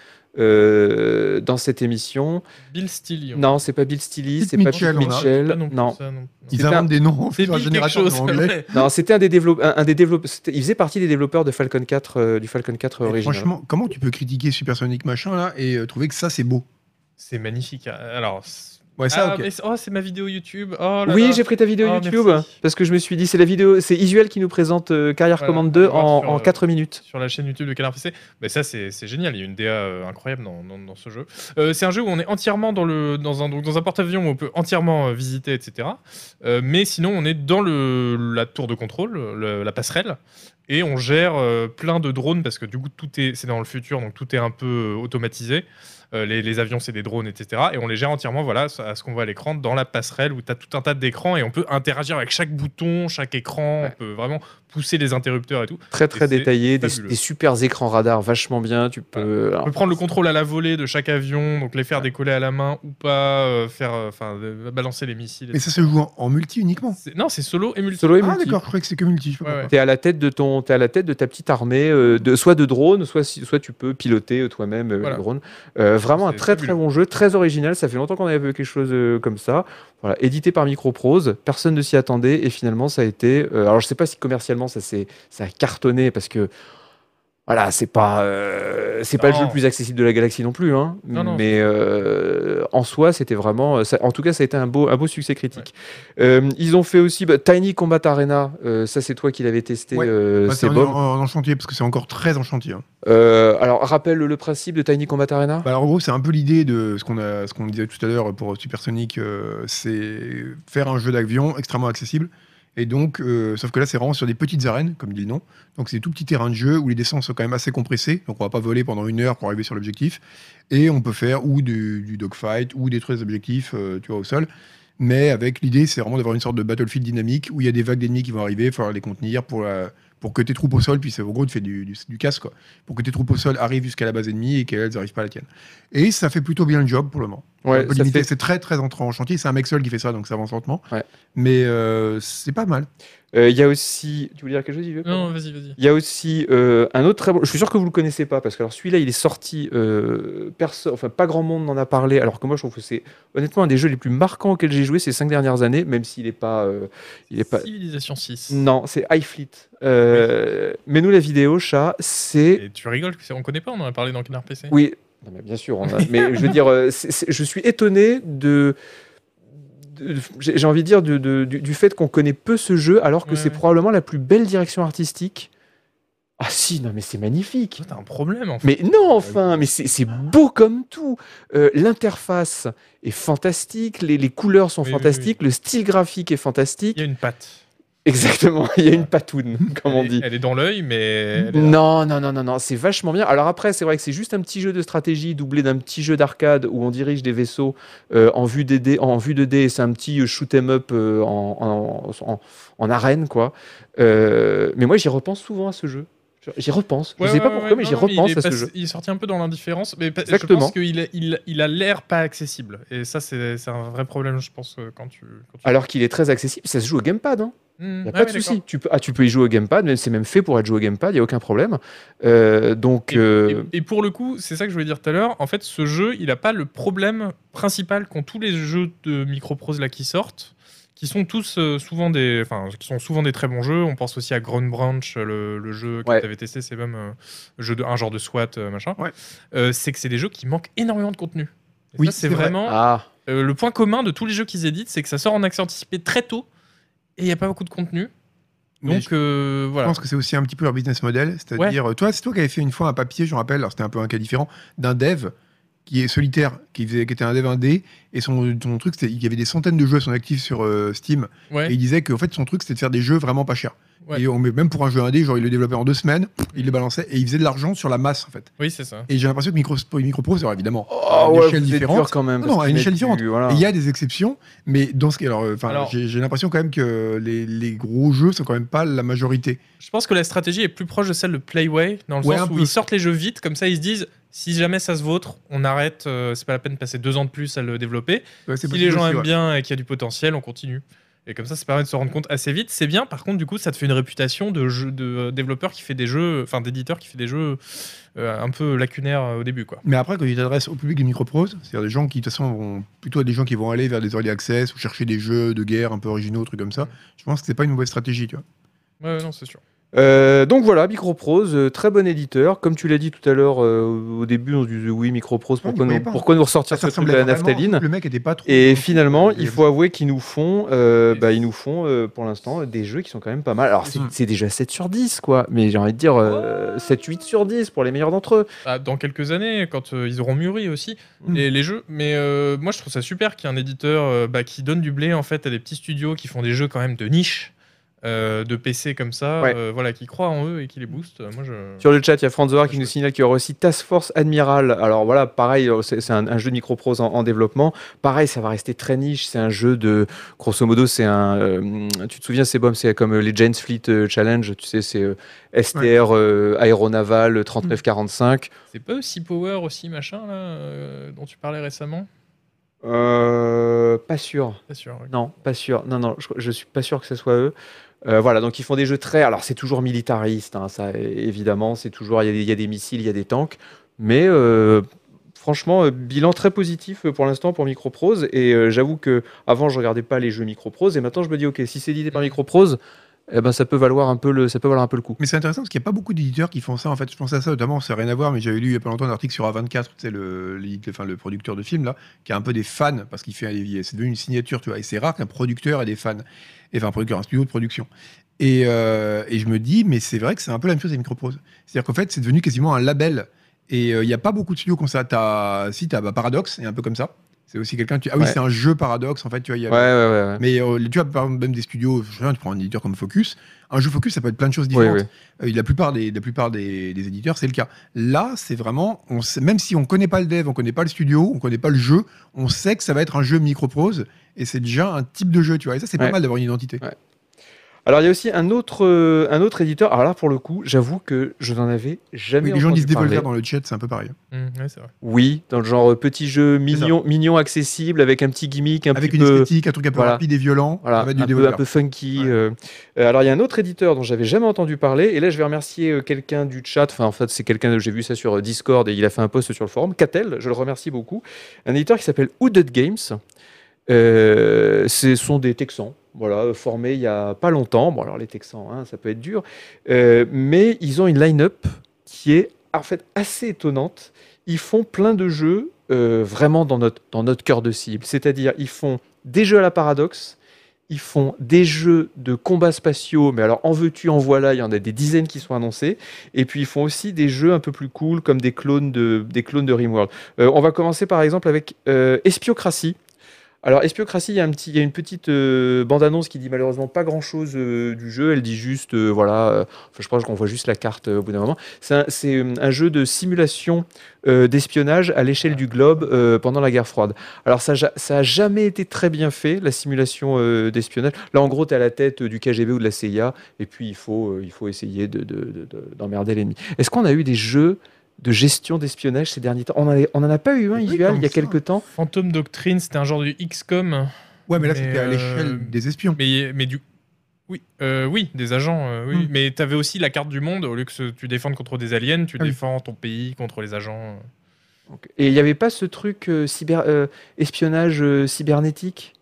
Speaker 1: euh, dans cette émission.
Speaker 2: Bill Steely.
Speaker 1: Non, c'est pas Bill Stilly,
Speaker 3: Pete
Speaker 1: c'est pas
Speaker 3: Mitchell,
Speaker 1: Pete
Speaker 3: on a-
Speaker 1: Mitchell.
Speaker 2: non.
Speaker 1: Non,
Speaker 2: ça, non.
Speaker 3: Ils
Speaker 1: C'est un-
Speaker 3: inventent des noms en
Speaker 2: C'est
Speaker 3: fur et à
Speaker 2: Bill quelque
Speaker 3: génération
Speaker 2: chose.
Speaker 3: en anglais.
Speaker 2: ouais.
Speaker 1: non, c'était un des développeurs, un, un des développeurs. c'était- Il faisait partie des développeurs de Falcon 4, euh, du Falcon 4
Speaker 3: Et
Speaker 1: original.
Speaker 3: Franchement, comment tu peux critiquer Supersonic machin là et euh, trouver que ça c'est beau
Speaker 2: C'est magnifique. Alors, c'est-
Speaker 3: Ouais, ça,
Speaker 2: Ah,
Speaker 3: ok.
Speaker 2: mais c'est- oh, c'est ma vidéo YouTube. Oh là
Speaker 1: oui,
Speaker 2: là.
Speaker 1: j'ai pris ta vidéo
Speaker 2: Ah,
Speaker 1: YouTube
Speaker 2: merci.
Speaker 1: parce que je me suis dit, c'est la vidéo, c'est Isuel qui nous présente euh, Carrière
Speaker 2: Voilà,
Speaker 1: Command
Speaker 2: on
Speaker 1: 2
Speaker 2: peut le voir
Speaker 1: en,
Speaker 2: sur,
Speaker 1: en
Speaker 2: euh,
Speaker 1: 4 minutes.
Speaker 2: sur la chaîne YouTube de Canard PC. Mais ça, c'est c'est génial. Il y a une DA euh, incroyable dans, dans- dans ce jeu. Euh, c'est un jeu où on est entièrement dans, le, dans un, donc dans un porte-avions où on peut entièrement euh, visiter, etc. Euh, mais sinon, on est dans le, la tour de contrôle, le- la passerelle. Et on gère euh, plein de drones parce que du coup, tout est, c'est dans le futur, donc tout est un peu euh, automatisé. Euh, les, les avions, c'est des drones, etc. Et on les gère entièrement, voilà, à ce qu'on voit à l'écran, dans la passerelle où tu as tout un tas d'écrans et on peut interagir avec chaque bouton, chaque écran.
Speaker 1: Ouais.
Speaker 2: On peut vraiment pousser les interrupteurs et tout.
Speaker 1: Très très
Speaker 2: et c'est
Speaker 1: détaillé, des,
Speaker 2: fabuleux.
Speaker 1: des super écrans radar, vachement bien. Tu peux. alors,
Speaker 2: On peut prendre le contrôle à la volée de chaque avion, donc les faire décoller à la main ou pas, euh, faire, euh, enfin, euh, balancer les missiles.
Speaker 3: Mais ça se joue en, en multi uniquement.
Speaker 2: C'est- Non, c'est solo et multi.
Speaker 1: solo et
Speaker 3: ah,
Speaker 1: multi.
Speaker 3: d'accord, je croyais que c'est que multi. Je sais pas
Speaker 2: Ouais,
Speaker 3: pourquoi.
Speaker 1: T'es à la tête de ton, t'es à la tête de ta petite armée, euh, de, soit de drones, soit si- soit tu peux piloter euh, toi-même euh,
Speaker 2: Voilà.
Speaker 1: le drone. Euh, vraiment un
Speaker 2: C'est
Speaker 1: très très
Speaker 2: fabuleux.
Speaker 1: bon jeu, très original. Ça fait longtemps qu'on avait vu quelque chose euh, comme ça. Voilà, édité par Microprose, personne ne s'y attendait et finalement ça a été. euh, alors je sais pas si commercialement ça s'est, ça a cartonné parce que voilà, c'est pas euh, c'est pas le jeu
Speaker 2: Non.
Speaker 1: le plus accessible de la galaxie non plus, hein.
Speaker 2: Non, non.
Speaker 1: mais euh, en soi c'était vraiment, euh, ça- en tout cas ça a été un beau un beau succès critique. Euh, ils ont fait aussi bah, Tiny Combat Arena. euh, ça, c'est toi qui l'avais testé.
Speaker 3: Ouais.
Speaker 1: euh,
Speaker 3: Bah,
Speaker 1: c'est
Speaker 3: c'est en,
Speaker 1: Bob.
Speaker 3: en- en chantier parce que c'est encore très en chantier. hein.
Speaker 1: Euh, alors, rappelle le principe de Tiny Combat Arena.
Speaker 3: Bah, alors en gros, c'est un peu l'idée de ce qu'on a, ce qu'on disait tout à l'heure pour Supersonic, euh, c'est faire un jeu d'avion extrêmement accessible. Et donc, euh, sauf que là, c'est vraiment sur des petites arènes, comme dit le nom. Donc, c'est des tout petits terrains de jeu où les descentes sont quand même assez compressées. Donc, on va pas voler pendant une heure pour arriver sur l'objectif. Et on peut faire ou du, du dogfight ou détruire des objectifs, euh, tu vois, au sol. Mais avec l'idée, c'est vraiment d'avoir une sorte de battlefield dynamique où il y a des vagues d'ennemis qui vont arriver, il va falloir les contenir pour, la- pour que tes troupes au sol, puis c'est au gros, tu fais du, du, du casse, quoi. Pour que tes troupes au sol arrivent jusqu'à la base ennemie et qu'elles n'arrivent pas à la tienne. Et ça fait plutôt bien le job pour le moment.
Speaker 1: Ouais,
Speaker 3: Bah, Un peu
Speaker 1: ça
Speaker 3: limité,
Speaker 1: fait-
Speaker 3: C'est très très entrant en chantier. C'est un mec seul qui fait ça, donc ça avance lentement.
Speaker 1: Ouais.
Speaker 3: Mais euh, c'est pas mal.
Speaker 1: Euh, Il y a aussi. Tu voulais dire quelque chose, Yves
Speaker 2: Non, vas-y, vas-y.
Speaker 1: Il y a aussi euh, un autre très bon. Je suis sûr que vous le connaissez pas parce que alors celui-là, il est sorti. euh, perso- Enfin, pas grand monde n'en a parlé. Alors que moi, je trouve que c'est honnêtement un des jeux les plus marquants auxquels j'ai joué ces cinq dernières années, même s'il n'est pas. euh, il est pas.
Speaker 2: Civilisation 6.
Speaker 1: Non, c'est iFleet. Euh, Mais nous, la vidéo, chat, c'est.
Speaker 2: Et tu rigoles, c'est- on connaît pas, on en a parlé dans Canard PC.
Speaker 1: Oui, non, mais bien sûr. on a- mais je veux dire, euh, c'est- c'est- je suis étonné de. de- J'ai j'ai envie de dire de- de- du, du fait qu'on connaît peu ce jeu, alors que
Speaker 2: Ouais,
Speaker 1: c'est
Speaker 2: ouais.
Speaker 1: probablement la plus belle direction artistique. Ah si, non mais c'est magnifique.
Speaker 2: Toi, t'as un problème en fait.
Speaker 1: Mais non, enfin, mais c'est c'est beau comme tout. Euh, L'interface est fantastique, les, les couleurs sont
Speaker 2: Oui, oui,
Speaker 1: fantastiques, le style graphique est fantastique.
Speaker 2: Il y a une patte.
Speaker 1: Exactement, il y a une patoune, comme on
Speaker 2: Elle est-
Speaker 1: dit.
Speaker 2: Elle est dans l'œil, mais. elle est là.
Speaker 1: Non, non, non, non, non, c'est vachement bien. Alors après, c'est vrai que c'est juste un petit jeu de stratégie doublé d'un petit jeu d'arcade où on dirige des vaisseaux euh, en vue des dés- en vue de dés. C'est un petit euh, shoot 'em up euh, en, en, en- en arène, quoi. Euh, mais moi, j'y repense souvent à ce jeu. J'y repense.
Speaker 2: Ouais,
Speaker 1: je sais pas
Speaker 2: ouais,
Speaker 1: pourquoi,
Speaker 2: ouais,
Speaker 1: mais
Speaker 2: non,
Speaker 1: j'y
Speaker 2: non, il
Speaker 1: repense
Speaker 2: est
Speaker 1: à ce
Speaker 2: passé-
Speaker 1: jeu.
Speaker 2: Il est sorti un peu dans l'indifférence, mais pa-
Speaker 1: Exactement.
Speaker 2: je pense qu'il est- il, il a l'air pas accessible. Et ça, c'est c'est un vrai problème, je pense, euh, quand tu. quand tu-
Speaker 1: Alors qu'il est très accessible, ça se joue au gamepad. Hein.
Speaker 2: Hmm,
Speaker 1: Il a
Speaker 2: ouais,
Speaker 1: pas
Speaker 2: ouais,
Speaker 1: de
Speaker 2: d'accord.
Speaker 1: souci. Tu peux, ah, tu peux y jouer au gamepad, même c'est même fait pour être joué au gamepad, il n'y a aucun problème. Euh, donc,
Speaker 2: Et,
Speaker 1: euh,
Speaker 2: et- et pour le coup, c'est ça que je voulais dire tout à l'heure. En fait, ce jeu, il n'a pas le problème principal qu'ont tous les jeux de Microprose là qui sortent, qui sont tous euh, souvent des, enfin, qui sont souvent des très bons jeux. On pense aussi à Ground Branch, le, le jeu que
Speaker 1: Ouais.
Speaker 2: tu avais testé, c'est même euh, jeu de, un genre de SWAT euh, machin.
Speaker 3: Ouais.
Speaker 2: Euh, c'est que c'est des jeux qui manquent énormément de contenu. Et
Speaker 3: Oui,
Speaker 2: ça, c'est
Speaker 3: c'est vrai.
Speaker 2: vraiment
Speaker 1: ah,
Speaker 2: euh, le point commun de tous les jeux qu'ils éditent, c'est que ça sort en accès anticipé très tôt et il n'y a pas beaucoup de contenu.
Speaker 3: Mais
Speaker 2: Donc euh,
Speaker 3: Je
Speaker 2: voilà.
Speaker 3: pense que c'est aussi un petit peu leur business model. C'est-à-dire, euh, toi, c'est toi qui avais fait une fois un papier, je me rappelle, alors c'était un peu un cas différent, d'un dev qui est solitaire, qui, faisait, qui était un dev indé, et son, son truc, c'était il y avait des centaines de jeux à son actif sur euh, Steam,
Speaker 2: Ouais.
Speaker 3: et il disait qu'en fait, son truc, c'était de faire des jeux vraiment pas chers.
Speaker 2: Ouais.
Speaker 3: Et on, met- même pour un jeu indé, genre, il le développait en deux semaines, il le balançait, et il faisait de l'argent sur la masse, en fait.
Speaker 2: Oui, c'est ça.
Speaker 3: Et j'ai l'impression que Microsoft, Microprose, alors évidemment,
Speaker 1: oh,
Speaker 3: une
Speaker 1: ouais,
Speaker 3: échelle
Speaker 1: vous êtes
Speaker 3: différente.
Speaker 1: dur quand même.
Speaker 3: Non,
Speaker 1: parce
Speaker 3: à
Speaker 1: qu'il
Speaker 3: une
Speaker 1: met
Speaker 3: échelle
Speaker 1: du-
Speaker 3: différente.
Speaker 1: voilà.
Speaker 3: Et Il y a des exceptions, mais dans ce cas, alors, euh, 'fin,
Speaker 2: Alors-
Speaker 3: j'ai j'ai l'impression quand même que les, les gros jeux sont quand même pas la majorité.
Speaker 2: Je pense que la stratégie est plus proche de celle de Playway, dans le
Speaker 3: Ouais,
Speaker 2: sens
Speaker 3: un
Speaker 2: où
Speaker 3: peu.
Speaker 2: ils sortent les jeux vite, comme ça ils se disent si jamais ça se vautre, on arrête, euh, c'est pas la peine de passer deux ans de plus à le développer.
Speaker 3: Ouais, c'est
Speaker 2: Si
Speaker 3: possible
Speaker 2: les gens
Speaker 3: aussi,
Speaker 2: aiment
Speaker 3: ouais.
Speaker 2: bien et qu'il y a du potentiel, on continue. Et comme ça, ça permet de se rendre compte assez vite. C'est bien, par contre, du coup, ça te fait une réputation de, jeu, de euh, développeur qui fait des jeux, enfin d'éditeur qui fait des jeux euh, un peu lacunaires euh, au début, quoi.
Speaker 3: Mais après, quand tu t'adresses au public de Microprose, c'est-à-dire des gens qui, de toute façon, vont plutôt à des gens qui vont aller vers des early access ou chercher des jeux de guerre un peu originaux, trucs comme ça, je pense que c'est pas une mauvaise stratégie, tu vois.
Speaker 2: Ouais, ouais, non, c'est sûr.
Speaker 1: Euh, donc voilà, Microprose, euh, très bon éditeur. Comme tu l'as dit tout à l'heure euh, au début, on se disait oui, Microprose,
Speaker 3: Non,
Speaker 1: pourquoi,
Speaker 3: il
Speaker 1: nous,
Speaker 3: voyait pas.
Speaker 1: pourquoi nous ressortir
Speaker 3: Ça
Speaker 1: ce truc de
Speaker 3: ressemblait
Speaker 1: la
Speaker 3: vraiment-
Speaker 1: naphtaline
Speaker 3: Le mec était pas trop.
Speaker 1: Et finalement, il faut avouer qu'ils nous font, euh,
Speaker 2: Et-
Speaker 1: bah, ils nous font euh, pour l'instant des jeux qui sont quand même pas mal. Alors c'est
Speaker 3: Mhm.
Speaker 1: c'est déjà 7 sur 10, quoi, mais j'ai envie de dire 7-8 sur 10 pour les meilleurs d'entre eux.
Speaker 2: Bah, dans quelques années, quand euh, ils auront mûri aussi,
Speaker 1: Mm.
Speaker 2: les, les jeux. Mais euh, moi, je trouve ça super qu'il y ait un éditeur euh, bah, qui donne du blé en fait à des petits studios qui font des jeux quand même de niche, euh, de PC comme ça,
Speaker 1: Ouais.
Speaker 2: euh, voilà, qui croient en eux et qui les boostent. Euh, Moi, je.
Speaker 1: Sur le chat, il y a Franz Zohar qui
Speaker 2: Je
Speaker 1: nous
Speaker 2: peux-
Speaker 1: signale qu'il y aura aussi Task Force Admiral. Alors voilà, pareil, euh, c'est c'est un, un jeu de microprose en, en développement. Pareil, ça va rester très niche. C'est un jeu de, grosso modo, c'est un. euh, tu te souviens, c'est bon, c'est comme euh, les Jane's Fleet euh, Challenge. Tu sais, c'est euh, STR euh, aéronaval euh, 3945.
Speaker 2: C'est pas aussi Power aussi machin là euh, dont tu parlais récemment
Speaker 1: Euh, pas sûr.
Speaker 2: Pas sûr. ouais.
Speaker 1: Non, pas sûr. Non, non, je, je suis pas sûr que ce soit eux. Euh, voilà, donc ils font des jeux très. Alors c'est toujours militariste, hein, ça é- évidemment, c'est toujours il y, a des- il y a des missiles, il y a des tanks, mais euh, franchement euh, bilan très positif euh, pour l'instant pour Microprose. Et euh, j'avoue que avant je regardais pas les jeux Microprose et maintenant je me dis ok si c'est édité par Microprose, eh ben ça peut valoir un peu le ça peut valoir un peu le coup.
Speaker 3: Mais c'est intéressant parce qu'il n'y a pas beaucoup d'éditeurs qui font ça. En fait, je pensais à ça notamment, ça n'a rien à voir, mais j'avais lu il n'y a pas longtemps un article sur A24, tu sais, le, l'éditeur- enfin, le producteur de films, là, qui a un peu des fans parce qu'il fait il- c'est devenu une signature, tu vois. Et c'est rare qu'un producteur ait des fans. Et enfin, un producteur, un studio de production. Et, euh, et je me dis, mais c'est vrai que c'est un peu la même chose à Microprose. C'est-à-dire qu'en fait, c'est devenu quasiment un label. Et euh, il n'y a pas beaucoup de studios comme ça. T'as, si, tu as Paradox, et un peu comme ça. C'est aussi quelqu'un. Tu... Ah oui,
Speaker 1: Ouais.
Speaker 3: c'est un jeu Paradox, en fait, tu vois. il y a-
Speaker 1: Ouais, ouais, ouais. ouais.
Speaker 3: Mais euh, tu vois, par exemple, même des studios, je sais rien, tu prends un éditeur comme Focus, un jeu Focus, ça peut être plein de choses
Speaker 1: Oui,
Speaker 3: différentes.
Speaker 1: oui.
Speaker 3: Euh, La plupart des, la plupart des, des éditeurs, c'est le cas. Là, c'est vraiment, on sait- même si on connaît pas le dev, on connaît pas le studio, on connaît pas le jeu, on sait que ça va être un jeu microprose et c'est déjà un type de jeu, tu vois. Et ça, c'est
Speaker 1: Ouais.
Speaker 3: pas mal d'avoir une identité.
Speaker 1: Ouais. Alors il y a aussi un autre euh, un autre éditeur. Alors là pour le coup, j'avoue que je n'en avais jamais
Speaker 3: Oui, les gens
Speaker 1: entendu
Speaker 3: disent Devolver
Speaker 1: parler.
Speaker 3: dans le chat, c'est un peu pareil.
Speaker 2: Mm, ouais, c'est vrai.
Speaker 1: Oui, dans le genre euh, petit jeu
Speaker 3: C'est ça.
Speaker 1: mignon, mignon accessible avec un petit gimmick, un
Speaker 3: Avec
Speaker 1: petit
Speaker 3: une
Speaker 1: peu,
Speaker 3: esthétique, un truc un peu
Speaker 1: voilà.
Speaker 3: rapide et violent,
Speaker 1: voilà,
Speaker 3: ça va être du
Speaker 1: un, peu, un
Speaker 3: Devolver.
Speaker 1: peu funky.
Speaker 3: Ouais.
Speaker 1: euh. Euh, alors il y a un autre éditeur dont j'avais jamais entendu parler et là je vais remercier euh, quelqu'un du chat. Enfin en fait c'est quelqu'un j'ai vu ça sur euh, Discord et il a fait un post sur le forum. Catel, je le remercie beaucoup. Un éditeur qui s'appelle Hooded Games. Euh, ce sont des Texans. Voilà, formés il y a pas longtemps. Bon, alors les Texans, hein, ça peut être dur. Euh, mais ils ont une line-up qui est en fait assez étonnante. Ils font plein de jeux euh, vraiment dans notre, dans notre cœur de cible. C'est-à-dire, ils font des jeux à la paradoxe, ils font des jeux de combats spatiaux, mais alors en veux-tu, en voilà, il y en a des dizaines qui sont annoncés. Et puis, ils font aussi des jeux un peu plus cool, comme des clones de, des clones de Rimworld. Euh, on va commencer par exemple avec euh, Espiocratie. Alors, Espiocratie, il y, a un petit- il y a une petite euh, bande-annonce qui dit malheureusement pas grand-chose euh, du jeu. Elle dit juste, euh, voilà, euh, enfin, je pense qu'on voit juste la carte euh, au bout d'un moment. C'est un, c'est, euh, un jeu de simulation euh, d'espionnage à l'échelle du globe euh, pendant la guerre froide. Alors, ça n'a jamais été très bien fait, la simulation euh, d'espionnage. Là, en gros, tu à la tête euh, du KGB ou de la CIA, et puis il faut, euh, il faut essayer de- de- de- de- d'emmerder l'ennemi. Est-ce qu'on a eu des jeux de gestion d'espionnage ces derniers temps On n'en on en a pas eu un,
Speaker 3: Oui,
Speaker 1: Isual, il
Speaker 3: comme
Speaker 1: y a
Speaker 3: ça.
Speaker 1: quelques temps
Speaker 2: Phantom Doctrine, c'était un genre du XCOM,
Speaker 3: Ouais, mais là,
Speaker 2: Mais,
Speaker 3: c'était à
Speaker 2: euh,
Speaker 3: l'échelle des espions.
Speaker 2: mais, mais du. Oui, euh, oui, des agents. euh, oui.
Speaker 3: Mm.
Speaker 2: Mais t'avais aussi la carte du monde. Au lieu que ce- tu défendes contre des aliens, tu
Speaker 3: Ah oui.
Speaker 2: défends ton pays contre les agents. euh.
Speaker 1: Donc, Et il n'y avait pas ce truc euh, cyber, euh, espionnage euh, cybernétique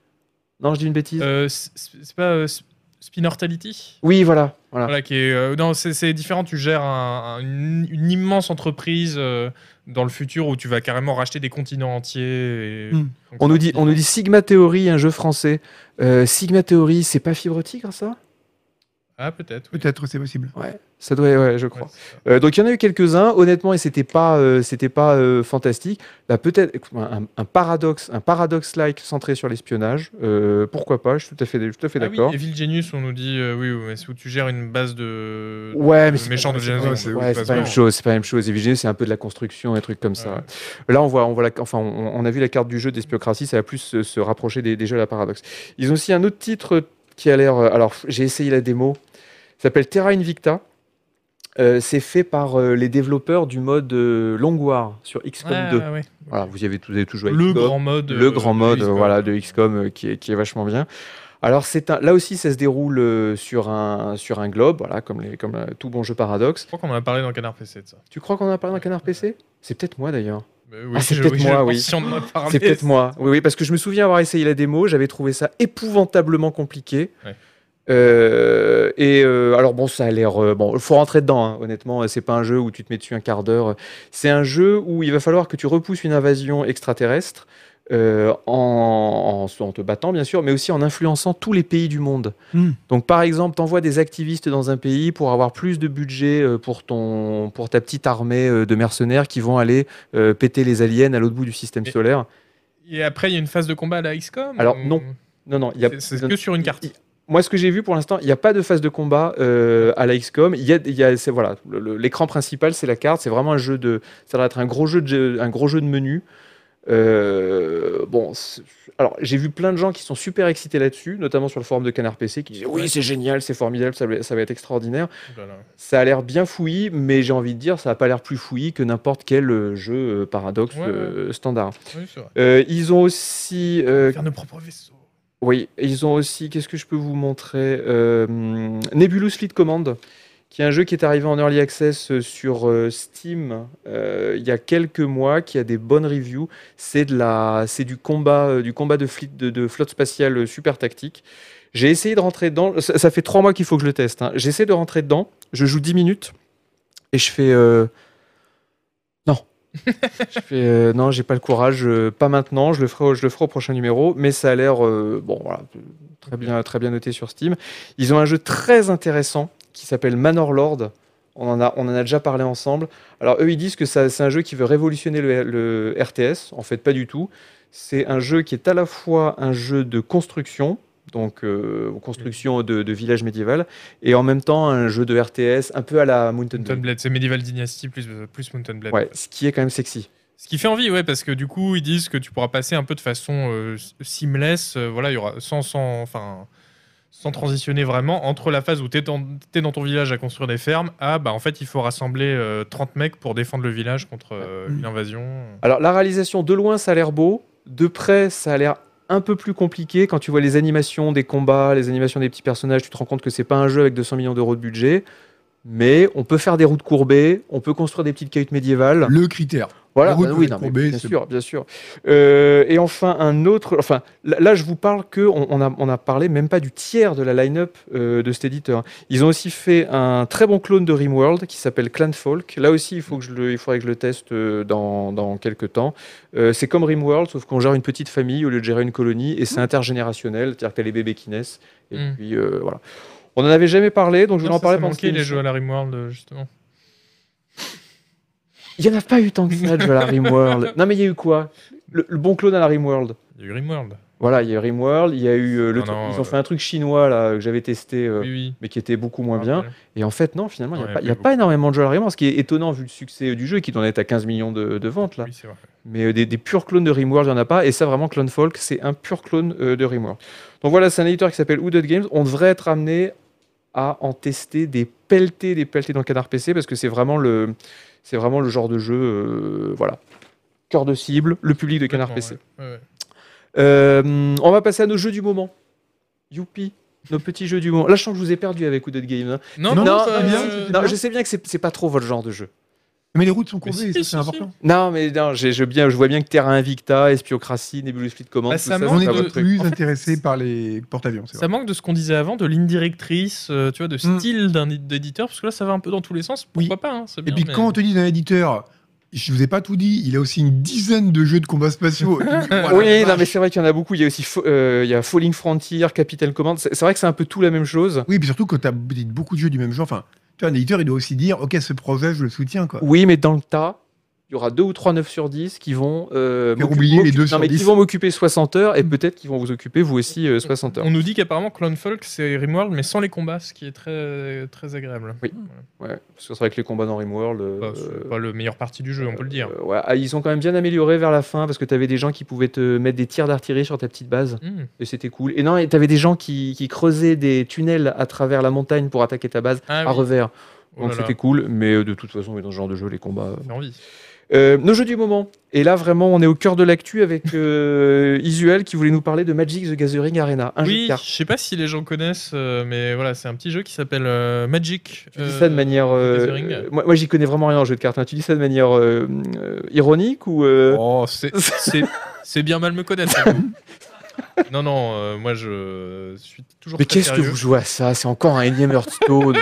Speaker 1: Non, je dis une bêtise.
Speaker 2: Euh, c'est c'est pas euh, Sp- Spinortality
Speaker 1: Oui, voilà. voilà.
Speaker 2: Voilà, qui est, euh, non, c'est c'est différent. Tu gères un- un- une, une immense entreprise euh, dans le futur où tu vas carrément racheter des continents entiers. et-
Speaker 3: Hmm.
Speaker 2: Donc,
Speaker 1: On nous
Speaker 2: c'est
Speaker 1: dit,
Speaker 2: un
Speaker 1: on nous dit Sigma Theory, un jeu français. Euh, Sigma Theory, c'est pas Fibre Tigre, ça
Speaker 2: Ah, peut-être. oui.
Speaker 3: Peut-être, c'est possible.
Speaker 1: Ouais, ça doit, ouais, je
Speaker 2: Ouais,
Speaker 1: crois.
Speaker 2: c'est ça. Ah
Speaker 1: Euh, donc il y en a eu quelques-uns, honnêtement, et c'était pas, euh, c'était pas euh, fantastique. Là, peut-être un, un paradoxe, un paradoxe-like centré sur l'espionnage. euh, pourquoi pas Je suis tout à fait, tout à fait
Speaker 2: Ah oui,
Speaker 1: d'accord.
Speaker 2: Evil Genius, on nous dit, euh, oui, oui, mais c'est où tu gères une base de.
Speaker 1: Ouais, mais
Speaker 2: de
Speaker 1: c'est-
Speaker 2: méchants de
Speaker 1: ouais,
Speaker 2: Jason.
Speaker 3: ouais,
Speaker 1: c'est ouais, c'est
Speaker 3: c'est-
Speaker 1: pas la même
Speaker 2: vraiment.
Speaker 1: chose, c'est pas la même chose. Evil Genius, c'est un peu de la construction, un truc comme ça. Là, on voit, on voit la- enfin, on, on a vu la carte du jeu d'Espiocratie, ça va plus se, se rapprocher des, des jeux à la paradoxe. Ils ont aussi un autre titre qui a l'air. euh, Alors, j'ai essayé la démo. Ça s'appelle Terra Invicta. Euh, c'est fait par euh, les développeurs du mode euh, Long War sur XCOM
Speaker 2: Ouais,
Speaker 1: 2.
Speaker 2: ouais, ouais.
Speaker 1: Voilà, vous y avez tous, vous avez tous joué à
Speaker 2: Le
Speaker 1: XCOM
Speaker 2: grand mode.
Speaker 1: le
Speaker 2: euh,
Speaker 1: grand
Speaker 2: de
Speaker 1: mode
Speaker 2: XCOM.
Speaker 1: voilà de XCOM euh, qui est, qui est vachement bien. Alors c'est un, là aussi ça se déroule euh, sur un sur un globe voilà comme les comme euh, tout bon jeu paradoxe.
Speaker 2: Je crois qu'on en a parlé dans Canard PC de ça.
Speaker 1: Tu crois qu'on en a parlé dans Canard PC C'est peut-être moi d'ailleurs.
Speaker 2: Mais oui,
Speaker 1: Ah, c'est
Speaker 2: je-
Speaker 1: peut-être
Speaker 2: je
Speaker 1: moi,
Speaker 2: pense
Speaker 1: oui.
Speaker 2: si on en a parlé.
Speaker 1: C'est peut-être moi. Oui oui parce que je me souviens avoir essayé la démo, j'avais trouvé ça épouvantablement compliqué.
Speaker 2: Ouais.
Speaker 1: Euh, et euh, alors bon, ça a l'air euh, bon. Faut rentrer dedans, hein, honnêtement. C'est pas un jeu où tu te mets dessus un quart d'heure. C'est un jeu où il va falloir que tu repousses une invasion extraterrestre euh, en, en- en te battant, bien sûr, mais aussi en influençant tous les pays du monde.
Speaker 3: Hmm.
Speaker 1: Donc, par exemple, t'envoies des activistes dans un pays pour avoir plus de budget euh, pour ton pour ta petite armée euh, de mercenaires qui vont aller euh, péter les aliens à l'autre bout du système
Speaker 2: Mais-
Speaker 1: solaire.
Speaker 2: Et après, il y a une phase de combat à la XCOM
Speaker 1: Alors,
Speaker 2: ou-
Speaker 1: non. Non, non, il y a
Speaker 2: C'est- C'est que sur une carte.
Speaker 1: il- Moi, ce que j'ai vu pour l'instant, il n'y a pas de phase de combat euh, à la XCOM. Il y a, il y a- c'est- voilà, le- le- l'écran principal, c'est la carte. C'est vraiment un jeu de, ça va être un gros jeu de, un gros jeu de menu. Euh, bon, c'est- alors j'ai vu plein de gens qui sont super excités là-dessus, notamment sur le forum de Canard PC, qui disent oui, c'est génial, c'est formidable, ça, va- ça va être extraordinaire.
Speaker 2: Oh là là.
Speaker 1: Ça a l'air bien fouillis, mais j'ai envie de dire, ça n'a pas l'air plus fouillis que n'importe quel euh, jeu euh, paradoxe
Speaker 2: Ouais, ouais.
Speaker 1: euh, standard.
Speaker 2: Oui, c'est vrai.
Speaker 1: Euh, ils ont aussi euh,
Speaker 2: Faire nos propres vaisseaux.
Speaker 1: oui, et ils ont aussi, qu'est-ce que je peux vous montrer Euh, hum, Nebulous Fleet Command, qui est un jeu qui est arrivé en Early Access euh, sur euh, Steam euh, il y a quelques mois, qui a des bonnes reviews. C'est de la, c'est du combat, euh, du combat de, fleet- de, de flotte spatiale euh, super tactique. J'ai essayé de rentrer dedans, ça, ça fait trois mois qu'il faut que je le teste. hein. J'essaie de rentrer dedans, je joue 10 minutes, et je fais... euh, je fais, euh, non, j'ai pas le courage, euh, pas maintenant, je le, ferai, au- je le ferai au prochain numéro, mais ça a l'air euh, bon, voilà, euh, très, bien, très bien noté sur Steam. Ils ont un jeu très intéressant qui s'appelle Manor Lord. On en, a, on en a déjà parlé ensemble. Alors, eux, ils disent que ça- c'est un jeu qui veut révolutionner le, le RTS. En fait, pas du tout. C'est un jeu qui est à la fois un jeu de construction, donc euh, construction de, de village médiéval, et en même temps un jeu de RTS un peu à la Mountain
Speaker 2: Mountain
Speaker 1: Blade.
Speaker 2: Blade, c'est Medieval Dynasty plus, euh, plus Mountain Blade.
Speaker 1: Ouais, ce qui est quand même sexy.
Speaker 2: Ce qui fait envie, ouais, parce que du coup, ils disent que tu pourras passer un peu de façon euh, seamless, euh, voilà, il y aura sans, sans, enfin, sans transitionner vraiment entre la phase où t'es dans, t'es dans ton village à construire des fermes, à bah en fait, il faut rassembler euh, 30 mecs pour défendre le village contre euh,
Speaker 3: Mm.
Speaker 2: une invasion.
Speaker 1: Alors la réalisation de loin ça a l'air beau, de près ça a l'air un peu plus compliqué quand tu vois les animations des combats, les animations des petits personnages, tu te rends compte que c'est pas un jeu avec 200 millions d'euros de budget, mais on peut faire des routes courbées, on peut construire des petites cailloutes médiévales.
Speaker 3: Le critère.
Speaker 1: Voilà,
Speaker 3: La route
Speaker 1: bah
Speaker 3: peut
Speaker 1: oui,
Speaker 3: être
Speaker 1: non, mais
Speaker 3: courbée,
Speaker 1: bien
Speaker 3: c'est
Speaker 1: sûr, bien sûr. Euh, et enfin, un autre. Enfin, là, là, je vous parle que on, on a, on a parlé même pas du tiers de la line-up euh, de cet éditeur. Ils ont aussi fait un très bon clone de Rimworld qui s'appelle Clanfolk. Là aussi, il, faut que je le, il faudrait que je le teste euh, dans, dans quelques temps. Euh, c'est comme Rimworld, sauf qu'on gère une petite famille au lieu de gérer une colonie et
Speaker 3: Mmh.
Speaker 1: c'est intergénérationnel, c'est-à-dire que tu as les bébés qui naissent. Et
Speaker 2: Mm.
Speaker 1: puis, euh, voilà. On n'en avait jamais parlé, donc je voulais en parler pendant cette
Speaker 2: manqué les
Speaker 1: émission.
Speaker 2: jeux à la Rimworld, euh, justement.
Speaker 1: Il n'y en a pas eu tant que ça de jeux à la Rimworld. non, mais il y a eu quoi le, le bon clone à la Rimworld.
Speaker 2: Il y a eu Rimworld.
Speaker 1: Voilà, il y a eu Rimworld, il y a eu euh, le
Speaker 2: Non,
Speaker 1: truc-
Speaker 2: non,
Speaker 1: ils ont
Speaker 2: euh,
Speaker 1: fait un truc chinois là que j'avais testé, euh,
Speaker 2: Oui, Ah, oui.
Speaker 1: mais qui était beaucoup
Speaker 2: je
Speaker 1: moins
Speaker 2: me
Speaker 1: bien.
Speaker 2: rappelle.
Speaker 1: Et en fait, non, finalement, il
Speaker 2: Ouais,
Speaker 1: n'y a, pas,
Speaker 2: plus
Speaker 1: il y a pas énormément de jeux à la Rimworld, ce qui est étonnant vu le succès euh, du jeu qui doit en être à 15 millions de, de ventes là.
Speaker 2: Oui, c'est vrai.
Speaker 1: Mais euh, des, des purs clones de Rimworld, il n'y en a pas. Et ça, vraiment, Clonefolk, c'est un pur clone euh, de Rimworld. Donc voilà, c'est un éditeur qui s'appelle Hooded Games. On devrait être amené à en tester des pelletés, des pelletés dans Canard PC parce que c'est vraiment le, c'est vraiment le genre de jeu, euh, voilà, cœur de cible, le public de Canard PC.
Speaker 2: Ouais, ouais, ouais.
Speaker 1: Euh, on va passer à nos jeux du moment. Youpi, nos petits jeux du moment. Là, je sens que je vous ai perdu avec Hooded Games. hein.
Speaker 2: Non,
Speaker 3: Non,
Speaker 2: non,
Speaker 3: c'est
Speaker 2: ça-
Speaker 3: bien,
Speaker 2: euh,
Speaker 3: c'est
Speaker 1: Non, je sais bien que c'est c'est pas trop votre genre de jeu.
Speaker 3: Mais les routes sont
Speaker 2: Mais
Speaker 3: courbées, et ça,
Speaker 2: si, si,
Speaker 3: c'est
Speaker 2: si.
Speaker 3: important.
Speaker 1: Non, mais non, j'ai- je, bien, je vois bien que Terra Invicta, Espiocratie, Nebulous Fleet Command,
Speaker 2: Bah,
Speaker 1: tout ça,
Speaker 2: ça
Speaker 1: c'est
Speaker 2: manque
Speaker 1: pas
Speaker 3: On est
Speaker 2: de-
Speaker 1: votre
Speaker 3: de
Speaker 1: truc.
Speaker 3: plus
Speaker 2: En fait,
Speaker 3: intéressés par les porte-avions, c'est
Speaker 2: Ça manque de ce qu'on disait avant, de ligne directrice, euh, tu vois, de
Speaker 3: Mm.
Speaker 2: style d'un é- d'éditeur, parce que là, ça va un peu dans tous les sens.
Speaker 3: Oui.
Speaker 2: Pourquoi pas hein, c'est
Speaker 3: Et
Speaker 2: bien,
Speaker 3: puis
Speaker 2: mais-
Speaker 3: quand on te dit d'un éditeur, je vous ai pas tout dit, il a aussi une dizaine de jeux de combats spatiaux. oh Voilà.
Speaker 1: Oui, non, mais c'est vrai qu'il y en a beaucoup. Il y a aussi Fa- euh, il y a Falling Frontier, Capital Command. C'est c'est vrai que c'est un peu tout la même chose.
Speaker 3: Oui, puis surtout quand tu as beaucoup de jeux du même genre, enfin, tu vois, un éditeur, il doit aussi dire, ok, ce projet, je le soutiens, quoi.
Speaker 1: Oui, mais dans le tas, il y aura deux ou trois 9 sur 10 qui vont euh,
Speaker 3: Faire
Speaker 1: m'occu-
Speaker 3: oublier les
Speaker 1: m'occu-
Speaker 3: deux
Speaker 1: non,
Speaker 3: sur
Speaker 1: mais
Speaker 3: 10.
Speaker 1: qui vont m'occuper 60 heures
Speaker 2: Mm.
Speaker 1: et peut-être qu'ils vont vous occuper vous aussi euh, 60 heures.
Speaker 2: On nous dit qu'apparemment Clonefolk c'est Rimworld mais sans les combats, ce qui est très très agréable.
Speaker 1: Oui.
Speaker 2: Voilà.
Speaker 1: Ouais, parce que c'est vrai que les combats dans Rimworld. euh,
Speaker 2: Bah, c'est pas le meilleur partie du jeu, on peut le dire.
Speaker 1: euh, ouais, ah, ils ont quand même bien amélioré vers la fin parce que tu avais des gens qui pouvaient te mettre des tirs d'artillerie sur ta petite base
Speaker 2: Mm.
Speaker 1: et c'était cool. Et non, tu avais des gens qui, qui creusaient des tunnels à travers la montagne pour attaquer ta base
Speaker 2: Ah
Speaker 1: à
Speaker 2: oui,
Speaker 1: revers.
Speaker 2: oh
Speaker 1: Donc
Speaker 2: là là,
Speaker 1: c'était cool, mais euh, de toute façon, mais dans ce genre de jeu, les combats. euh,
Speaker 2: ça fait envie.
Speaker 1: Euh, nos jeux du moment. Et là, vraiment, on est au cœur de l'actu avec euh, Isuel qui voulait nous parler de Magic the Gathering Arena, un jeu
Speaker 2: Oui,
Speaker 1: de
Speaker 2: je
Speaker 1: cartes.
Speaker 2: sais pas si les gens connaissent, euh, mais voilà, c'est un petit jeu qui s'appelle euh, Magic.
Speaker 1: Tu dis ça de
Speaker 2: euh,
Speaker 1: manier. euh,
Speaker 2: Gathering.
Speaker 1: euh, moi, moi, j'y connais vraiment rien en jeu de cartes. hein. Tu dis ça de manière euh, euh, ironique ou. euh,
Speaker 2: Oh, c'est- c'est c'est bien mal me connaître. ça, vous. non, non, euh, moi je suis toujours.
Speaker 1: Mais
Speaker 2: très
Speaker 1: qu'est-ce que
Speaker 2: sérieux.
Speaker 1: vous jouez à ça C'est encore un énième Hearthstone.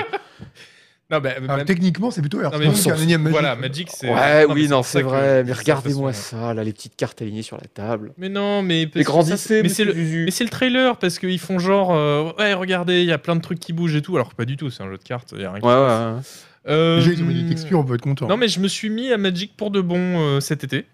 Speaker 2: Non, bah,
Speaker 3: Alors,
Speaker 1: Ah,
Speaker 2: même-
Speaker 3: Techniquement, c'est plutôt
Speaker 2: non,
Speaker 3: Hearthstone
Speaker 2: mais-
Speaker 3: qu'un énième Magic.
Speaker 2: Voilà, Magic,
Speaker 1: euh,
Speaker 2: c'est.
Speaker 1: ouais,
Speaker 2: mais
Speaker 1: oui, non,
Speaker 2: pour ça
Speaker 1: c'est
Speaker 2: que-
Speaker 1: vrai. Mais
Speaker 2: c'est ça, de toute
Speaker 1: regardez-moi
Speaker 2: façon.
Speaker 1: ça, là, les petites cartes alignées sur la table.
Speaker 2: Mais non, mais. parce que
Speaker 1: Les
Speaker 2: ça,
Speaker 1: grandissez,
Speaker 2: mais c'est le.
Speaker 1: Zuzu.
Speaker 2: Mais c'est le trailer parce qu'ils font genre euh, ouais regardez il y a plein de trucs qui bougent et tout alors que pas du tout c'est un jeu de cartes il y a rien qui
Speaker 1: Ouais, ouais.
Speaker 2: se passe.
Speaker 1: ouais.
Speaker 2: Euh,
Speaker 3: Déjà, ils ont mis des textures, on peut être content.
Speaker 2: Non, mais je me suis mis à Magic pour de bon euh, cet été.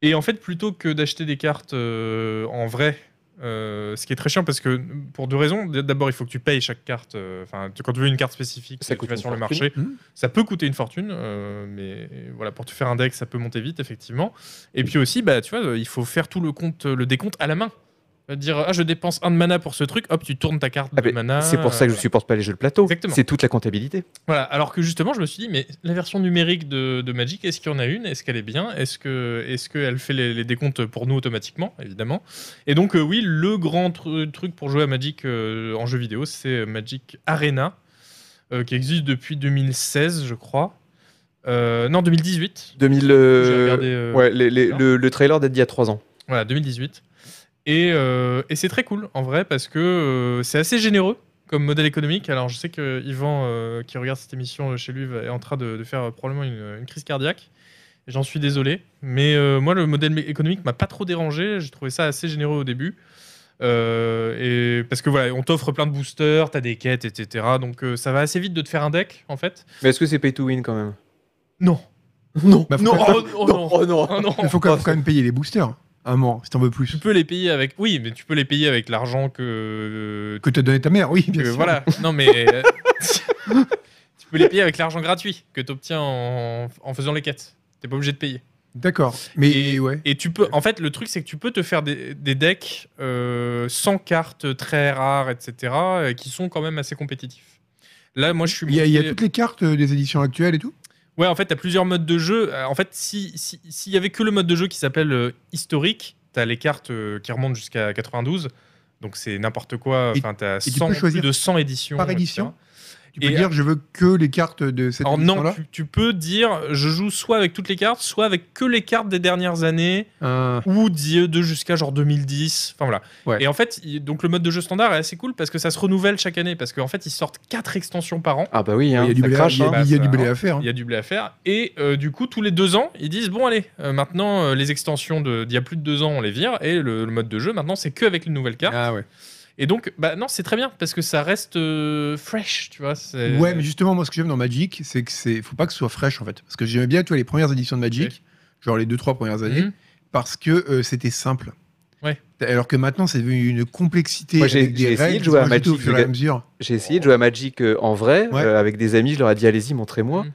Speaker 2: Et en fait, plutôt que d'acheter des cartes euh, en vrai, euh, ce qui est très chiant parce que pour deux raisons. D- D'abord, il faut que tu payes chaque carte. euh, Enfin, tu- quand tu veux une carte spécifique,
Speaker 1: Ça
Speaker 2: tu
Speaker 1: coûte
Speaker 2: vas
Speaker 1: une
Speaker 2: sur le
Speaker 1: fortune.
Speaker 2: marché.
Speaker 3: Mhm.
Speaker 2: Ça peut coûter une fortune, euh, mais voilà, pour te faire un deck, ça peut monter vite, effectivement. Et puis aussi, bah, tu vois, il faut faire tout le compte, le décompte à la main. Dire, ah, je dépense un de mana pour ce truc, hop, tu tournes ta carte
Speaker 1: Ah,
Speaker 2: de
Speaker 1: mais
Speaker 2: mana.
Speaker 1: C'est pour ça que je
Speaker 2: euh,
Speaker 1: supporte pas les jeux de plateau.
Speaker 2: Exactement.
Speaker 1: C'est toute la comptabilité.
Speaker 2: voilà, alors que justement, je me suis dit, mais la version numérique de, de Magic, est-ce qu'il y en a une Est-ce qu'elle est bien Est-ce que est-ce qu'elle fait les, les décomptes pour nous automatiquement, évidemment Et donc, euh, oui, le grand tru- truc pour jouer à Magic euh, en jeu vidéo, c'est Magic Arena, euh, qui existe depuis 2016, je crois. Euh, non, 2018.
Speaker 1: 2000.
Speaker 2: J'ai
Speaker 1: euh,
Speaker 2: regardé, euh,
Speaker 1: ouais, les- les-
Speaker 2: non
Speaker 1: le, le trailer date d'il y a 3 ans.
Speaker 2: voilà, 2018. Et, euh, et c'est très cool en vrai parce que euh, c'est assez généreux comme modèle économique. Alors je sais que Yvan, euh, qui regarde cette émission euh, chez lui, va- est en train de, de faire euh, probablement une, une crise cardiaque. J'en suis désolé. Mais euh, moi, le modèle mé- économique m'a pas trop dérangé. J'ai trouvé ça assez généreux au début. Euh, et parce que voilà, on t'offre plein de boosters, t'as des quêtes, etc. Donc euh, ça va assez vite de te faire un deck en fait.
Speaker 1: Mais est-ce que c'est pay to win quand même
Speaker 2: Non.
Speaker 1: Non.
Speaker 3: Bah, faut
Speaker 2: Non,
Speaker 3: quand-
Speaker 2: oh, oh, non.
Speaker 1: Oh non.
Speaker 2: Oh, non.
Speaker 3: Il faut quand même, quand même payer les boosters. Un moment, si t'en veux
Speaker 2: Tu
Speaker 3: plus.
Speaker 2: peux les payer avec. Oui, mais tu peux les payer avec l'argent que euh,
Speaker 3: Que t'as donné ta mère, oui, bien
Speaker 2: que
Speaker 3: sûr.
Speaker 2: Euh, voilà, non mais euh, tu peux les payer avec l'argent gratuit que tu obtiens en, en faisant les quêtes. T'es pas obligé de payer.
Speaker 3: D'accord. Mais ouais.
Speaker 2: Et tu peux, en fait, le truc c'est que tu peux te faire des, des decks euh, sans cartes très rares, etc., euh, qui sont quand même assez compétitifs. Là, moi, je suis.
Speaker 3: Il y, a, il y a
Speaker 2: monté-
Speaker 3: toutes les cartes euh, des éditions actuelles et tout.
Speaker 2: Ouais, en fait, t'as plusieurs modes de jeu. Euh, En fait, si si- s'il y avait que le mode de jeu qui s'appelle euh, historique, t'as les cartes euh, qui remontent jusqu'à 92. Donc c'est n'importe quoi.
Speaker 3: Et-
Speaker 2: Enfin, t'as
Speaker 3: tu
Speaker 2: 100
Speaker 3: peux choisir
Speaker 2: plus de 100 éditions
Speaker 3: par édition
Speaker 2: etc.
Speaker 3: Tu peux
Speaker 2: Et- euh,
Speaker 3: dire, je veux que les cartes de cette
Speaker 2: Alors non,
Speaker 3: édition-là.
Speaker 2: tu, tu peux dire je joue soit avec toutes les cartes, soit avec que les cartes des dernières années,
Speaker 3: Euh,
Speaker 2: ou d'IE2 jusqu'à genre 2010. Enfin voilà.
Speaker 3: Ouais.
Speaker 2: Et en fait, il- donc le mode de jeu standard est assez cool parce que ça se renouvelle chaque année, parce qu'en fait ils sortent quatre extensions par an.
Speaker 1: Ah bah oui,
Speaker 3: Il
Speaker 1: hein,
Speaker 3: y a du
Speaker 1: ça
Speaker 3: blé à-
Speaker 1: crache.
Speaker 3: il y
Speaker 1: hein.
Speaker 3: a- il y a
Speaker 2: Bah,
Speaker 3: du blé
Speaker 2: ça-
Speaker 3: à faire.
Speaker 2: Il y a du blé à faire. Et euh, du coup, tous les deux ans, ils disent bon allez, euh, maintenant euh, les extensions de- d'il y a plus de deux ans, on les vire, et le, le mode de jeu maintenant c'est que avec les nouvelles cartes.
Speaker 3: Ah ouais.
Speaker 2: Et donc, bah non, c'est très bien parce que ça reste euh, fresh, tu vois. c'est-
Speaker 3: Ouais, mais justement, moi, ce que j'aime dans Magic, c'est que c'est, faut pas que ce soit fraîche en fait, parce que j'aimais bien, tu vois, les premières éditions de Magic, genre les deux trois premières années,
Speaker 2: Mhm.
Speaker 3: parce que euh, c'était simple.
Speaker 2: Ouais.
Speaker 3: Alors que maintenant, c'est devenu une complexité.
Speaker 1: Moi, j'ai-
Speaker 3: avec des
Speaker 1: j'ai essayé
Speaker 3: règles
Speaker 1: de jouer à
Speaker 3: qui sont ajoutées
Speaker 1: Magic,
Speaker 3: au fur et
Speaker 1: le
Speaker 3: à mesure.
Speaker 1: J'ai essayé de jouer à Magic euh, en vrai
Speaker 3: Ouais.
Speaker 1: euh, avec des amis. Je leur ai dit allez-y, montrez-moi.
Speaker 2: Mm.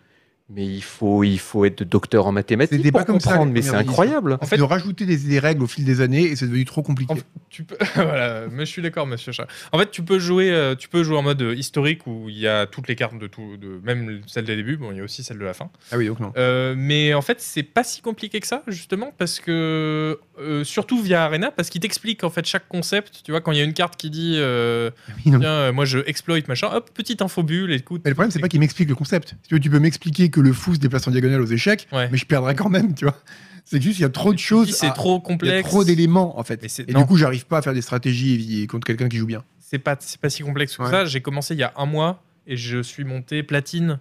Speaker 1: Mais il faut, il faut être docteur en mathématiques
Speaker 3: C'était
Speaker 1: pour
Speaker 3: pas comme ça, les
Speaker 1: comprendre. mais c'est
Speaker 3: premières
Speaker 1: incroyable.
Speaker 2: En
Speaker 3: En
Speaker 2: fait-
Speaker 3: fait, de rajouter des, des règles au fil des années, et c'est devenu trop compliqué.
Speaker 2: En fait, Tu peux, voilà, mais je suis d'accord, monsieur Chat. En fait, tu peux jouer, euh, tu peux jouer en mode euh, historique où il y a toutes les cartes de tout, de, même celle des débuts. Bon, il y a aussi celle de la fin.
Speaker 3: Ah oui, donc non.
Speaker 2: Euh, mais en fait, c'est pas si compliqué que ça, justement, parce que euh, surtout via Arena, parce qu'il t'explique en fait chaque concept. Tu vois, quand il y a une carte qui dit, euh,
Speaker 3: Oui, non, mais-
Speaker 2: tiens, euh, moi je exploit machin, hop, petite infobulle, écoute.
Speaker 3: Mais le problème, c'est pas qu'il m'explique le concept. Si Tu, veux, tu peux m'expliquer que le fou se déplace en diagonale aux échecs,
Speaker 2: Ouais.
Speaker 3: mais je perdrai quand même, tu vois. C'est juste, il y a trop de
Speaker 2: Tu dis,
Speaker 3: choses.
Speaker 2: C'est
Speaker 3: à-
Speaker 2: trop
Speaker 3: ah, Il y a
Speaker 2: complexe.
Speaker 3: trop d'éléments, en fait.
Speaker 2: Mais c'est-
Speaker 3: Et
Speaker 2: non.
Speaker 3: du coup, j'arrive pas à faire des stratégies contre quelqu'un qui joue bien.
Speaker 2: C'est pas, c'est pas si complexe que
Speaker 3: Ouais.
Speaker 2: ça. J'ai commencé il y a un mois et je suis monté platine.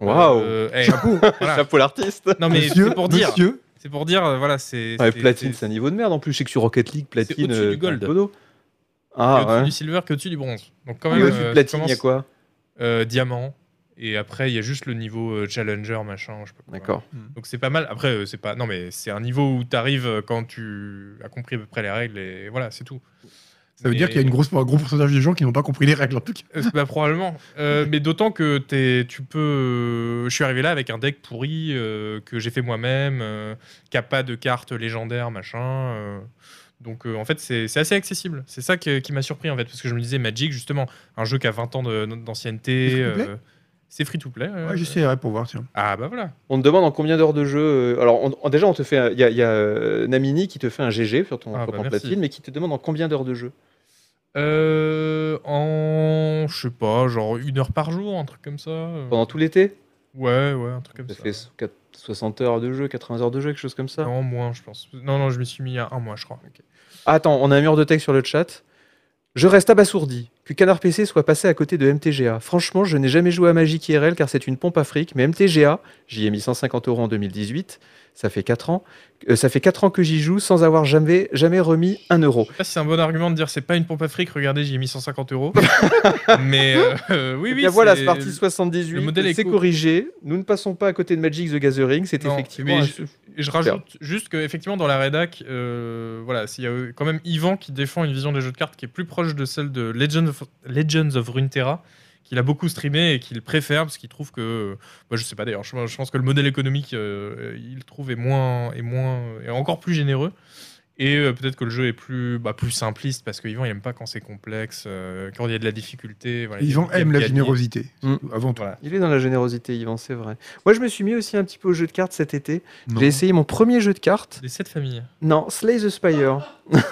Speaker 1: Waouh.
Speaker 2: Euh, eh,
Speaker 3: Chapeau,
Speaker 2: voilà.
Speaker 1: Chapeau l'artiste.
Speaker 2: Non mais
Speaker 3: monsieur,
Speaker 2: c'est pour dire.
Speaker 3: monsieur.
Speaker 2: C'est pour dire, euh, voilà, c'est.
Speaker 1: Ouais,
Speaker 2: c'est-
Speaker 1: platine,
Speaker 2: c'est-
Speaker 1: c'est un niveau de merde en plus. Je sais que sur Rocket League, platine.
Speaker 2: au-dessus
Speaker 1: euh,
Speaker 2: du gold.
Speaker 1: c'est un bodo.
Speaker 2: c'est
Speaker 1: Ah
Speaker 2: au-dessus
Speaker 1: ouais.
Speaker 2: du silver qu'au-dessus du bronze. Donc quand
Speaker 1: Et
Speaker 2: même,
Speaker 1: au-dessus
Speaker 2: euh,
Speaker 1: de platine,
Speaker 2: ça
Speaker 1: il y a
Speaker 2: commence,
Speaker 1: quoi
Speaker 2: euh, Diamant. Et après, il y a juste le niveau euh, challenger, machin. Je sais pas quoi.
Speaker 1: D'accord.
Speaker 2: Donc c'est pas mal. Après, euh, c'est pas. Non, mais c'est un niveau où t'arrives euh, quand tu as compris à peu près les règles et voilà, c'est tout.
Speaker 3: Ça veut dire qu'il y a une grosse, un gros pourcentage de gens qui n'ont pas compris les règles, en tout cas.
Speaker 2: Euh, bah, probablement. Euh, mais d'autant que t'es- tu peux. Je suis arrivé là avec un deck pourri euh, que j'ai fait moi-même, euh, qui a pas de cartes légendaires, machin. euh. Donc euh, en fait, c'est c'est assez accessible. C'est ça que- qui m'a surpris en fait, parce que je me disais Magic, justement, un jeu qui a 20 ans de- d'ancienneté.
Speaker 3: C'est free-to-play
Speaker 2: euh, C'est free to play.
Speaker 3: Ouais, j'essaierai pour voir, tiens.
Speaker 2: Ah bah voilà.
Speaker 1: On te demande en combien d'heures de jeu. euh, Alors, on- on- déjà, on te fait. un- Il y a, il y a, euh, Namini qui te fait un GG sur ton,
Speaker 2: Ah,
Speaker 1: sur
Speaker 2: bah,
Speaker 1: ton
Speaker 2: merci. Mmh.
Speaker 1: platine, mais qui te demande en combien d'heures de jeu.
Speaker 2: Euh, en. Je sais pas, genre une heure par jour, un truc comme ça. euh.
Speaker 1: Pendant tout l'été
Speaker 2: Ouais, ouais, un truc comme
Speaker 1: Ça
Speaker 2: ça.
Speaker 1: fait so- quat- 60 heures de jeu, 80 heures de jeu, quelque chose comme ça.
Speaker 2: Non, moins, je pense. Non, non, je me suis mis à un mois, je crois.
Speaker 1: Ah, Attends, on a un mur de texte sur le chat. Je reste abasourdi que Canard PC soit passé à côté de MTGA. Franchement, je n'ai jamais joué à Magic IRL car c'est une pompe à fric, mais MTGA, j'y ai mis 150 euros en 2018, ça fait 4 ans. Euh, ça fait 4 ans que j'y joue sans avoir jamais, jamais remis 1 euro.
Speaker 2: Je sais pas si c'est un bon argument de dire c'est pas une pompe à fric, regardez, j'y ai mis 150 euros. Mais euh, euh, oui,
Speaker 1: Eh
Speaker 2: oui.
Speaker 1: bien voilà,
Speaker 2: c'est-
Speaker 1: c'est parti 78.
Speaker 2: le modèle est
Speaker 1: c'est
Speaker 2: cool.
Speaker 1: corrigé. Nous ne passons pas à côté de Magic the Gathering. C'est
Speaker 2: Non,
Speaker 1: effectivement.
Speaker 2: mais
Speaker 1: un-
Speaker 2: je, je rajoute juste qu'effectivement dans la rédac, euh, voilà, s'il y a euh, quand même Yvan qui défend une vision des jeux de cartes qui est plus proche de celle de Legends of, Legends of Runeterra, qu'il a beaucoup streamé et qu'il préfère parce qu'il trouve que, euh, bah, je sais pas d'ailleurs, je, je pense que le modèle économique, euh, il trouve est moins, est moins, est encore plus généreux. Et euh, peut-être que le jeu est plus, bah, plus simpliste parce que Yvan il aime pas quand c'est complexe, euh, quand il y a de la difficulté. voilà, il y a
Speaker 3: Yvan
Speaker 2: du
Speaker 3: aime la
Speaker 2: gagner.
Speaker 3: générosité,
Speaker 1: Mm.
Speaker 3: surtout, avant tout.
Speaker 2: Voilà.
Speaker 1: Il est dans la générosité, Yvan, c'est vrai. Moi, je me suis mis aussi un petit peu au jeu de cartes cet été.
Speaker 3: Non.
Speaker 1: J'ai essayé mon premier jeu de cartes.
Speaker 2: Des sept familles.
Speaker 1: Non, Slay the Spire.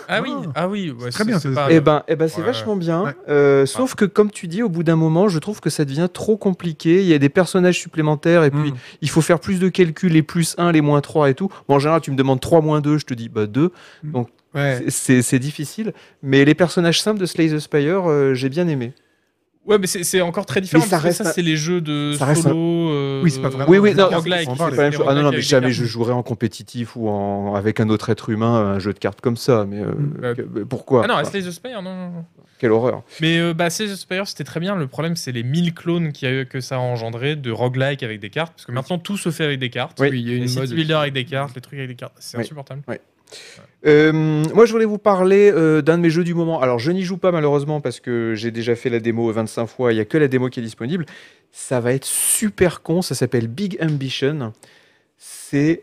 Speaker 2: Ah oui,
Speaker 3: Ah.
Speaker 2: ah oui, ouais,
Speaker 3: C'est très bien, ça.
Speaker 2: pas-
Speaker 1: Eh ben, eh ben c'est
Speaker 2: Ouais. Ah.
Speaker 1: vachement bien.
Speaker 3: Ouais.
Speaker 1: Euh, Sauf que, comme tu dis, au bout d'un moment, je trouve que ça devient trop compliqué. Il y a des personnages supplémentaires et puis
Speaker 3: Mm.
Speaker 2: Hmm.
Speaker 1: il faut faire plus de calculs, les plus 1, les moins 3 et tout. Bon, en général, tu me demandes 3 moins 2, je te dis bah 2.
Speaker 3: Ouais.
Speaker 1: C'est- C'est c'est difficile. Mais les personnages simples de Slay the Spire, euh, j'ai bien aimé.
Speaker 2: Ouais, mais c'est c'est encore très différent.
Speaker 1: ça
Speaker 2: parce que
Speaker 1: reste
Speaker 2: ça,
Speaker 1: un-
Speaker 2: c'est les jeux de
Speaker 1: ça reste un-
Speaker 2: solo. euh,
Speaker 3: Oui, c'est pas vraiment
Speaker 1: Oui, oui,
Speaker 3: des
Speaker 1: non,
Speaker 3: cartes,
Speaker 2: roguelike,
Speaker 3: on en
Speaker 2: c'est
Speaker 3: parle.
Speaker 1: C'est pas la même
Speaker 2: des
Speaker 1: chose. Ah non, non,
Speaker 2: roguelikes
Speaker 1: mais
Speaker 2: avec
Speaker 1: jamais
Speaker 2: des
Speaker 1: je
Speaker 2: cartes.
Speaker 1: jouerai en compétitif ou en... avec un autre être humain un jeu de cartes comme ça. Mais euh,
Speaker 2: Mm.
Speaker 1: que- mais pourquoi
Speaker 2: Ah non, à
Speaker 1: Enfin,
Speaker 2: Slay the Spire, non, non, non.
Speaker 1: Quelle horreur.
Speaker 2: Mais euh, bah, Slay the Spire, c'était très bien. Le problème, c'est les 1000 clones qu'il y a eu- que ça a engendré de roguelike avec des cartes. Parce que maintenant, tout se fait avec des cartes.
Speaker 1: Oui.
Speaker 4: Oui, il y a
Speaker 2: Les
Speaker 4: une
Speaker 2: city
Speaker 4: mode.
Speaker 2: builders avec des cartes, les trucs avec des cartes. C'est
Speaker 1: Oui.
Speaker 2: insupportable.
Speaker 1: Euh, moi, je voulais vous parler euh, d'un de mes jeux du moment. Alors, je n'y joue pas malheureusement parce que j'ai déjà fait la démo 25 fois. Il n'y a que la démo qui est disponible. Ça va être super con. Ça s'appelle Big Ambition. C'est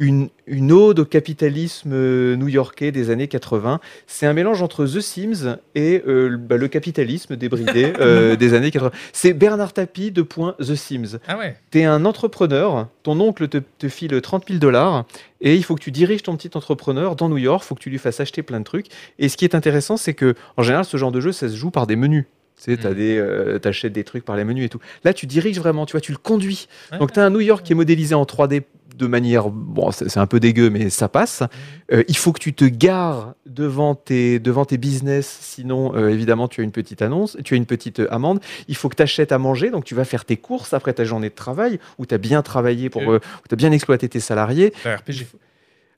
Speaker 1: une, une ode au capitalisme euh, new-yorkais des années 80. C'est un mélange entre The Sims et euh, le- bah, le capitalisme débridé euh, des années 80. C'est Bernard Tapie de point The Sims.
Speaker 2: Ah ouais.
Speaker 1: T'es un entrepreneur, ton oncle te, te file 30 000 dollars et il faut que tu diriges ton petit entrepreneur dans New York, faut que tu lui fasses acheter plein de trucs. Et ce qui est intéressant, c'est que en général, ce genre de jeu, ça se joue par des menus. Tu sais, t'as
Speaker 2: Mhm.
Speaker 1: des, euh, t'achètes des trucs par les menus et tout. Là, tu diriges vraiment, tu vois, tu le conduis.
Speaker 2: Ouais.
Speaker 1: Donc, t'as un New York qui est modélisé en 3D de manière, bon, c'est c'est un peu dégueu, mais ça passe. Euh, il faut que tu te gares devant tes, devant tes business, sinon euh, évidemment tu as une petite annonce, tu as une petite euh, amende. Il faut que tu achètes à manger, donc tu vas faire tes courses après ta journée de travail, où tu as bien travaillé, pour,
Speaker 2: Ok.
Speaker 1: euh, où tu as bien exploité tes salariés.
Speaker 2: C'est un RPG.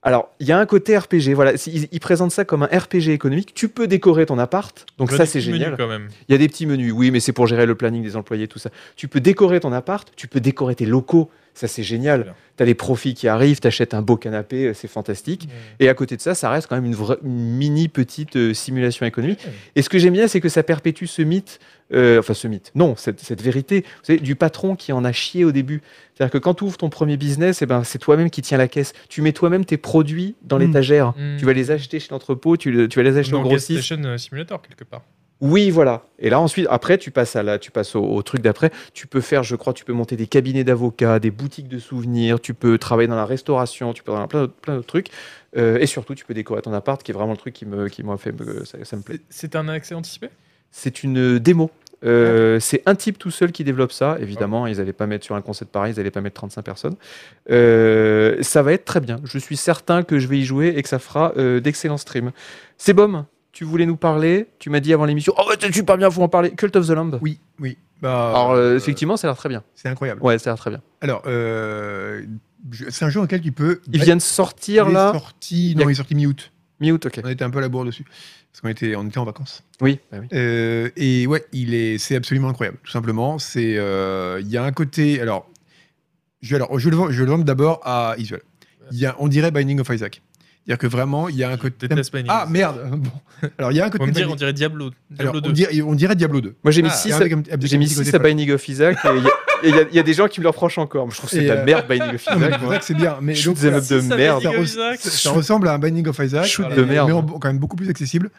Speaker 1: Alors, il y a un côté RPG, voilà, c'est- ils, ils présentent ça comme un RPG économique. Tu peux décorer ton appart, donc
Speaker 2: Bonne
Speaker 1: ça c'est
Speaker 2: petite menu,
Speaker 1: génial.
Speaker 2: quand même.
Speaker 1: Il y a des petits menus, oui, mais c'est pour gérer le planning des employés, tout ça. Tu peux décorer ton appart, tu peux décorer tes locaux, ça c'est
Speaker 2: C'est
Speaker 1: génial.
Speaker 2: bien.
Speaker 1: Tu as les profits qui arrivent, tu achètes un beau canapé, euh, c'est fantastique. Et à côté de ça, ça reste quand même une, vraie- une mini petite euh, simulation économique. Et ce que j'aime bien, c'est que ça perpétue ce mythe, euh, enfin ce mythe, non, cette, cette vérité, vous savez, du patron qui en a chié au début. C'est-à-dire que quand tu ouvres ton premier business, eh ben, c'est toi-même qui tiens la caisse. Tu mets toi-même tes produits dans
Speaker 3: Mm.
Speaker 1: l'étagère.
Speaker 2: Mm.
Speaker 1: Tu vas les acheter chez l'entrepôt, tu, le- tu vas les acheter au
Speaker 2: Dans Gas
Speaker 1: grossiste.
Speaker 2: Station euh, Simulator, quelque part.
Speaker 1: Oui, voilà. Et là, ensuite, après, tu passes, à la, tu passes au, au truc d'après. Tu peux faire, je crois, tu peux monter des cabinets d'avocats, des boutiques de souvenirs, tu peux travailler dans la restauration, tu peux dans plein, d'autres- plein d'autres trucs. Euh, et surtout, tu peux décorer ton appart, qui est vraiment le truc qui me, qui m'a fait, me- ça, ça me plaît.
Speaker 2: C'est un accès anticipé
Speaker 1: C'est une démo. Euh, c'est un type tout seul qui développe ça. Évidemment, ils n'allaient pas mettre sur un concept pareil, ils n'allaient pas mettre 35 personnes. Euh, ça va être très bien. Je suis certain que je vais y jouer et que ça fera euh, d'excellents streams. C'est Bom, tu voulais nous parler. Tu m'as dit avant l'émission Oh, tu super bien, faut en parler. Cult of the Lamb.
Speaker 3: Oui, oui. Bah,
Speaker 1: Alors, euh,
Speaker 3: euh,
Speaker 1: effectivement, ça a l'air très bien.
Speaker 3: C'est incroyable.
Speaker 1: Ouais, ça a l'air très bien.
Speaker 3: Alors, euh, je- c'est un jeu dans lequel tu peux.
Speaker 1: Ils viennent sortir
Speaker 3: il est
Speaker 1: là.
Speaker 3: sorti, non, il est sorti mi-août.
Speaker 1: Mi-août, ok.
Speaker 3: On était un peu à la bourre dessus. Parce qu'on était, on était en vacances.
Speaker 1: Oui, bah oui.
Speaker 3: Euh, et ouais, il est, c'est absolument incroyable, tout simplement. C'est, euh, il y a un côté. Alors, je, alors, je le vends, je le vends d'abord à Isuel. Il y a, on dirait Binding of Isaac. C'est-à-dire que vraiment, il y a un côté.
Speaker 2: Déteste Binding.
Speaker 3: Ah merde. Bon. Alors, il y a un
Speaker 2: On
Speaker 3: côté.
Speaker 2: me dire,
Speaker 3: Binding-
Speaker 2: on dirait Diablo.
Speaker 3: alors,
Speaker 2: Diablo
Speaker 3: on,
Speaker 2: 2.
Speaker 3: dirait, on dirait Diablo 2.
Speaker 1: Moi, j'ai mis
Speaker 2: Ah,
Speaker 1: 6
Speaker 3: Et
Speaker 1: à,
Speaker 3: avec un- avec
Speaker 1: j'ai
Speaker 3: un
Speaker 1: mis
Speaker 3: petit
Speaker 1: six
Speaker 3: côté
Speaker 1: à
Speaker 3: folle.
Speaker 1: Binding of Isaac et il y a- et il y, a- il y a des gens qui me le reprochent encore. Moi, Je trouve que c'est
Speaker 3: Et,
Speaker 1: de la
Speaker 3: euh,
Speaker 1: merde, Binding of
Speaker 3: Non, mais
Speaker 1: Isaac.
Speaker 3: c'est vrai que c'est bien. Mais
Speaker 1: Je
Speaker 3: donc,
Speaker 1: suis des mobs de
Speaker 2: Ah, Si ça
Speaker 1: merde.
Speaker 2: fait Binding of
Speaker 3: ça,
Speaker 2: Isaac.
Speaker 3: ressemble à un Binding of Isaac, euh,
Speaker 1: Shoot
Speaker 3: mais-
Speaker 1: de merde.
Speaker 3: mais en- quand même beaucoup plus accessible.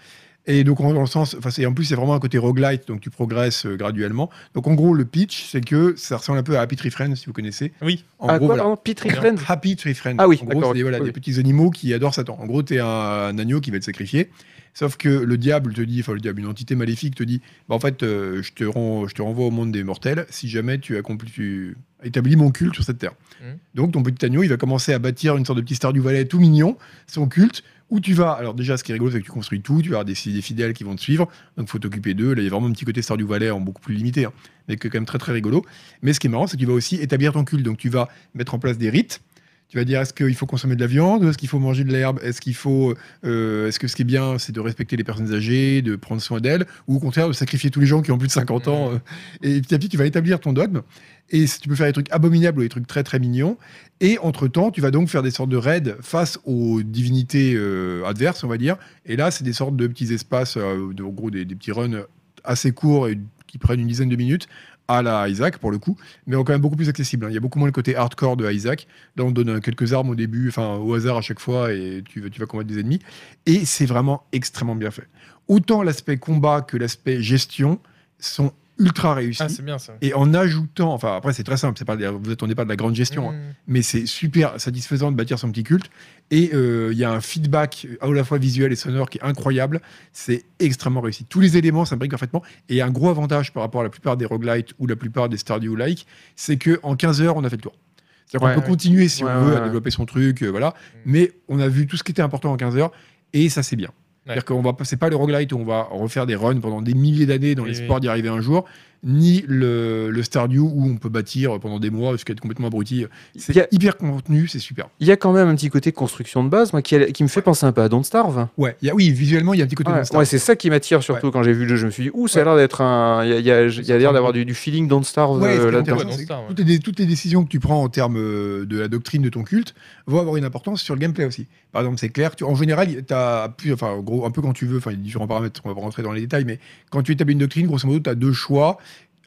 Speaker 3: Et donc, en- dans le sens, enfin, c'est- en plus, c'est vraiment un côté roguelite, donc tu progresses euh, graduellement. Donc, en gros, le pitch, c'est que ça ressemble un peu à Happy Tree Friends, si vous connaissez.
Speaker 2: Oui.
Speaker 3: En
Speaker 1: ah,
Speaker 3: gros,
Speaker 1: quoi,
Speaker 3: voilà.
Speaker 1: pardon, Pete
Speaker 2: Bien.
Speaker 1: Rickland
Speaker 3: Happy Tree Friends.
Speaker 1: Ah oui,
Speaker 3: en gros,
Speaker 1: d'accord,
Speaker 3: c'est des, voilà,
Speaker 1: oui,
Speaker 3: des
Speaker 1: oui.
Speaker 3: petits animaux qui adorent Satan. En gros, t'es un, un agneau qui va être sacrifié. Sauf que le diable te dit, enfin le diable, une entité maléfique te dit, bah, en fait, euh, je, te ren- je te renvoie au monde des mortels si jamais tu, accomplis, tu établis mon culte sur cette terre.
Speaker 2: Mhm.
Speaker 3: Donc ton petit agneau, il va commencer à bâtir une sorte de petit star du Valais tout mignon, son culte, où tu vas. Alors déjà, ce qui est rigolo, c'est que tu construis tout, tu vas avoir des, des fidèles qui vont te suivre, donc faut t'occuper d'eux. Là, il y a vraiment un petit côté star du Valais en beaucoup plus limité, hein, mais qui est quand même très très rigolo. Mais ce qui est marrant, c'est que tu vas aussi établir ton culte, donc tu vas mettre en place des rites. Tu vas dire est-ce qu'il faut consommer de la viande, est-ce qu'il faut manger de l'herbe, est-ce qu'il faut, euh, est-ce que ce qui est bien, c'est de respecter les personnes âgées, de prendre soin d'elles, ou au contraire de sacrifier tous les gens qui ont plus de 50 ans. euh, et petit à petit, tu vas établir ton dogme. Et si tu peux faire des trucs abominables ou des trucs très très mignons. Et entre temps, tu vas donc faire des sortes de raids face aux divinités euh, adverses, on va dire. Et là, c'est des sortes de petits espaces, euh, de, en gros des, des petits runs assez courts et qui prennent une dizaine de minutes à la Isaac pour le coup, mais quand même beaucoup plus accessible. hein. Il y a beaucoup moins le côté hardcore de Isaac. Là, on te donne euh, quelques armes au début, enfin au hasard à chaque fois, et tu, vas- tu vas combattre des ennemis. Et c'est vraiment extrêmement bien fait. Autant l'aspect combat que l'aspect gestion sont ultra réussis.
Speaker 2: Ah, c'est bien ça.
Speaker 3: Et en ajoutant, enfin après c'est très simple, c'est pas, de la- vous attendez pas de la grande gestion, hein,
Speaker 2: Mm.
Speaker 3: mais c'est super satisfaisant de bâtir son petit culte. Et euh, il y a un feedback à la fois visuel et sonore qui est incroyable. C'est extrêmement réussi. Tous les éléments s'imbriquent parfaitement. Et un gros avantage par rapport à la plupart des roguelites ou la plupart des Stardew-like, c'est que en 15 heures on a fait le tour. C'est-à-dire
Speaker 1: Ouais,
Speaker 3: qu'on peut
Speaker 1: ouais.
Speaker 3: continuer si
Speaker 1: Ouais,
Speaker 3: on veut
Speaker 1: ouais,
Speaker 3: à
Speaker 1: ouais.
Speaker 3: développer son truc, euh, voilà.
Speaker 2: Mm.
Speaker 3: Mais on a vu tout ce qui était important en 15 heures et ça c'est bien. C'est-à-dire qu'on va pas- c'est pas le roguelite où on va refaire des runs pendant des milliers d'années dans
Speaker 2: Oui,
Speaker 3: l'espoir d'y arriver un jour, ni le, le Stardew où on peut bâtir pendant des mois jusqu'à être complètement abruti. C'est
Speaker 1: Il y a-
Speaker 3: hyper contenu, c'est super.
Speaker 1: Il y a quand même un petit côté construction de base, moi, qui, a- qui me fait penser un peu à Don't Starve.
Speaker 3: Ouais, il y a, oui, visuellement, il y a un petit côté
Speaker 1: Ouais,
Speaker 3: Don't Starve.
Speaker 1: ouais, c'est ça qui m'attire surtout quand j'ai vu le jeu. Je me suis dit, ouh, ça a l'air d'être un. Il y a, il y a- il y a l'air d'avoir du, du feeling Don't Starve
Speaker 3: Ouais,
Speaker 1: euh,
Speaker 3: ce qui est
Speaker 1: là-dedans.
Speaker 3: intéressant,
Speaker 2: Ouais,
Speaker 3: c'est que
Speaker 2: Don't Starve,
Speaker 3: toutes, les, toutes les décisions que tu prends en termes euh, de la doctrine de ton culte vont avoir une importance sur le gameplay aussi. Par exemple, c'est clair, tu, en général, tu as plus, enfin, en gros, un peu quand tu veux, enfin, il y a différents paramètres, on va pas rentrer dans les détails, mais quand tu établis une doctrine, grosso modo, tu as deux choix.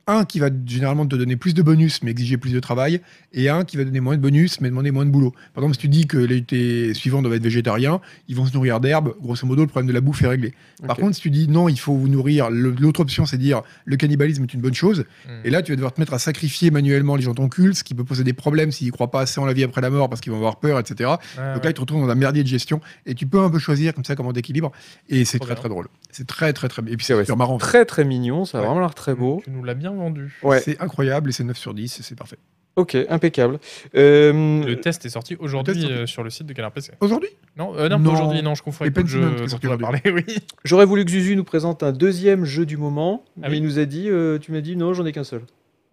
Speaker 3: Un qui va généralement te donner plus de bonus, mais exiger plus de travail, et un qui va donner moins de bonus, mais demander moins de boulot. Par exemple, si tu dis que les, tes suivants doivent être végétariens, ils vont se nourrir d'herbe, grosso modo, le problème de la bouffe est réglé. Par
Speaker 1: Ok.
Speaker 3: contre, si tu dis non, il faut vous nourrir, le- l'autre option, c'est de dire le cannibalisme est une bonne chose,
Speaker 2: Mm.
Speaker 3: et là, tu vas devoir te mettre à sacrifier manuellement les gens de ton culte, ce qui peut poser des problèmes s'ils croient pas assez en la vie après la mort parce qu'ils vont avoir peur, etc.
Speaker 2: Ah,
Speaker 3: Donc là,
Speaker 2: ouais.
Speaker 3: ils te retrouvent dans un merdier de gestion et tu peux un peu choisir comme ça comment d'équilibre. Et c'est
Speaker 2: Trop
Speaker 3: très
Speaker 2: bien.
Speaker 3: très drôle. C'est très très très bien. Et puis c'est
Speaker 1: Ouais,
Speaker 3: super marrant. hein.
Speaker 1: Très très mignon, ça a
Speaker 3: Ouais.
Speaker 1: vraiment l'air très beau.
Speaker 2: Tu nous l'as bien vendu.
Speaker 1: Ouais,
Speaker 3: C'est incroyable et c'est 9 sur 10, c'est parfait.
Speaker 1: ok, impeccable. Euh,
Speaker 2: Le test est sorti
Speaker 3: Le
Speaker 2: aujourd'hui
Speaker 3: test est sorti.
Speaker 2: euh, sur le site de Canard PC.
Speaker 3: Aujourd'hui
Speaker 2: Non, euh, non, pas
Speaker 3: Non.
Speaker 2: aujourd'hui, non, je confonds
Speaker 3: Et
Speaker 2: avec le
Speaker 3: Pentiment,
Speaker 2: jeu
Speaker 3: qui est
Speaker 2: dont
Speaker 3: sorti
Speaker 2: on va parler, oui.
Speaker 1: J'aurais voulu que Zuzu nous présente un deuxième jeu du moment,
Speaker 2: Ah
Speaker 1: mais
Speaker 2: oui.
Speaker 1: il nous a dit, euh, tu m'as dit, non, j'en ai qu'un seul.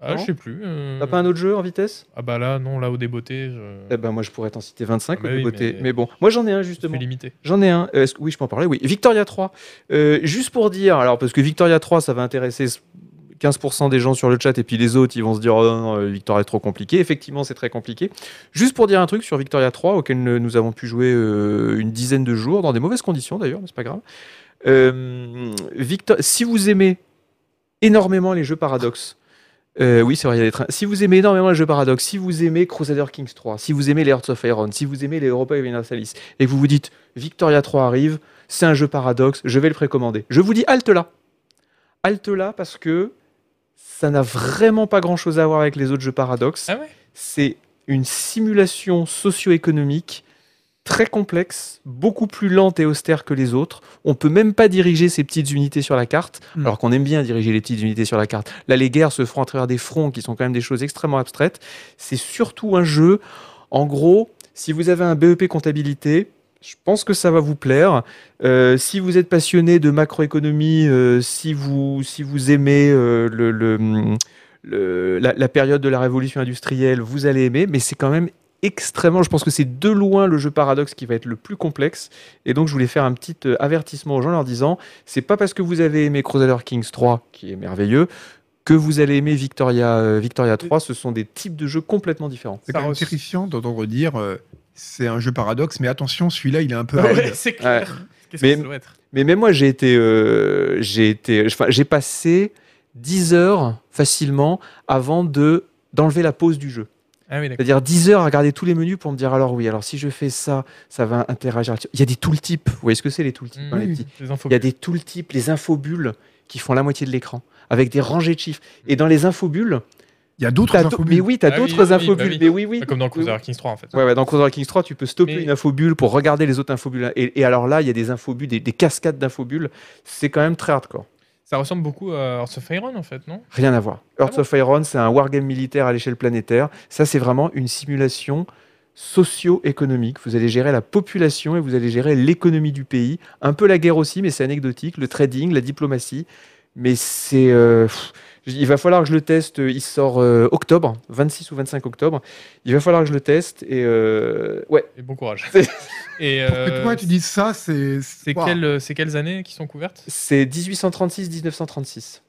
Speaker 2: Ah,
Speaker 1: Non.
Speaker 2: je sais plus. euh,
Speaker 1: T'as pas un autre jeu en vitesse
Speaker 2: Ah bah là, non, là, au débeauté, je...
Speaker 1: Eh ben moi je pourrais t'en citer 25
Speaker 2: Mm. Ah bah
Speaker 1: au
Speaker 2: oui,
Speaker 1: côté,
Speaker 2: mais-
Speaker 1: mais... bon, moi j'en ai un
Speaker 2: je
Speaker 1: justement.
Speaker 2: suis limité.
Speaker 1: J'en ai un. Euh, est-ce que- oui, je peux en parler. Oui, Victoria 3. Euh, juste pour dire, alors parce que Victoria 3, ça va intéresser 15% des gens sur le chat et puis les autres, ils vont se dire, oh non, non, euh, Victoria est trop compliqué. Effectivement, c'est très compliqué. Juste pour dire un truc sur Victoria 3, auquel ne- nous avons pu jouer euh, une dizaine de jours, dans des mauvaises conditions d'ailleurs, mais c'est pas grave. Euh, Victor... Si vous aimez énormément les jeux paradoxes, euh, oui, c'est vrai, il y a des trains. Si vous aimez énormément les jeux paradoxes, si vous aimez Crusader Kings 3, si vous aimez les Hearts of Iron, si vous aimez les Europa Universalis, et que vous vous dites Victoria 3 arrive, c'est un jeu paradoxe, je vais le précommander. Je vous dis halte là. Halte là parce que ça n'a vraiment pas grand chose à voir avec les autres jeux paradoxes
Speaker 2: Ah ouais
Speaker 1: c'est une simulation socio-économique très complexe, beaucoup plus lente et austère que les autres. On peut même pas diriger ces petites unités sur la carte,
Speaker 3: Mm.
Speaker 1: alors qu'on aime bien diriger les petites unités sur la carte. Là, les guerres se feront à travers des fronts qui sont quand même des choses extrêmement abstraites. C'est surtout un jeu, en gros, si vous avez un BEP comptabilité, je pense que ça va vous plaire. Euh, si vous êtes passionné de macroéconomie, euh, si, vous, si vous aimez euh, le, le, hum, le- la, la période de la révolution industrielle, vous allez aimer, mais c'est quand même extrêmement, je pense que c'est de loin le jeu paradoxe qui va être le plus complexe, et donc je voulais faire un petit euh, avertissement aux gens en leur disant, c'est pas parce que vous avez aimé Crusader Kings 3, qui est merveilleux, que vous allez aimer Victoria, euh, Victoria 3, ce sont des types de jeux complètement différents.
Speaker 3: C'est
Speaker 2: Ça
Speaker 3: quand même
Speaker 2: res-
Speaker 3: terrifiant d'entendre dire euh, c'est un jeu paradoxe, mais attention, celui-là, il est un peu
Speaker 2: Ouais,
Speaker 3: aride.
Speaker 2: ouais, c'est clair. Qu'est-ce
Speaker 1: Ah Mais-
Speaker 2: que ça doit être
Speaker 1: Mais même moi, j'ai été, euh, j'ai été, enfin, j'ai passé 10 heures facilement avant de d'enlever la pause du jeu.
Speaker 2: Ah oui, d'accord.
Speaker 1: C'est-à-dire 10 heures à regarder tous les menus pour me dire alors oui, alors si je fais ça, ça va interagir. Il y a des tooltips. Vous voyez ce que c'est les tooltips hein, les
Speaker 2: Mmh.
Speaker 1: petits
Speaker 2: Les infos.
Speaker 1: Il y a des tooltips, les infobules qui font la moitié de l'écran avec des rangées de chiffres. Et dans les infobules,
Speaker 3: Il y a d'autres
Speaker 1: t'as do- mais
Speaker 3: infobules.
Speaker 1: oui, tu as
Speaker 2: Ah oui,
Speaker 1: d'autres
Speaker 2: oui,
Speaker 1: infobules.
Speaker 2: bah oui.
Speaker 1: Mais oui, oui.
Speaker 2: Pas Comme dans
Speaker 1: Oui,
Speaker 2: Cruiser Kings 3, en fait.
Speaker 1: Ouais, ouais, dans Cruiser Kings 3, tu peux stopper
Speaker 2: Mais-
Speaker 1: une infobule pour regarder les autres infobules. Et, et alors là, il y a des infobules, des, des cascades d'infobules. C'est quand même très hardcore.
Speaker 2: Ça ressemble beaucoup à Hearts of Iron, en fait, non
Speaker 1: Rien à voir. Earth
Speaker 2: Ah bon
Speaker 1: of Iron, c'est un wargame militaire à l'échelle planétaire. Ça, c'est vraiment une simulation socio-économique. Vous allez gérer la population et vous allez gérer l'économie du pays. Un peu la guerre aussi, mais c'est anecdotique. Le trading, la diplomatie. Mais c'est. euh, pff, il va falloir que je le teste. Il sort euh, octobre, 26 ou 25 octobre. Il va falloir que je le teste. Et euh, ouais,
Speaker 2: Et bon courage.
Speaker 1: C'est-
Speaker 2: Et
Speaker 3: Pour que
Speaker 2: euh,
Speaker 3: toi, tu dises ça, c'est.
Speaker 2: c'est
Speaker 3: Waouh.
Speaker 2: quelles, c'est quelles années qui sont couvertes
Speaker 1: C'est 1836-1936.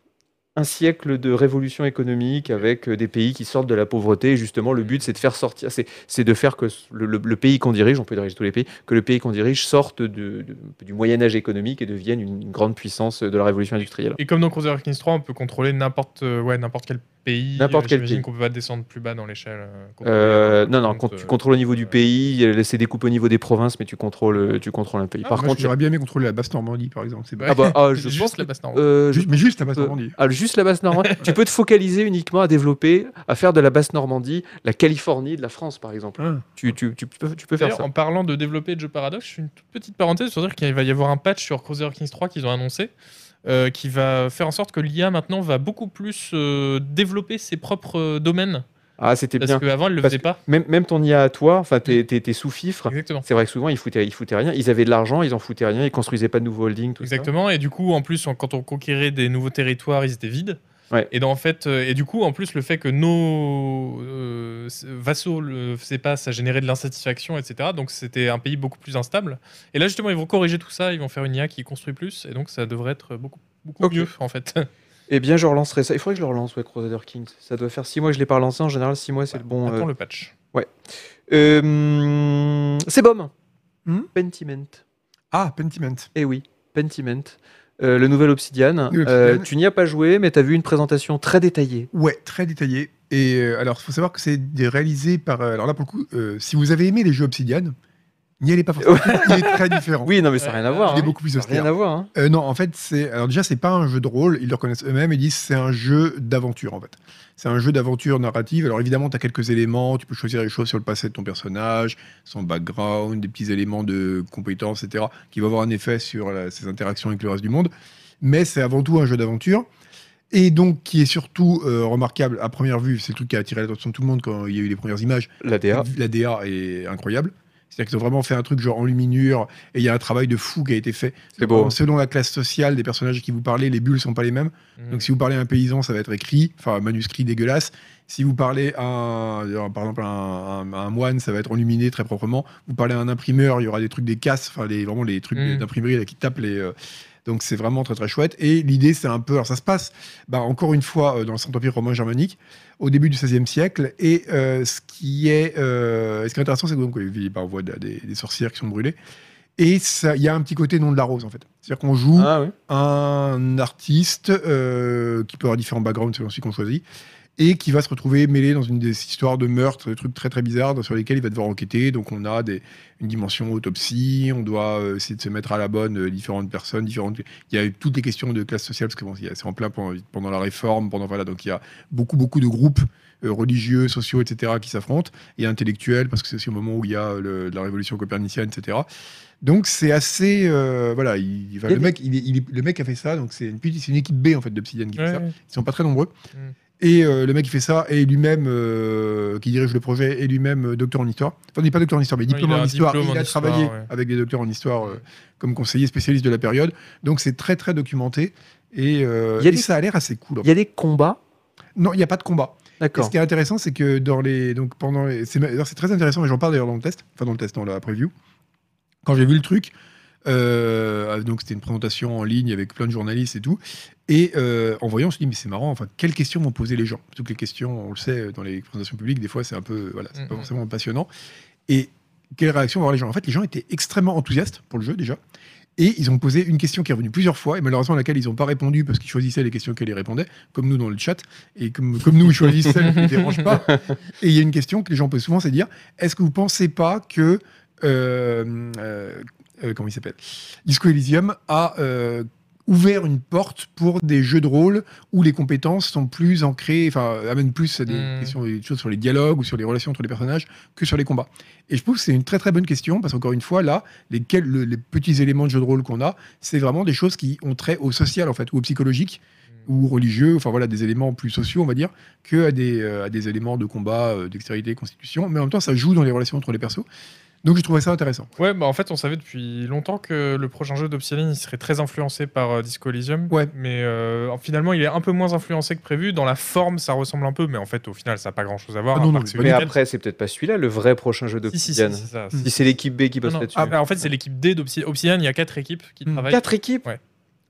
Speaker 1: Un siècle de révolution économique avec euh, des pays qui sortent de la pauvreté. Et justement, le but, c'est de faire sortir, c'est, c'est de faire que le, le- le pays qu'on dirige, on peut diriger tous les pays, que le pays qu'on dirige sorte de- de- du Moyen-Âge économique et devienne une, une grande puissance de la révolution industrielle.
Speaker 2: Et comme dans Cruiser Kings 3, on peut contrôler n'importe euh, ouais, n'importe quel pays.
Speaker 1: N'importe quel
Speaker 2: J'imagine
Speaker 1: pays.
Speaker 2: qu'on peut pas descendre plus bas dans l'échelle. euh, contrôler,
Speaker 1: Euh,
Speaker 2: euh,
Speaker 1: non, non,
Speaker 2: compte,
Speaker 1: quand tu
Speaker 2: euh,
Speaker 1: contrôles au niveau du
Speaker 2: euh,
Speaker 1: pays, euh, c'est découpé au niveau des provinces, mais tu contrôles, euh, tu contrôles un pays.
Speaker 2: Ah,
Speaker 1: Par
Speaker 2: moi,
Speaker 1: contre,
Speaker 3: J'aurais bien aimé contrôler la basse Normandie, par exemple. C'est
Speaker 2: ouais.
Speaker 1: ah bah, ah, je
Speaker 2: Juste
Speaker 1: pense
Speaker 2: la
Speaker 1: que-
Speaker 2: basse normale.
Speaker 1: euh, je
Speaker 3: Juste- mais juste la basse
Speaker 1: Euh,
Speaker 3: Normandie.
Speaker 1: ah, juste la basse Normandie. tu peux te focaliser uniquement à développer, à faire de la basse Normandie, la Californie, de la France, par exemple.
Speaker 3: Ah.
Speaker 1: Tu, tu- tu peux, tu peux faire
Speaker 2: D'ailleurs,
Speaker 1: ça.
Speaker 2: en parlant de développer Joe Paradox, je fais une toute petite parenthèse pour dire qu'il va y avoir un patch sur Cruiser Kings 3 qu'ils ont annoncé, euh, qui va faire en sorte que l'IA maintenant va beaucoup plus euh, développer ses propres euh, domaines.
Speaker 1: Ah, c'était
Speaker 2: Parce
Speaker 1: bien.
Speaker 2: qu'avant, elle ne le
Speaker 1: Parce
Speaker 2: faisait pas.
Speaker 1: Même, même ton IA à toi, enfin, tes, tes- tes sous-fifres,
Speaker 2: Exactement.
Speaker 1: c'est vrai que souvent, ils foutaient, ils foutaient rien. Ils avaient de l'argent, ils en foutaient rien, ils construisaient pas de nouveaux holdings, tout ça.
Speaker 2: Exactement. Et du coup, en plus, en- quand on conquérait des nouveaux territoires, ils étaient vides.
Speaker 1: Ouais.
Speaker 2: Et, dans- en fait, euh, et du coup, en plus, le fait que nos euh, s- vassaux le faisaient pas, ça générait de l'insatisfaction, etc. Donc, c'était un pays beaucoup plus instable. Et là, justement, ils vont corriger tout ça. Ils vont faire une IA qui construit plus. Et donc, ça devrait être beaucoup, beaucoup
Speaker 1: Ok.
Speaker 2: mieux, en fait.
Speaker 1: Eh bien, je relancerai ça. Il faudrait que je le relance, ouais, Crusader Kings. Ça doit faire 6 mois que je l'ai pas relancé. En général, 6 mois, c'est le bon.
Speaker 2: Bah, Attends
Speaker 1: euh,
Speaker 2: le patch.
Speaker 1: euh, c'est BOM.
Speaker 3: Hmm
Speaker 1: Pentiment.
Speaker 3: Ah, Pentiment.
Speaker 1: Eh oui, Pentiment. Euh, le nouvel Obsidian.
Speaker 3: Le
Speaker 1: Euh,
Speaker 3: Obsidian.
Speaker 1: tu n'y as pas joué, mais tu as vu une présentation très détaillée.
Speaker 3: Ouais, très détaillé. Et euh, alors, il faut savoir que c'est des- réalisé par. euh, alors là, pour le coup, euh, si vous avez aimé les jeux Obsidian, n'y allez pas forcément. Il est très différent.
Speaker 1: Oui, non, mais ça n'a
Speaker 2: Ouais,
Speaker 1: rien à
Speaker 2: ouais,
Speaker 1: voir.
Speaker 3: Il est
Speaker 1: hein.
Speaker 3: beaucoup plus
Speaker 1: Ça n'a
Speaker 3: austère.
Speaker 1: rien à voir. hein.
Speaker 3: Euh, non, en fait, c'est alors déjà c'est pas un jeu de rôle, ils le reconnaissent eux-mêmes, ils disent c'est un jeu d'aventure en fait. C'est un jeu d'aventure narrative. Alors évidemment, tu as quelques éléments, tu peux choisir les choses sur le passé de ton personnage, son background, des petits éléments de compétences, etc., qui vont avoir un effet sur la- ses interactions avec le reste du monde. Mais c'est avant tout un jeu d'aventure. Et donc, qui est surtout euh, remarquable à première vue, c'est le truc qui a attiré l'attention de tout le monde quand il y a eu les premières images,
Speaker 1: La DA.
Speaker 3: la DA est incroyable. C'est-à-dire qu'ils ont vraiment fait un truc genre en luminure et il y a un travail de fou qui a été fait.
Speaker 1: C'est beau, hein.
Speaker 3: Selon la classe sociale des personnages à qui vous parlez, les bulles sont pas les mêmes.
Speaker 2: Mm.
Speaker 3: Donc si vous parlez à un paysan, ça va être écrit, enfin un manuscrit dégueulasse. Si vous parlez à, un- par exemple, à un, à un moine, ça va être enluminé très proprement. Vous parlez à un imprimeur, il y aura des trucs des casses, enfin les, vraiment les trucs
Speaker 2: Mm.
Speaker 3: d'imprimerie là, qui tapent les. euh, donc c'est vraiment très très chouette. Et l'idée, c'est un peu, alors ça se passe, bah, encore une fois euh, dans le Saint Empire romain germanique, au début du XVIe siècle. Et euh, ce qui est, euh, ce qui est intéressant, c'est que donc oui, bah, on voit des, des sorcières qui sont brûlées. Et ça- il y a un petit côté nom de la rose en fait. C'est-à-dire qu'on joue
Speaker 1: Ah oui.
Speaker 3: un artiste euh, qui peut avoir différents backgrounds selon celui qu'on choisit et qui va se retrouver mêlé dans une des histoires de meurtre, des trucs très très bizarres sur lesquels il va devoir enquêter. Donc on a des, une dimension autopsie, on doit euh, essayer de se mettre à la bonne euh, différentes personnes, différentes. Il y a eu toutes les questions de classe sociale parce que bon, il y a- c'est en plein pendant, pendant la réforme, pendant voilà, donc il y a beaucoup beaucoup de groupes euh, religieux, sociaux, etc. qui s'affrontent et intellectuels parce que c'est aussi au moment où il y a euh, le- la révolution copernicienne, etc. Donc c'est assez euh, voilà, il, enfin,
Speaker 1: Il y a
Speaker 3: le
Speaker 1: des-
Speaker 3: mec il, est- il est- le mec a fait ça donc c'est une petite c'est une équipe B en fait d'Obsidian qui fait
Speaker 2: Ouais,
Speaker 3: ça.
Speaker 2: ouais.
Speaker 3: Ils sont pas très nombreux.
Speaker 2: Mm.
Speaker 3: Et euh, le mec qui fait ça, et lui-même, euh, qui dirige le projet, et lui-même euh, docteur en histoire. Enfin, il n'est pas docteur en histoire, mais
Speaker 2: il
Speaker 3: diplômé
Speaker 2: a
Speaker 3: en
Speaker 2: un
Speaker 3: histoire.
Speaker 2: diplôme
Speaker 3: il
Speaker 2: en
Speaker 3: a
Speaker 2: histoire,
Speaker 3: travaillé
Speaker 2: ouais.
Speaker 3: avec des docteurs en histoire euh, comme conseiller spécialiste de la période. Donc c'est très très documenté. Et, euh,
Speaker 1: Il y a
Speaker 3: et
Speaker 1: des-
Speaker 3: ça a l'air assez cool. en
Speaker 1: Il y a des combats.
Speaker 3: fait. Non, il n'y a pas de combat. Et
Speaker 1: D'accord.
Speaker 3: ce qui est intéressant, c'est que dans les. Donc pendant les- C'est d'ailleurs, c'est très intéressant, et j'en parle d'ailleurs dans le test, enfin dans le test, dans la preview. Quand j'ai vu le truc, euh, donc c'était une présentation en ligne avec plein de journalistes et tout. Et euh, en voyant, on se dit, mais c'est marrant, enfin, quelles questions vont poser les gens Toutes les questions, on le sait, dans les présentations publiques, des fois, c'est un peu. Voilà, c'est pas
Speaker 2: Mhm.
Speaker 3: forcément passionnant. Et quelles réactions vont avoir les gens En fait, les gens étaient extrêmement enthousiastes pour le jeu déjà. Et ils ont posé une question qui est revenue plusieurs fois, et malheureusement à laquelle ils n'ont pas répondu parce qu'ils choisissaient les questions qu'elle y répondait, comme nous dans le chat, et comme, comme nous, ils choisissent celles qui ne dérangent pas. Et il y a une question que les gens posent souvent, c'est de dire, est-ce que vous ne pensez pas que... euh, euh, euh, comment il s'appelle Disco Elysium a euh, ouvert une porte pour des jeux de rôle où les compétences sont plus ancrées, enfin amènent plus à des,
Speaker 2: Hmm.
Speaker 3: questions, des choses sur les dialogues ou sur les relations entre les personnages que sur les combats. Et je trouve que c'est une très très bonne question parce qu'encore une fois là, les, quel- le- les petits éléments de jeu de rôle qu'on a, c'est vraiment des choses qui ont trait au social en fait ou au psychologique ou religieux, enfin voilà, des éléments plus sociaux, on va dire, que à des, euh, à des éléments de combat, euh, dextérité, constitution, mais en même temps, ça joue dans les relations entre les persos. Donc, je trouvais ça intéressant.
Speaker 2: Ouais, bah en fait, on savait depuis longtemps que le prochain jeu d'Obsidian il serait très influencé par euh, Disco Elysium.
Speaker 3: Ouais.
Speaker 2: Mais euh, finalement, il est un peu moins influencé que prévu. Dans la forme, ça ressemble un peu, mais en fait, au final, ça n'a pas grand chose à voir.
Speaker 3: Ah
Speaker 2: à
Speaker 3: non,
Speaker 2: part
Speaker 3: non,
Speaker 2: que c'est
Speaker 3: mais
Speaker 1: Mais
Speaker 2: une
Speaker 1: après, c'est peut-être pas celui-là, le vrai prochain jeu
Speaker 2: quête- Si, si,
Speaker 1: d'Obsidian.
Speaker 2: si, c'est ça.
Speaker 3: Hmm.
Speaker 1: Si c'est l'équipe B qui bosse
Speaker 2: Non, non.
Speaker 1: là-dessus.
Speaker 2: Ah, bah, en fait, c'est l'équipe D d'Obsidian. Obsidian, il y a quatre équipes qui
Speaker 3: Hmm.
Speaker 2: travaillent.
Speaker 1: Quatre équipes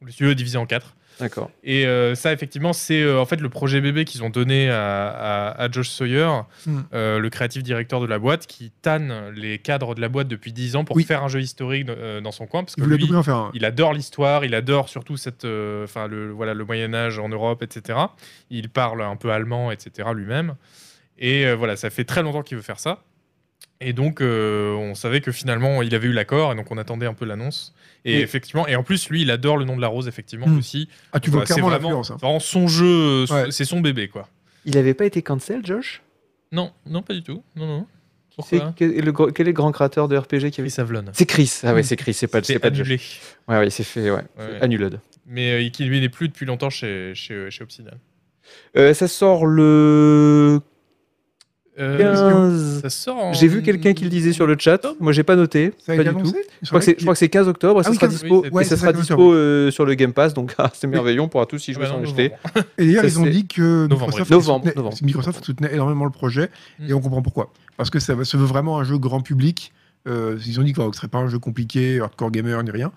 Speaker 2: Le studio est divisé en quatre.
Speaker 1: D'accord.
Speaker 2: Et euh, ça, effectivement, c'est euh, en fait le projet bébé qu'ils ont donné à, à- à Josh Sawyer,
Speaker 3: Hmm.
Speaker 2: euh, le créatif directeur de la boîte, qui tanne les cadres de la boîte depuis 10 ans pour
Speaker 3: Oui.
Speaker 2: faire un jeu historique euh, dans son coin. Parce
Speaker 3: Il
Speaker 2: que
Speaker 3: voulait
Speaker 2: lui,
Speaker 3: tout bien faire. un.
Speaker 2: il adore l'histoire, il adore surtout cette, euh, enfin le voilà le Moyen Âge en Europe, etc. Il parle un peu allemand, etc. Lui-même. Et euh, voilà, ça fait très longtemps qu'il veut faire ça. Et donc, euh, on savait que finalement, il avait eu l'accord, et donc on attendait un peu l'annonce. Et
Speaker 3: Oui.
Speaker 2: effectivement, et en plus, lui, il adore le nom de la rose, effectivement
Speaker 1: Mm.
Speaker 3: Hmm.
Speaker 2: aussi.
Speaker 3: Ah, tu
Speaker 2: Voilà,
Speaker 3: vois clairement
Speaker 2: c'est vraiment,
Speaker 3: l'influence. hein.
Speaker 2: c'est vraiment son jeu, son-
Speaker 3: Ouais.
Speaker 2: c'est son bébé, quoi.
Speaker 1: Il avait pas été cancel, Josh
Speaker 2: Non, non, pas du tout. Non, non.
Speaker 1: C'est-
Speaker 2: Pourquoi
Speaker 1: quel, est le gr- quel est le grand créateur de RPG qui avait
Speaker 2: Chris Avlon.
Speaker 1: C'est Chris. Ah ouais, c'est Chris, c'est pas, c'est
Speaker 2: C'est
Speaker 1: pas Josh.
Speaker 2: annulé.
Speaker 1: Ouais, ouais, c'est fait, ouais.
Speaker 2: Ouais, ouais.
Speaker 1: Annuled.
Speaker 2: Mais euh, qui lui n'est plus depuis longtemps chez, chez, chez Obsidian.
Speaker 1: Euh, ça sort le
Speaker 2: Euh,
Speaker 1: 15.
Speaker 2: ça sort en-
Speaker 1: J'ai vu quelqu'un qui le disait sur le chat. Moi, j'ai pas noté.
Speaker 3: Ça a
Speaker 1: pas
Speaker 3: été
Speaker 1: du tout.
Speaker 3: annoncé
Speaker 1: Je crois que c'est- je crois que c'est 15 octobre et
Speaker 3: Ah
Speaker 1: ça
Speaker 3: oui,
Speaker 1: sera
Speaker 3: 15,
Speaker 1: dispo,
Speaker 2: oui,
Speaker 1: et
Speaker 3: ouais,
Speaker 1: ça
Speaker 3: c'est
Speaker 1: sera
Speaker 3: ça,
Speaker 1: dispo euh, sur le Game Pass. Donc, ah, c'est merveilleux. On pourra tous y
Speaker 2: Ah
Speaker 1: jouer
Speaker 2: bah non,
Speaker 1: sans
Speaker 2: novembre.
Speaker 1: acheter.
Speaker 3: Et d'ailleurs,
Speaker 1: Ça,
Speaker 3: ils ont
Speaker 1: c'est
Speaker 3: dit que
Speaker 2: novembre,
Speaker 3: Microsoft,
Speaker 1: novembre,
Speaker 3: soutenait,
Speaker 1: novembre.
Speaker 3: Microsoft soutenait énormément le projet
Speaker 2: Mm.
Speaker 3: et on comprend pourquoi. Parce que ça va- se veut vraiment un jeu grand public. Euh, ils ont dit quoi, que ce serait pas un jeu compliqué, hardcore gamer ni rien.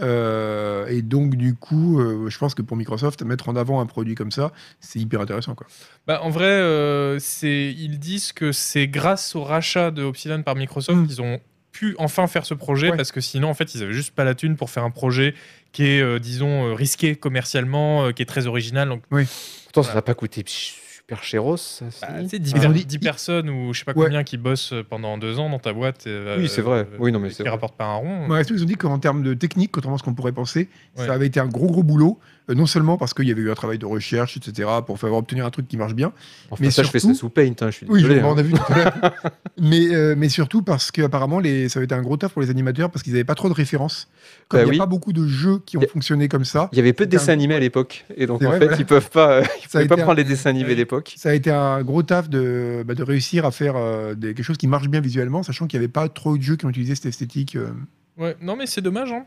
Speaker 3: Euh, et donc, du coup, euh, je pense que pour Microsoft, mettre en avant un produit comme ça, c'est hyper intéressant. Quoi.
Speaker 2: Bah, en vrai, euh, c'est- ils disent que c'est grâce au rachat de Obsidian par Microsoft
Speaker 3: Mm.
Speaker 2: qu'ils ont pu enfin faire ce projet
Speaker 3: Ouais.
Speaker 2: parce que sinon, en fait, ils avaient juste pas la thune pour faire un projet qui est, euh, disons, euh, risqué commercialement, euh, qui est très original. Donc,
Speaker 1: Pourtant, ça
Speaker 2: Voilà.
Speaker 1: n'a pas coûté super cher. Ça, si.
Speaker 2: bah, tu sais, 10,
Speaker 3: Ils ont dit-
Speaker 2: personnes ou je sais pas
Speaker 3: Ouais.
Speaker 2: combien qui bossent pendant deux ans dans ta boîte. euh,
Speaker 1: Oui, c'est vrai.
Speaker 2: euh,
Speaker 1: Oui, non, mais
Speaker 2: et
Speaker 1: c'est
Speaker 2: qui
Speaker 1: vrai.
Speaker 2: rapportent pas un rond.
Speaker 3: Ouais, surtout, ils ont dit qu'en termes de technique, contrairement à ce qu'on pourrait penser,
Speaker 2: Ouais.
Speaker 3: ça avait été un gros gros boulot. euh, non seulement parce qu'il y avait eu un travail de recherche, etc., pour faire obtenir un truc qui marche bien,
Speaker 1: Enfin,
Speaker 3: Mais
Speaker 1: ça, je fais ça
Speaker 3: surtout-
Speaker 1: sous Paint. hein, je suis
Speaker 3: Oui,
Speaker 1: désolé.
Speaker 3: je-
Speaker 1: hein.
Speaker 3: on a vu. tout à l'heure. mais, euh, mais surtout parce que apparemment les, ça avait été un gros taf pour les animateurs parce qu'ils n'avaient pas trop de références. Comme
Speaker 1: Bah
Speaker 3: il n'y a
Speaker 1: oui.
Speaker 3: pas beaucoup de jeux qui ont
Speaker 1: Y a-
Speaker 3: fonctionné comme ça,
Speaker 1: Il y avait peu de
Speaker 3: C'est un-
Speaker 1: dessins animés à l'époque. Et donc,
Speaker 3: C'est
Speaker 1: en
Speaker 3: vrai,
Speaker 1: fait,
Speaker 3: voilà.
Speaker 1: ils peuvent pas, euh, ils
Speaker 3: ça a,
Speaker 1: pouvaient pas
Speaker 3: été un,
Speaker 1: prendre les dessins animés
Speaker 2: Oui.
Speaker 1: d'époque.
Speaker 3: ça a été un gros taf de, bah, de réussir à faire euh, des, quelque chose qui marche bien visuellement, sachant qu'il n'y avait pas trop de jeux qui ont utilisé cette esthétique. euh.
Speaker 2: Ouais, Non, mais c'est dommage, hein,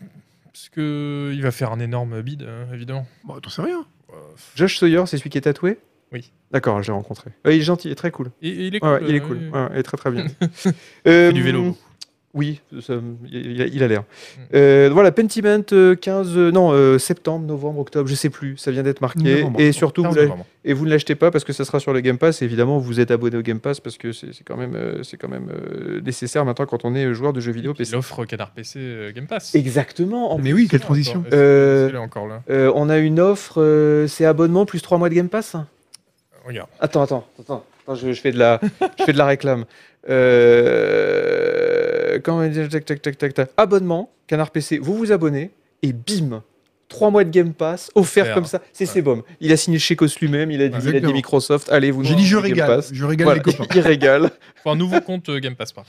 Speaker 2: parce que il va faire un énorme bid, euh, évidemment.
Speaker 3: Bon, t'en sais rien.
Speaker 1: Josh Sawyer, c'est celui qui est tatoué
Speaker 2: Oui.
Speaker 1: D'accord, je l'ai rencontré. Ouais, il est gentil, il est très cool.
Speaker 2: Et, et il est
Speaker 1: Ouais,
Speaker 2: cool.
Speaker 1: ouais, il est
Speaker 2: euh,
Speaker 1: cool.
Speaker 2: oui, oui.
Speaker 1: Ouais, il est très très bien. Euh,
Speaker 2: fait du vélo.
Speaker 1: Oui, ça- il a- il a l'air. Euh, voilà, Pentiment euh, 15, euh, non, euh, septembre, novembre, octobre, je sais plus, ça vient d'être marqué.
Speaker 3: Novembre,
Speaker 1: et surtout, vous
Speaker 2: 15
Speaker 1: l'avez-
Speaker 2: novembre.
Speaker 1: et vous ne l'achetez pas parce que ça sera sur le Game Pass. Évidemment, vous êtes abonné au Game Pass parce que c'est c'est quand même, euh, c'est quand même euh, nécessaire maintenant quand on est joueur de jeux vidéo
Speaker 2: Et puis,
Speaker 1: PC.
Speaker 2: Il offre Canard PC euh, Game Pass.
Speaker 1: Exactement. en
Speaker 3: Mais oui, quelle transition.
Speaker 2: Encore-
Speaker 1: Euh,
Speaker 2: c'est là encore là.
Speaker 1: Euh, on a une offre, euh, c'est abonnement plus 3 mois de Game Pass hein.
Speaker 2: Regarde.
Speaker 1: Attends, attends, attends, attends, je, je fais de la, je fais de la réclame. Euh, comment dire, tac, tac, tac, tac, tac. Abonnement, Canard PC, vous vous abonnez et bim, trois mois de Game Pass offert
Speaker 2: Offert.
Speaker 1: comme ça. C'est
Speaker 2: Ouais.
Speaker 1: c'est bon. Il a signé chez Cos lui-même, il a dit, il a dit
Speaker 3: Exactement.
Speaker 1: Microsoft. Allez, vous
Speaker 3: J'ai
Speaker 1: nous
Speaker 3: dit je
Speaker 1: offrez Game
Speaker 3: régale,
Speaker 1: Pass.
Speaker 3: je régale
Speaker 1: Voilà,
Speaker 3: les copains.
Speaker 1: il régale.
Speaker 2: Pour un nouveau compte euh, Game Pass, pas.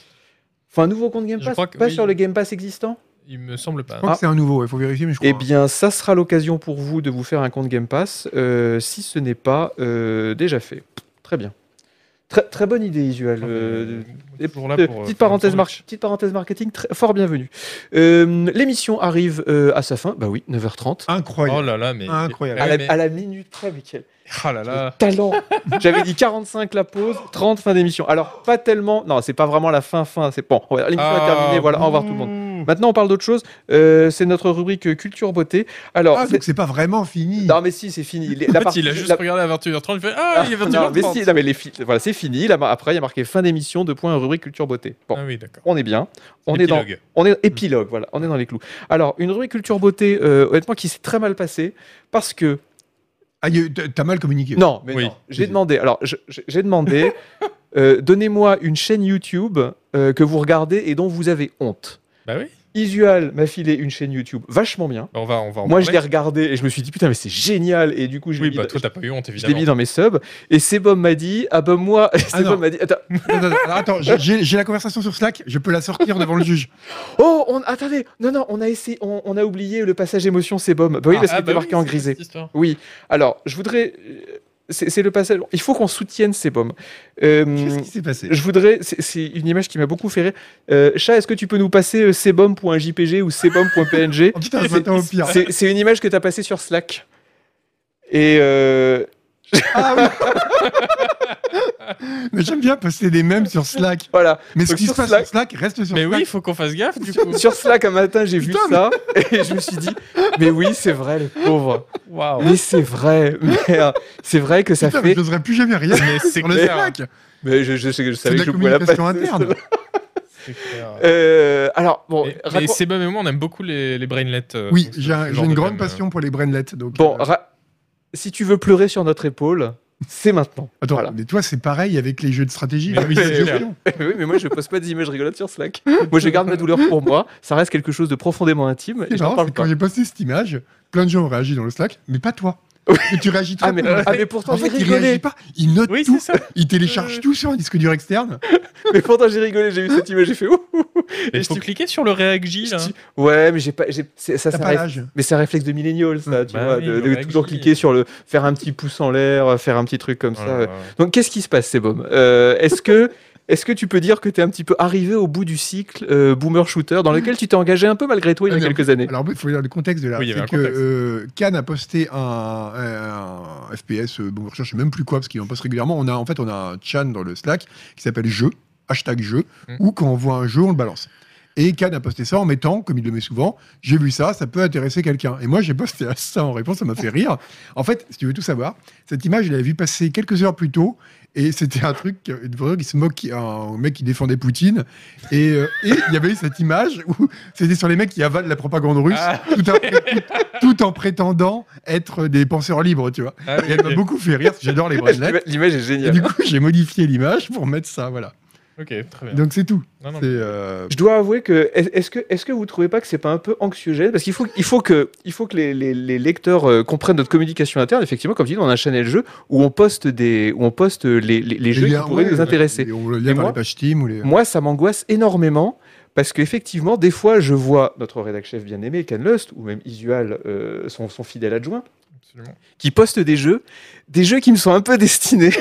Speaker 1: Enfin, un nouveau compte Game
Speaker 2: Je
Speaker 1: Pass,
Speaker 2: crois que
Speaker 1: pas
Speaker 2: oui.
Speaker 1: sur le Game Pass existant.
Speaker 2: Il me semble pas. hein.
Speaker 3: Je crois
Speaker 1: Ah.
Speaker 3: que c'est un nouveau, il faut vérifier, mais je crois.
Speaker 1: Eh bien, ça sera l'occasion pour vous de vous faire un compte Game Pass, euh, si ce n'est pas euh, déjà fait. Très bien. Très, très bonne idée, Isual. Euh,
Speaker 2: Et toujours là
Speaker 1: Euh,
Speaker 2: pour, euh,
Speaker 1: petite,
Speaker 2: pour
Speaker 1: parenthèse
Speaker 2: le
Speaker 1: mar- petite parenthèse marketing, très, fort bienvenue. Euh, L'émission arrive euh, à sa fin, bah oui, 9h30.
Speaker 2: sandwich. Oh
Speaker 3: Incroyable.
Speaker 2: là là, mais.
Speaker 3: Incroyable.
Speaker 2: Ah
Speaker 1: à,
Speaker 2: ouais,
Speaker 1: la,
Speaker 2: mais-
Speaker 1: à la minute près, mais quel
Speaker 2: Ah là là.
Speaker 1: talent J'avais dit 45 la pause,
Speaker 2: Ah.
Speaker 1: 30 fin d'émission. Alors, pas tellement, non, c'est pas vraiment la fin, fin, c'est bon. on va- L'émission est terminée, voilà, au revoir tout le monde. Maintenant, on parle d'autre chose. Euh, c'est notre rubrique euh, culture beauté. Alors,
Speaker 3: Ah,
Speaker 1: c'est-
Speaker 3: donc c'est pas vraiment fini.
Speaker 1: non, mais si, c'est fini. Les- la
Speaker 2: En fait,
Speaker 1: partie-
Speaker 2: il a juste
Speaker 1: la-
Speaker 2: regardé à 21h30, il fait Ah,
Speaker 1: Ah,
Speaker 2: il est
Speaker 1: non, mais
Speaker 2: 21h30.
Speaker 1: si, non, mais les fi- voilà, c'est fini. Là, après, il y a marqué fin d'émission, deux points, rubrique culture beauté. Bon,
Speaker 2: Ah oui, d'accord.
Speaker 1: on est bien. On est dans
Speaker 2: Épilogue.
Speaker 1: on est épilogue, voilà, on est dans les clous. Alors, une rubrique culture beauté, euh, honnêtement, qui s'est très mal passée parce que
Speaker 3: Ah, y a- t'as t'as mal communiqué.
Speaker 1: non, mais
Speaker 2: Oui.
Speaker 1: non. J'ai
Speaker 3: Vas-y.
Speaker 1: demandé. Alors, je- je- j'ai demandé. euh, Donnez-moi une chaîne YouTube euh, que vous regardez et dont vous avez honte.
Speaker 2: Bah oui,
Speaker 1: Isual m'a filé une chaîne YouTube vachement bien.
Speaker 2: on va, on va en
Speaker 1: Moi, je l'ai
Speaker 2: parler.
Speaker 1: regardée et je me suis dit putain, mais c'est génial. Et du coup, je l'ai
Speaker 2: Oui,
Speaker 1: mis
Speaker 2: bah
Speaker 1: dans-
Speaker 2: toi, t'as pas eu honte,
Speaker 1: je l'ai
Speaker 2: évidemment.
Speaker 1: mis dans mes subs. Et Sebom m'a dit ah ben moi, Sebom
Speaker 3: non.
Speaker 1: m'a dit attends,
Speaker 3: Attends, attends, alors, attends, j'ai- j'ai j'ai la conversation sur Slack, je peux la sortir devant le juge.
Speaker 1: oh on- attendez non non on a essayé on, on a oublié le passage émotion Sebom. Bah oui
Speaker 3: Ah,
Speaker 1: parce qu'il
Speaker 2: Ah,
Speaker 1: était
Speaker 2: bah
Speaker 1: marqué
Speaker 2: oui,
Speaker 1: en
Speaker 2: c'est
Speaker 1: grisé.
Speaker 2: cette histoire.
Speaker 1: Oui, alors je voudrais. euh, C'est c'est le passage. Il faut qu'on soutienne ces bombes. Euh,
Speaker 3: Qu'est-ce qui s'est passé
Speaker 1: je voudrais. c'est- C'est une image qui m'a beaucoup fait rire. Euh, Chat, est-ce que tu peux nous passer euh, cbombes.jpg ou cbombes.png
Speaker 3: Oh putain, je m'attends au pire.
Speaker 1: C'est c'est une image que tu as passée sur Slack. Et euh,
Speaker 3: Ah oui Mais j'aime bien poster des mèmes sur Slack.
Speaker 1: voilà.
Speaker 3: Mais ce
Speaker 1: Donc
Speaker 3: qui se
Speaker 1: sur
Speaker 3: passe
Speaker 1: Slack-
Speaker 3: sur Slack reste sur
Speaker 2: Mais oui,
Speaker 3: Slack.
Speaker 2: il faut qu'on fasse gaffe, du coup.
Speaker 1: Sur Slack, un matin, j'ai vu
Speaker 3: Putain,
Speaker 1: ça et je me suis dit, mais oui, c'est vrai, le pauvre.
Speaker 2: Waouh.
Speaker 1: Mais c'est vrai. Merde. C'est vrai que ça
Speaker 3: Ah Putain, mais
Speaker 1: fait.
Speaker 3: je n'oserais plus jamais rien
Speaker 2: Mais c'est
Speaker 3: sur le
Speaker 2: clair.
Speaker 3: Slack.
Speaker 1: Mais je, je, je- je
Speaker 3: C'est de
Speaker 1: savais
Speaker 3: la
Speaker 1: que je pouvais la passer.
Speaker 3: communication interne.
Speaker 2: C'est clair.
Speaker 1: Euh, alors, bon,
Speaker 2: Mais- Mais
Speaker 1: raconte-
Speaker 2: Sebum et moi, on aime beaucoup les, les brainlets. euh,
Speaker 3: Oui,
Speaker 2: donc ce-
Speaker 3: j'ai un-
Speaker 2: ce
Speaker 3: j'ai
Speaker 2: genre
Speaker 3: une
Speaker 2: de
Speaker 3: grande
Speaker 2: mème,
Speaker 3: passion pour les brainlets. Donc,
Speaker 1: Bon, ah,
Speaker 3: euh,
Speaker 1: ra- si tu veux pleurer sur notre épaule, c'est maintenant.
Speaker 3: attends,
Speaker 1: voilà.
Speaker 3: mais toi, c'est pareil avec les jeux de stratégie.
Speaker 2: Mais
Speaker 3: les
Speaker 2: oui,
Speaker 3: jeux
Speaker 2: c'est
Speaker 3: de
Speaker 2: clair.
Speaker 3: gestion.
Speaker 1: oui, mais moi, je poste pas d'images rigolotes sur Slack. Moi, je garde ma douleur pour moi. Ça reste quelque chose de profondément intime
Speaker 3: C'est
Speaker 1: et j'en
Speaker 3: marrant,
Speaker 1: parle
Speaker 3: c'est
Speaker 1: pas.
Speaker 3: quand j'ai posté cette image, plein de gens ont réagi dans le Slack, mais pas toi. Et tu réagis très
Speaker 1: Ah mais,
Speaker 3: peu dans le
Speaker 1: ah,
Speaker 3: Slack.
Speaker 1: mais pourtant
Speaker 3: En
Speaker 1: j'ai
Speaker 3: fait, il réagit
Speaker 1: rigolé.
Speaker 3: pas, il note
Speaker 2: Oui, c'est
Speaker 3: tout,
Speaker 2: ça.
Speaker 3: il télécharge
Speaker 2: Euh.
Speaker 3: tout sur un disque dur externe.
Speaker 1: Mais pourtant j'ai rigolé. J'ai vu cette image, j'ai fait ouh. ouh, ouh. Et
Speaker 2: Il
Speaker 1: je
Speaker 2: faut
Speaker 1: dis-
Speaker 2: cliquer sur le réagit.
Speaker 1: je dis, ouais, mais j'ai pas, j'ai- c'est- ça,
Speaker 3: T'as
Speaker 1: c'est un
Speaker 3: pas
Speaker 1: réf-
Speaker 3: l'âge.
Speaker 1: mais c'est un réflexe de millénial, ça, tu
Speaker 2: Bah
Speaker 1: vois,
Speaker 2: oui,
Speaker 1: de,
Speaker 2: le
Speaker 1: de
Speaker 2: réagit.
Speaker 1: toujours cliquer sur le, faire un petit pouce en l'air, faire un petit truc comme
Speaker 2: Oh
Speaker 1: ça. euh. Donc qu'est-ce qui se passe, Sebom Euh, Est-ce que est-ce que tu peux dire que tu es un petit peu arrivé au bout du cycle euh, Boomer Shooter dans lequel tu t'es engagé un peu malgré toi il y a
Speaker 3: Ah, mais en
Speaker 1: quelques années
Speaker 3: Alors, il faut dire le contexte de là.
Speaker 2: Oui, il y avait
Speaker 3: c'est
Speaker 2: un
Speaker 3: que
Speaker 2: contexte.
Speaker 3: euh, Cannes a posté un, un FPS, euh, bon, je ne sais même plus quoi, parce qu'il en poste régulièrement. On a, en fait, on a un chan dans le Slack qui s'appelle jeu, hashtag jeu,
Speaker 2: Mm.
Speaker 3: où quand on voit un jeu, on le balance. Et Cannes a posté ça en mettant, comme il le met souvent, j'ai vu ça, ça peut intéresser quelqu'un. Et moi, j'ai posté ça en réponse, ça m'a fait rire. En fait, si tu veux tout savoir, cette image, je l'avais vue passer quelques heures plus tôt, et c'était un truc, euh, vraiment, qui se moque, un mec qui défendait Poutine, et euh, et il y avait eu cette image où c'était sur les mecs qui avalent la propagande russe,
Speaker 2: Ah.
Speaker 3: tout, en, tout- tout en prétendant être des penseurs libres, tu vois. Et elle m'a beaucoup fait rire, parce que j'adore les bracelets.
Speaker 1: L'image est
Speaker 3: Et
Speaker 1: géniale.
Speaker 3: du coup, j'ai modifié l'image pour mettre ça, voilà.
Speaker 2: Ok, très bien.
Speaker 3: Donc c'est tout.
Speaker 2: Non, non,
Speaker 3: C'est, euh,
Speaker 1: Je dois avouer que est- est-ce que est-ce que vous trouvez pas que c'est pas un peu anxiogène parce qu'il faut il faut que il faut que les, les- les lecteurs euh, comprennent notre communication interne effectivement comme tu dis on a un channel jeu où on poste des où on poste les, les- les jeux qui
Speaker 3: liens,
Speaker 1: pourraient
Speaker 3: ouais,
Speaker 1: nous intéresser.
Speaker 3: et On le
Speaker 1: Et
Speaker 3: lien dans
Speaker 1: moi
Speaker 3: les pages Steam ou les.
Speaker 1: Moi ça m'angoisse énormément parce qu'effectivement des fois je vois notre rédac chef bien aimé Ken Lust ou même Isual euh, son, son fidèle adjoint
Speaker 2: absolument.
Speaker 1: qui postent des jeux des jeux qui me sont un peu destinés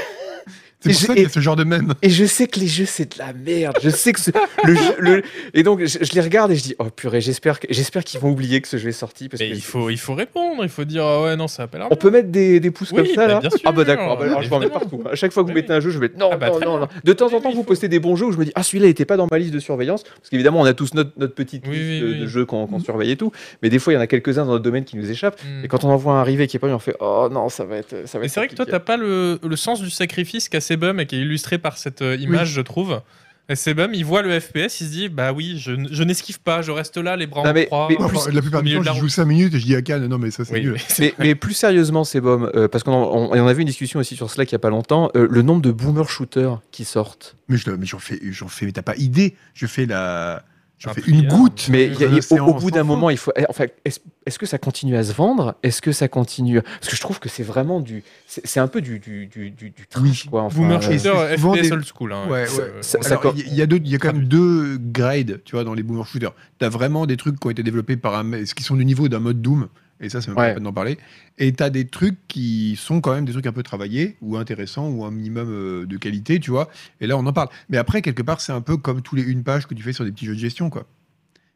Speaker 3: C'est pour
Speaker 1: j'ai-
Speaker 3: ça qu'il y
Speaker 1: et-
Speaker 3: a ce genre de mème.
Speaker 1: Et je sais que les jeux, c'est de la merde. Je sais que ce- le, jeu- le- Et donc, je, je les regarde et je dis, oh purée, j'espère que- j'espère qu'ils vont oublier que ce jeu est sorti. Parce
Speaker 2: Mais
Speaker 1: que
Speaker 2: il faut, il faut répondre, il faut dire Ah ouais, non, ça appelle
Speaker 1: On peut mettre des, des pouces
Speaker 2: Oui,
Speaker 1: comme ça,
Speaker 2: bah,
Speaker 1: là
Speaker 2: bien sûr.
Speaker 1: Ah bah d'accord, Ah bah, alors, je vais en mettre
Speaker 2: Évidemment.
Speaker 1: partout. À chaque fois que vous
Speaker 2: Oui.
Speaker 1: mettez un jeu, je vais mettre non,
Speaker 2: Ah bah,
Speaker 1: non,
Speaker 2: très
Speaker 1: non,
Speaker 2: bien.
Speaker 1: non. De temps
Speaker 2: Oui,
Speaker 1: en temps,
Speaker 2: oui,
Speaker 1: vous
Speaker 2: il faut.
Speaker 1: postez des bons jeux où je me dis, ah celui-là n'était pas dans ma liste de surveillance. Parce qu'évidemment, on a tous notre, notre petite
Speaker 2: Oui,
Speaker 1: liste
Speaker 2: oui,
Speaker 1: de,
Speaker 2: oui. Mm.
Speaker 1: de jeux qu'on qu'on surveille et tout. Mais des fois, il y en a quelques-uns dans notre domaine qui nous échappent.
Speaker 2: Hmm.
Speaker 1: Et quand on en voit un arriver qui est pas bien, on fait, oh non, ça va être. Ça va
Speaker 2: Mais
Speaker 1: être
Speaker 2: c'est vrai que toi,
Speaker 1: compliqué.
Speaker 2: t'as pas le, le sens du sacrifice qu'a Sebum et qui est illustré par cette euh, image, je trouve. Et Sebum, il voit le FPS, il se dit Bah oui, je, n- je n'esquive pas, je reste là, les bras
Speaker 1: Non,
Speaker 2: en
Speaker 1: mais-
Speaker 2: croix.
Speaker 1: mais
Speaker 2: au
Speaker 1: plus-
Speaker 3: Enfin, la plupart du
Speaker 2: milieu
Speaker 3: temps,
Speaker 2: de la
Speaker 3: je
Speaker 2: route.
Speaker 3: joue 5 minutes et je dis à Cannes, non, mais ça c'est
Speaker 2: Oui,
Speaker 3: nul.
Speaker 2: mais c'est-
Speaker 1: mais, mais plus sérieusement, c'est bon, parce qu'on en, on- et on avait une discussion aussi sur Slack il y a pas longtemps, euh, le nombre de boomer shooters qui sortent.
Speaker 3: Mais je le- mais j'en fais, j'en fais, mais t'as pas idée. Je fais la. J'en
Speaker 2: Un
Speaker 3: fais une
Speaker 2: prière.
Speaker 3: goutte.
Speaker 1: Mais il y a- il y a-
Speaker 3: C'est
Speaker 1: au,
Speaker 3: en-
Speaker 1: au bout d'un
Speaker 3: sans
Speaker 1: moment, il faut. eh, Enfin, est-ce est-ce que ça continue à se vendre Est-ce que ça continue Parce que je trouve que c'est vraiment du. C'est c'est un peu du du du du, du trash,
Speaker 3: Oui.
Speaker 1: quoi. enfin,
Speaker 2: Boomer
Speaker 1: euh,
Speaker 2: shooter,
Speaker 3: c'est souvent
Speaker 2: FPS
Speaker 3: des-
Speaker 2: old school. hein.
Speaker 3: Ouais,
Speaker 2: Ça-
Speaker 3: ouais.
Speaker 2: on-
Speaker 1: Ça- ça
Speaker 3: Alors,
Speaker 1: cor-
Speaker 3: il y, y a deux, il y a quand même deux grades, tu vois, dans les boomer shooters. T'as vraiment des trucs qui ont été développés par un, mec- qui sont du niveau d'un mode Doom. Et ça, c'est même pas
Speaker 1: Ouais.
Speaker 3: la peine d'en parler. Et t'as des trucs qui sont quand même des trucs un peu travaillés ou intéressants ou un minimum euh, de qualité, tu vois. Et là, on en parle. Mais après, quelque part, c'est un peu comme tous les une page que tu fais sur des petits jeux de gestion, quoi.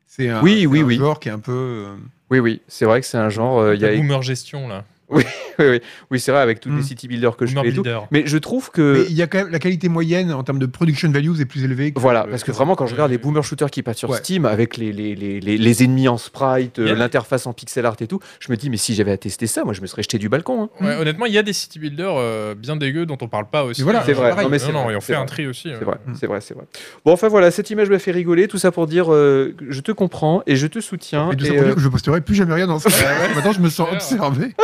Speaker 3: C'est un,
Speaker 1: Oui,
Speaker 3: c'est
Speaker 1: oui,
Speaker 3: un
Speaker 1: oui.
Speaker 3: genre qui est un peu. euh,
Speaker 1: Oui, oui, c'est vrai que c'est un genre. euh, il y a-
Speaker 2: Boomer gestion, là.
Speaker 1: Oui, oui, oui c'est vrai, avec tous
Speaker 3: Hmm.
Speaker 1: les city builders que je
Speaker 2: Ou
Speaker 1: fais et tout.
Speaker 2: Builder.
Speaker 1: Mais je trouve
Speaker 3: Mais
Speaker 1: que.
Speaker 3: il y a quand même la qualité moyenne en termes de production value est plus élevée. que-
Speaker 1: Voilà, parce que vraiment, quand je regarde
Speaker 2: euh,
Speaker 1: les boomer shooters qui passent sur
Speaker 3: ouais.
Speaker 1: Steam avec les, les, les, les, les ennemis en sprite, euh,
Speaker 2: Yeah.
Speaker 1: l'interface en pixel art et tout, je me dis, mais si j'avais testé ça, moi, je me serais jeté du balcon. hein.
Speaker 2: Ouais, Honnêtement, il y a des city builders euh, bien dégueux dont on parle pas aussi.
Speaker 3: Mais voilà,
Speaker 2: hein.
Speaker 1: C'est vrai.
Speaker 3: pareil.
Speaker 1: Non, mais c'est
Speaker 2: non,
Speaker 1: vrai,
Speaker 2: et on
Speaker 1: c'est
Speaker 2: fait
Speaker 1: vrai.
Speaker 2: un tri aussi. euh.
Speaker 1: C'est vrai,
Speaker 3: Mm.
Speaker 1: c'est vrai, c'est vrai. Bon, enfin voilà, cette image m'a fait rigoler. Tout ça pour dire, euh, je te comprends et je te soutiens.
Speaker 3: Et tout ça
Speaker 1: et,
Speaker 3: pour
Speaker 1: euh,
Speaker 3: dire que je posterai plus jamais rien dans ce Maintenant, je me sens
Speaker 2: C'est
Speaker 3: observé.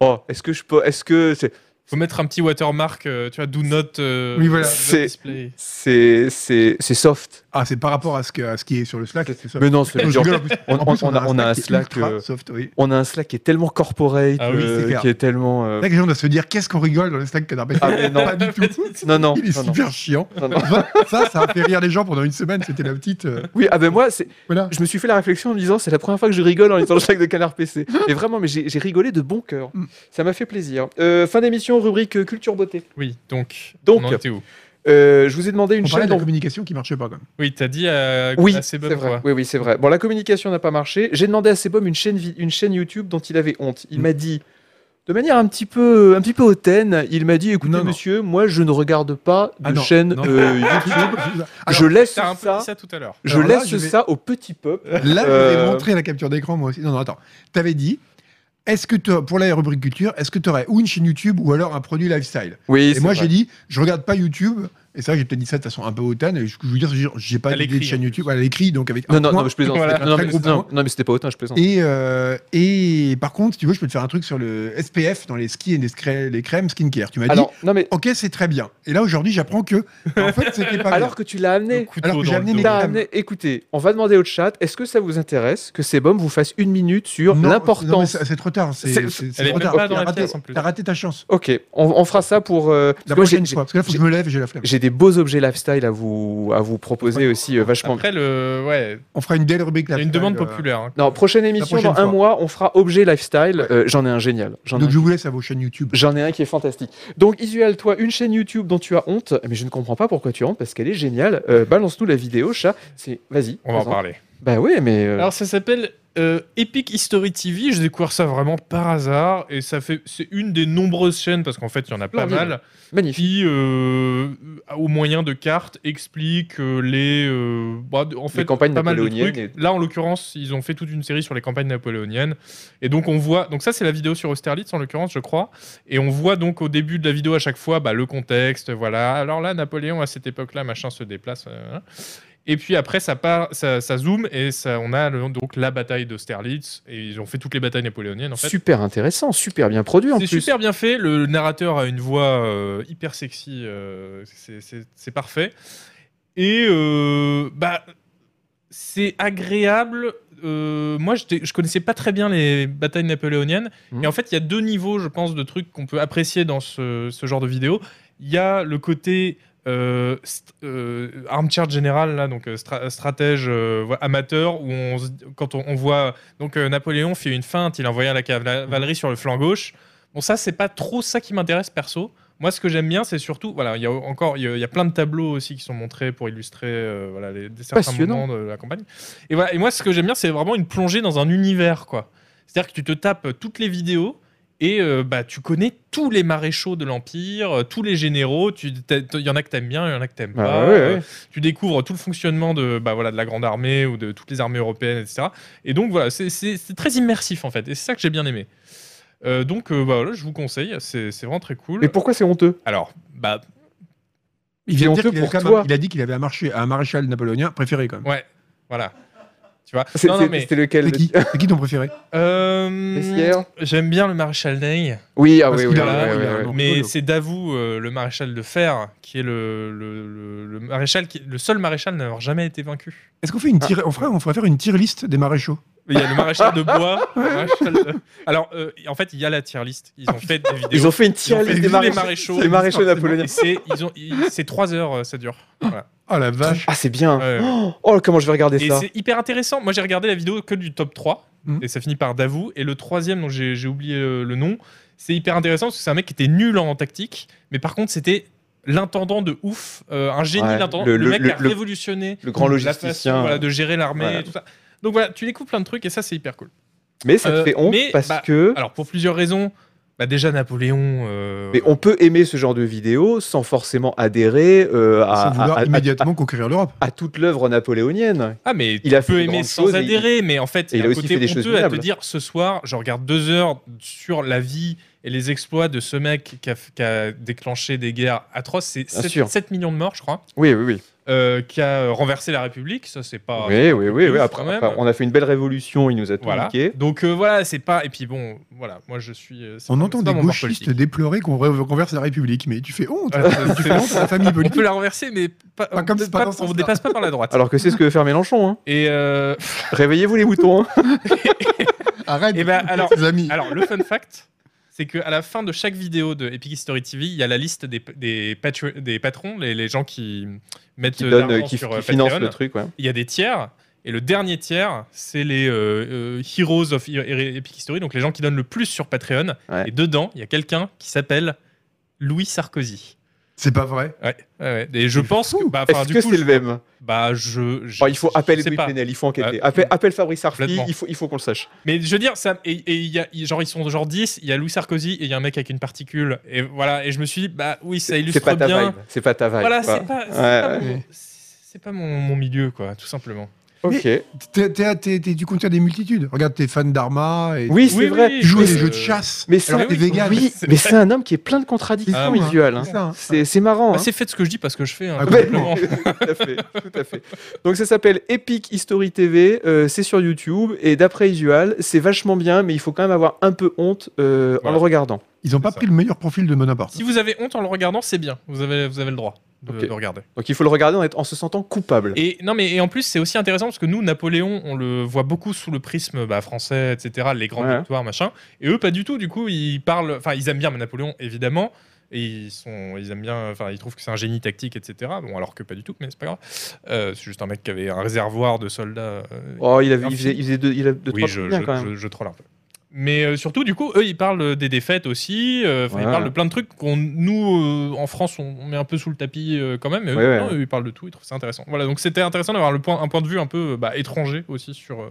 Speaker 1: oh, est-ce que je peux, est-ce que c'est,
Speaker 2: Faut mettre un petit watermark, euh, tu vois, do not. euh,
Speaker 3: Oui, voilà.
Speaker 2: do not
Speaker 1: C'est-
Speaker 2: display.
Speaker 1: c'est, c'est, c'est soft
Speaker 3: Ah, c'est par rapport à ce, que- à ce qui est sur le Slack. c'est ça.
Speaker 1: Mais non, c'est
Speaker 3: Je
Speaker 1: genre-
Speaker 3: rigole, en plus.
Speaker 1: on,
Speaker 3: En plus,
Speaker 1: on- on a, on a un
Speaker 3: qui est
Speaker 1: Slack,
Speaker 3: ultra
Speaker 1: euh,
Speaker 3: soft, oui.
Speaker 1: on a un Slack qui est tellement corporate,
Speaker 2: Ah oui,
Speaker 1: euh,
Speaker 3: c'est clair.
Speaker 1: qui est tellement. euh,
Speaker 3: Là, les gens doivent se dire qu'est-ce qu'on rigole dans le Slack Canard
Speaker 1: Ah, mais non.
Speaker 3: Pas du tout.
Speaker 1: Non, non,
Speaker 3: Il est
Speaker 1: non, non,
Speaker 3: super chiant.
Speaker 1: non, non.
Speaker 3: Ça, ça a fait rire les gens pendant une semaine. C'était la petite. euh,
Speaker 1: Oui, ah ben moi, c'est,
Speaker 3: voilà.
Speaker 1: je me suis fait la réflexion en me disant, c'est la première fois que je rigole en lisant le Slack de Canard PC. Et vraiment, mais j'ai, j'ai rigolé de bon cœur.
Speaker 3: Mm.
Speaker 1: Ça m'a fait plaisir. Euh, fin d'émission, rubrique euh, culture beauté.
Speaker 2: Oui, donc.
Speaker 1: Donc.
Speaker 2: on en était où
Speaker 1: Euh, je vous ai demandé une
Speaker 3: On parlait
Speaker 1: chaîne
Speaker 3: de la
Speaker 1: dont
Speaker 3: communication qui marchait pas quand même.
Speaker 2: Oui, t'as dit euh, à,
Speaker 1: Oui,
Speaker 2: à
Speaker 1: c'est
Speaker 2: Sebum,
Speaker 1: vrai.
Speaker 2: quoi.
Speaker 1: Oui, oui, c'est vrai. Bon, la communication n'a pas marché. J'ai demandé à Sebum une chaîne, vi- une chaîne YouTube dont il avait honte. Il
Speaker 3: Mm.
Speaker 1: m'a dit, de manière un petit peu, un petit peu hautaine, il m'a dit, écoutez
Speaker 3: Non, non.
Speaker 1: monsieur, moi je ne regarde pas de
Speaker 3: Ah non,
Speaker 1: chaîne
Speaker 3: non. Ah,
Speaker 1: euh, YouTube.
Speaker 3: Alors,
Speaker 1: je laisse
Speaker 2: T'as un peu
Speaker 1: ça,
Speaker 2: dit ça tout à l'heure.
Speaker 1: je
Speaker 3: Alors là,
Speaker 1: laisse
Speaker 3: je vais-
Speaker 1: ça au petit peuple.
Speaker 3: Là, je
Speaker 1: Euh,
Speaker 3: vais montrer la capture d'écran, moi aussi. Non, non, attends. T'avais dit, est-ce que t'as- pour la rubrique culture, est-ce que tu aurais ou une chaîne YouTube ou alors un produit lifestyle
Speaker 1: Oui,
Speaker 3: Et
Speaker 1: c'est
Speaker 3: moi,
Speaker 1: vrai.
Speaker 3: j'ai dit, je regarde pas YouTube. Et ça, j'ai peut-être dit ça de façon un peu hautaine. Et je je veux dire, j'ai- j'ai pas
Speaker 2: Elle
Speaker 3: d'idée de
Speaker 2: écrit, hein.
Speaker 3: chaîne
Speaker 2: en
Speaker 3: YouTube. Voilà, Elle écrit, donc avec
Speaker 1: Non,
Speaker 3: un
Speaker 1: non,
Speaker 3: point.
Speaker 1: non, mais je plaisante.
Speaker 2: Voilà,
Speaker 1: Non, non, mais,
Speaker 3: très gros
Speaker 1: non, non, mais c'était pas autant, je plaisante.
Speaker 3: Et, euh, et par contre, si tu veux, je peux te faire un truc sur le SPF dans les skis et les, scrè- les crèmes skincare. Tu m'as dit,
Speaker 1: Alors, non, mais
Speaker 3: ok, c'est très bien. Et là, aujourd'hui, j'apprends que, en fait, c'était pas
Speaker 1: alors que tu l'as
Speaker 2: Le
Speaker 1: amené.
Speaker 2: couteau
Speaker 3: Alors que
Speaker 2: dans
Speaker 3: j'ai
Speaker 2: le
Speaker 3: amené
Speaker 2: dos.
Speaker 3: mes-
Speaker 1: t'as amené- écoutez, on va demander au chat, est-ce que ça vous intéresse que Sebum vous fasse une minute sur
Speaker 3: bien. Non, non, mais
Speaker 1: l'importance
Speaker 3: c'est c'est trop tard. C'est
Speaker 1: C'est-
Speaker 3: c'est-
Speaker 2: Elle
Speaker 3: c'est
Speaker 2: est
Speaker 3: trop
Speaker 2: même
Speaker 3: tard.
Speaker 2: pas dans
Speaker 3: T'as
Speaker 2: la
Speaker 3: raté,
Speaker 2: pièce en plus.
Speaker 3: t'as raté ta chance.
Speaker 1: Ok, on, on fera ça pour. euh, parce
Speaker 3: La
Speaker 1: que moi, j'ai-
Speaker 3: prochaine
Speaker 1: j'ai-
Speaker 3: fois, parce que là, faut que je me lève et j'ai la flemme.
Speaker 1: J'ai des beaux objets lifestyle à vous, à vous proposer aussi euh, vachement.
Speaker 2: Après, le... ouais,
Speaker 3: On fera une belle rubrique
Speaker 2: il y
Speaker 3: là.
Speaker 2: a une demande populaire. hein.
Speaker 1: Non, prochaine émission,
Speaker 3: prochaine
Speaker 1: dans un
Speaker 3: fois.
Speaker 1: mois, on fera objet lifestyle.
Speaker 3: Ouais.
Speaker 1: Euh, J'en ai un génial. J'en ai,
Speaker 3: Donc,
Speaker 1: un-
Speaker 3: je vous laisse à vos chaînes YouTube.
Speaker 1: j'en ai un qui est fantastique. Donc, Isuel, toi, une chaîne YouTube dont tu as honte, mais je ne comprends pas pourquoi tu as honte parce qu'elle est géniale. Euh, Balance-nous la vidéo, chat. C'est, vas-y.
Speaker 2: On va en
Speaker 1: présente.
Speaker 2: parler.
Speaker 1: Bah oui, mais euh,
Speaker 2: Alors ça s'appelle euh, Epic History TV, j'ai découvert ça vraiment par hasard et ça fait c'est une des nombreuses chaînes parce qu'en fait il y en a pas
Speaker 1: Splendide.
Speaker 2: mal
Speaker 1: magnifique.
Speaker 2: qui euh, au moyen de cartes explique euh, les euh, bah, de- en fait
Speaker 1: campagnes
Speaker 2: pas mal de
Speaker 1: napoléoniennes
Speaker 2: trucs. Là en l'occurrence, ils ont fait toute une série sur les campagnes napoléoniennes et donc on voit donc ça c'est la vidéo sur Austerlitz en l'occurrence, je crois et on voit donc au début de la vidéo à chaque fois bah, le contexte, voilà. Alors là Napoléon à cette époque-là, machin se déplace euh, et puis après, ça, part, ça, ça zoome et ça, on a le- donc la bataille d'Austerlitz. Et ils ont fait toutes les batailles napoléoniennes en fait.
Speaker 1: Super intéressant, super bien produit en
Speaker 2: C'est
Speaker 1: plus.
Speaker 2: super bien fait. Le narrateur a une voix euh, hyper sexy. euh, c'est- c'est c'est parfait. Et euh, bah, c'est agréable. Euh, moi, j'étais- je connaissais pas très bien les batailles napoléoniennes.
Speaker 1: Mhm.
Speaker 2: Et en fait, il y a deux niveaux, je pense, de trucs qu'on peut apprécier dans ce, ce genre de vidéo. Il y a le côté euh, st- euh, armchair général, là, donc euh, stra- stratège euh, voilà, amateur, où on, se- quand on, on voit. Donc, euh, Napoléon fait une feinte, il envoya la cavalerie sur le flanc gauche. Bon, ça, c'est pas trop ça qui m'intéresse perso. Moi, ce que j'aime bien, c'est surtout, voilà, il y a encore, il y, a- il y a plein de tableaux aussi qui sont montrés pour illustrer, euh, voilà, les, des certains
Speaker 1: Passionnant.
Speaker 2: moments de la campagne. Et voilà, et moi, ce que j'aime bien, c'est vraiment une plongée dans un univers, quoi. C'est-à-dire que tu te tapes toutes les vidéos et euh, bah, tu connais tous les maréchaux de l'empire, euh, tous les généraux. Tu- t'as- t'as- Il y en a que t'aimes bien, il y en a que t'aimes
Speaker 1: Bah
Speaker 2: pas.
Speaker 1: ouais,
Speaker 2: euh,
Speaker 1: ouais.
Speaker 2: tu découvres tout le fonctionnement de, bah, voilà, de la grande armée ou de toutes les armées européennes, etc. Et donc voilà, c'est- c'est c'est très immersif en fait, et c'est ça que j'ai bien aimé. Euh, donc euh, bah, voilà, je vous conseille, c'est c'est vraiment très cool.
Speaker 1: Mais pourquoi c'est honteux
Speaker 2: Alors, bah
Speaker 3: Il vient de
Speaker 1: C'est honteux
Speaker 3: dire qu'il avait
Speaker 1: pour
Speaker 3: quand même-
Speaker 1: toi.
Speaker 3: il a dit qu'il avait un, marché, un maréchal napoléonien préféré quand même.
Speaker 2: ouais, voilà. Tu vois
Speaker 1: C'est
Speaker 2: Non,
Speaker 1: c'est-
Speaker 2: non, mais
Speaker 1: c'est Mmh. lequel
Speaker 3: C'est
Speaker 1: le-
Speaker 3: qui, C'est qui ton préféré
Speaker 2: euh,
Speaker 1: Messière
Speaker 2: j'aime bien le maréchal Ney,
Speaker 1: Oui, ah
Speaker 3: Parce
Speaker 1: oui, oui,
Speaker 3: qu'il
Speaker 2: a
Speaker 1: oui,
Speaker 2: la-
Speaker 1: oui,
Speaker 3: il a
Speaker 1: oui,
Speaker 3: la-
Speaker 1: oui.
Speaker 2: mais
Speaker 3: rigolo.
Speaker 2: c'est Davout, euh, le maréchal de fer, qui est le, le, le- le maréchal, qui, le seul maréchal n'avoir jamais été vaincu.
Speaker 3: Est-ce qu'on fait une tire... on, ferait, on ferait faire une tier liste des maréchaux
Speaker 2: Il y a le maréchal de bois. le maréchal de- Alors, euh, en fait, il y a la tier list. Ils ont fait des vidéos.
Speaker 1: Ils ont fait une tier
Speaker 2: Ils ont fait
Speaker 1: list
Speaker 2: tous
Speaker 1: des
Speaker 2: les
Speaker 1: maréchaux.
Speaker 2: maréchaux.
Speaker 1: des maréchaux napoléoniens.
Speaker 2: Et c'est, ils ont, ils- c'est 3 heures, euh, ça dure. Voilà.
Speaker 3: Ah la vache
Speaker 1: Ah, c'est bien.
Speaker 2: Ouais, ouais.
Speaker 1: Oh, comment je vais regarder
Speaker 2: Et
Speaker 1: ça
Speaker 2: c'est hyper intéressant. Moi, j'ai regardé la vidéo que du top 3.
Speaker 3: Mhm.
Speaker 2: Et ça finit par Davou. Et le troisième, dont j'ai j'ai oublié euh, le nom, c'est hyper intéressant parce que c'est un mec qui était nul en tactique. Mais par contre, c'était l'intendant de ouf. euh, un génie
Speaker 1: Ouais,
Speaker 2: d'intendant.
Speaker 1: le-
Speaker 2: Le,
Speaker 1: le-
Speaker 2: mec
Speaker 1: le-
Speaker 2: qui a
Speaker 1: le-
Speaker 2: révolutionné
Speaker 1: le grand
Speaker 2: la
Speaker 1: logisticien.
Speaker 2: façon, voilà, de gérer l'armée
Speaker 1: Voilà.
Speaker 2: et tout ça. Donc voilà, tu découvres plein de trucs et ça, c'est hyper cool.
Speaker 1: Mais ça
Speaker 2: Euh,
Speaker 1: te fait honte
Speaker 2: mais,
Speaker 1: parce
Speaker 2: bah,
Speaker 1: que.
Speaker 2: Alors, pour plusieurs raisons. Bah, déjà, Napoléon. euh,
Speaker 1: Mais on peut aimer ce genre de vidéo sans forcément adhérer euh, à,
Speaker 3: sans vouloir
Speaker 1: à- à-
Speaker 3: immédiatement conquérir l'europe.
Speaker 1: à toute l'œuvre napoléonienne.
Speaker 2: Ah, mais
Speaker 1: Il a
Speaker 2: tu peux
Speaker 1: fait de
Speaker 2: aimer
Speaker 1: grandes
Speaker 2: sans
Speaker 1: choses et
Speaker 2: adhérer, mais en fait,
Speaker 1: et
Speaker 2: il y
Speaker 1: il
Speaker 2: a
Speaker 1: a
Speaker 2: un
Speaker 1: aussi
Speaker 2: côté
Speaker 1: fait des choses
Speaker 2: honteux à te
Speaker 1: minables.
Speaker 2: dire ce soir, je regarde deux heures sur la vie et les exploits de ce mec qui a, qui a déclenché des guerres atroces. C'est
Speaker 1: Bien
Speaker 2: 7,
Speaker 1: sûr.
Speaker 2: millions de morts, je crois,
Speaker 1: Oui, oui, oui.
Speaker 2: euh, qui a euh, renversé la République. Ça, Ah, c'est pas.
Speaker 1: oui, oui, oui, oui.
Speaker 2: quand
Speaker 1: Après,
Speaker 2: même.
Speaker 1: après, on a fait une belle révolution, il nous a tout
Speaker 2: Voilà.
Speaker 1: niqué.
Speaker 2: Donc euh, voilà, c'est pas. Et puis bon, voilà, moi je suis. euh, c'est
Speaker 3: On
Speaker 2: pas-
Speaker 3: entend
Speaker 2: c'est pas
Speaker 3: des
Speaker 2: mon bord
Speaker 3: gauchistes
Speaker 2: politique.
Speaker 3: déplorer qu'on reconverse la République, mais tu fais honte.
Speaker 2: Ouais, c'est-
Speaker 3: tu fais honte à la famille
Speaker 2: On peut
Speaker 3: politique.
Speaker 2: la renverser, mais pas,
Speaker 3: Pas comme-
Speaker 2: on,
Speaker 3: pas dans ce
Speaker 2: on
Speaker 3: sens-là.
Speaker 2: dépasse pas par la droite.
Speaker 1: Alors que c'est ce que veut faire Mélenchon. hein.
Speaker 2: Et euh,
Speaker 1: Réveillez-vous les moutons. hein.
Speaker 3: Arrête.
Speaker 2: Eh ben,
Speaker 3: de-
Speaker 2: alors-
Speaker 3: tes amis.
Speaker 2: Alors, le fun fact, c'est qu'à la fin de chaque vidéo de Epic History TV, il y a la liste des, des, patru- des patrons, les, les gens qui mettent
Speaker 1: qui
Speaker 2: de
Speaker 1: donne,
Speaker 2: l'argent
Speaker 1: qui,
Speaker 2: sur
Speaker 1: qui
Speaker 2: euh,
Speaker 1: finance
Speaker 2: Patreon.
Speaker 1: le truc. ouais.
Speaker 2: Il y a des tiers. Et le dernier tiers, c'est les euh, euh, Heroes of Hi- Epic History, donc les gens qui donnent le plus sur Patreon.
Speaker 1: Ouais.
Speaker 2: Et dedans, il y a quelqu'un qui s'appelle Louis Sarkozy.
Speaker 3: C'est pas vrai.
Speaker 2: Ouais, ouais, ouais. Et je pense que. Bah, enfin,
Speaker 1: Est-ce
Speaker 2: du
Speaker 1: que
Speaker 2: coup,
Speaker 1: c'est
Speaker 2: je-
Speaker 1: le même
Speaker 2: bah, je, je-
Speaker 1: Bon, Il faut
Speaker 2: je
Speaker 1: appeler
Speaker 2: sais
Speaker 1: Louis
Speaker 2: pas.
Speaker 1: Plenel, il faut enquêter.
Speaker 2: Ouais.
Speaker 1: Appelle, appelle Fabrice Arfi,
Speaker 2: Complètement.
Speaker 1: il faut, il faut qu'on le sache.
Speaker 2: Mais je veux dire, ça, et, et il y a, il- genre, ils sont genre 10, il y a Louis Sarkozy et il y a un mec avec une particule. Et voilà, et je me suis dit, bah oui, ça
Speaker 1: C'est
Speaker 2: illustre
Speaker 1: pas ta
Speaker 2: bien.
Speaker 1: vibe. C'est pas ta vibe.
Speaker 2: Voilà,
Speaker 1: quoi.
Speaker 2: c'est pas, c'est
Speaker 1: Ouais,
Speaker 2: pas
Speaker 1: ouais.
Speaker 2: mon-
Speaker 3: Ouais.
Speaker 2: c'est pas mon, mon milieu, quoi, tout simplement.
Speaker 1: Ok.
Speaker 3: T'es- t'es- t'es- t'es du contraire des multitudes. Regarde tes fans d'Arma et
Speaker 1: Oui, c'est
Speaker 2: Oui,
Speaker 1: vrai.
Speaker 2: oui,
Speaker 3: tu joues à
Speaker 2: mais,
Speaker 3: des
Speaker 2: euh,
Speaker 3: jeux de chasse.
Speaker 1: Mais ça,
Speaker 3: Alors, t'es
Speaker 2: oui,
Speaker 3: vegan.
Speaker 1: oui,
Speaker 2: c'est-
Speaker 1: mais c'est un homme qui est plein de contradictions
Speaker 2: Ah,
Speaker 3: oui.
Speaker 1: visuelles. hein.
Speaker 3: C'est ça, hein.
Speaker 1: C'est c'est marrant.
Speaker 2: bah,
Speaker 1: hein.
Speaker 2: c'est fait de ce que je dis parce que je fais, hein,
Speaker 3: Ah,
Speaker 2: tout
Speaker 1: Ouais,
Speaker 2: simplement.
Speaker 1: tout à fait, tout à fait. Donc ça s'appelle Epic History TV, euh, c'est sur YouTube et d'après Isual, c'est vachement bien, mais il faut quand même avoir un peu honte euh, en
Speaker 2: Voilà.
Speaker 1: le regardant.
Speaker 3: Ils ont pas
Speaker 2: C'est ça.
Speaker 3: pris le meilleur profil de Bonaparte.
Speaker 2: Si vous avez honte en le regardant, c'est bien. Vous avez, vous avez le droit de,
Speaker 1: Ok.
Speaker 2: de regarder.
Speaker 1: Donc il faut le regarder en, être- en se sentant coupable.
Speaker 2: Et non, mais et en plus, c'est aussi intéressant parce que nous, Napoléon, on le voit beaucoup sous le prisme bah, français, etc., les grandes
Speaker 1: Ouais.
Speaker 2: victoires, machin. Et eux, pas du tout. Du coup, ils parlent, enfin, ils aiment bien Napoléon, évidemment. Et ils sont, ils aiment bien, enfin, ils trouvent que c'est un génie tactique, etc. Bon, alors que pas du tout, mais c'est pas grave. Euh, c'est juste un mec qui avait un réservoir de soldats. euh,
Speaker 1: Oh, il, avait,
Speaker 2: Un
Speaker 1: il, faisait,
Speaker 2: film.
Speaker 1: il faisait deux, il a deux
Speaker 2: oui,
Speaker 1: trois
Speaker 2: je,
Speaker 1: trucs bien,
Speaker 2: je-
Speaker 1: quand même.
Speaker 2: je- je troll un peu. Mais euh, surtout, du coup, eux, ils parlent euh, des défaites aussi. euh, enfin, Ils
Speaker 1: Ouais.
Speaker 2: parlent de plein de trucs qu'on, nous, euh, en France, on, on met un peu sous le tapis euh, quand même. Mais eux,
Speaker 1: Ouais, ouais.
Speaker 2: non, eux, ils parlent de tout. Ils trouvent ça intéressant. Voilà, donc c'était intéressant d'avoir le point, un point de vue un peu euh, bah, étranger aussi sur. euh,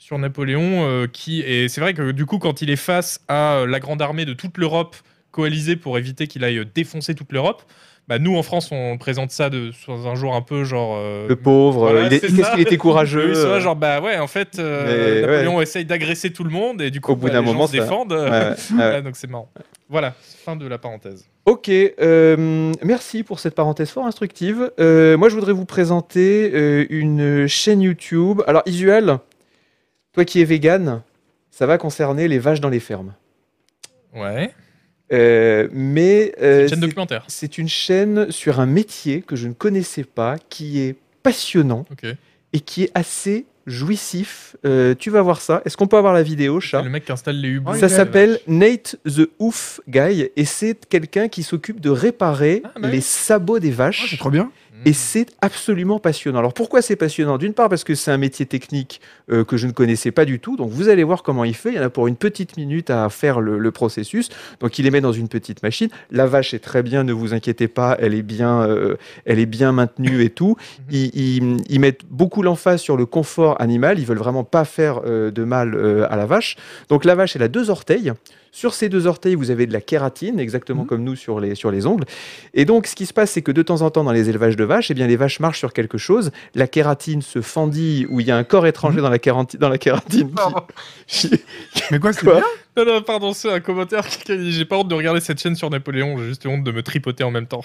Speaker 2: sur Napoléon, euh, qui et c'est vrai que du coup quand il est face à euh, la grande armée de toute l'Europe coalisée pour éviter qu'il aille euh, défoncer toute l'Europe, bah nous en France on présente ça de sous un jour un peu genre euh,
Speaker 1: Le pauvre,
Speaker 2: voilà,
Speaker 1: il est-
Speaker 2: c'est
Speaker 1: qu'est-ce
Speaker 2: ça.
Speaker 1: qu'il était courageux.
Speaker 2: oui, c'est vrai,
Speaker 1: euh,
Speaker 2: genre, bah ouais, en fait, euh,
Speaker 1: Mais
Speaker 2: Napoléon essaye d'agresser tout le monde et du coup,
Speaker 1: Au bout
Speaker 2: bah,
Speaker 1: d'un
Speaker 2: les gens
Speaker 1: moment,
Speaker 2: se
Speaker 1: ça-
Speaker 2: défendent.
Speaker 1: ouais, ouais, ouais.
Speaker 2: Ah, donc c'est marrant. Voilà, fin de la parenthèse.
Speaker 1: Ok, euh, merci pour cette parenthèse fort instructive. Euh, moi, je voudrais vous présenter euh, une chaîne YouTube. Alors, Isual, toi qui es vegan, ça va concerner les vaches dans les fermes.
Speaker 2: Ouais,
Speaker 1: Euh, mais euh,
Speaker 2: chaîne
Speaker 1: c'est-
Speaker 2: documentaire.
Speaker 1: c'est une chaîne sur un métier que je ne connaissais pas, qui est passionnant
Speaker 2: Ok. C'est
Speaker 1: et qui est assez jouissif. Euh, tu vas voir ça. Est-ce qu'on peut avoir la vidéo, chat
Speaker 2: le mec qui installe les
Speaker 3: Oh,
Speaker 2: huboux.
Speaker 3: il
Speaker 1: ça
Speaker 3: est-
Speaker 1: s'appelle Nate the Oof Guy et c'est quelqu'un qui s'occupe de réparer
Speaker 2: Ah, bah oui.
Speaker 1: les sabots des
Speaker 3: Ah,
Speaker 1: vaches.
Speaker 3: c'est trop bien.
Speaker 2: Mmh.
Speaker 1: Et c'est absolument passionnant. Alors pourquoi c'est passionnant D'une part parce que c'est un métier technique euh, que je ne connaissais pas du tout. Donc vous allez voir comment il fait. Il y en a pour une petite minute à faire le, le processus. Donc il les met dans une petite machine. La vache est très bien, ne vous inquiétez pas. Elle est bien, euh, elle est bien maintenue et tout. Ils, ils- ils mettent beaucoup l'emphase sur le confort animal. Ils veulent vraiment pas faire euh, de mal euh, à la vache. Donc la vache, elle a deux orteils. Sur ces deux orteils, vous avez de la kératine, exactement
Speaker 3: Mhm.
Speaker 1: comme nous sur les, sur les ongles. Et donc, ce qui se passe, c'est que de temps en temps, dans les élevages de vaches, eh bien, les vaches marchent sur quelque chose. La kératine se fendille, ou il y a un corps étranger dans, la kéranti- dans la kératine. qui- qui-
Speaker 3: Mais quoi, c'est
Speaker 1: Quoi
Speaker 3: bien.
Speaker 2: Non, non, pardon, c'est un commentaire qui qui a dit J'ai pas honte de regarder cette chaîne sur Napoléon, j'ai juste honte de me tripoter en même temps.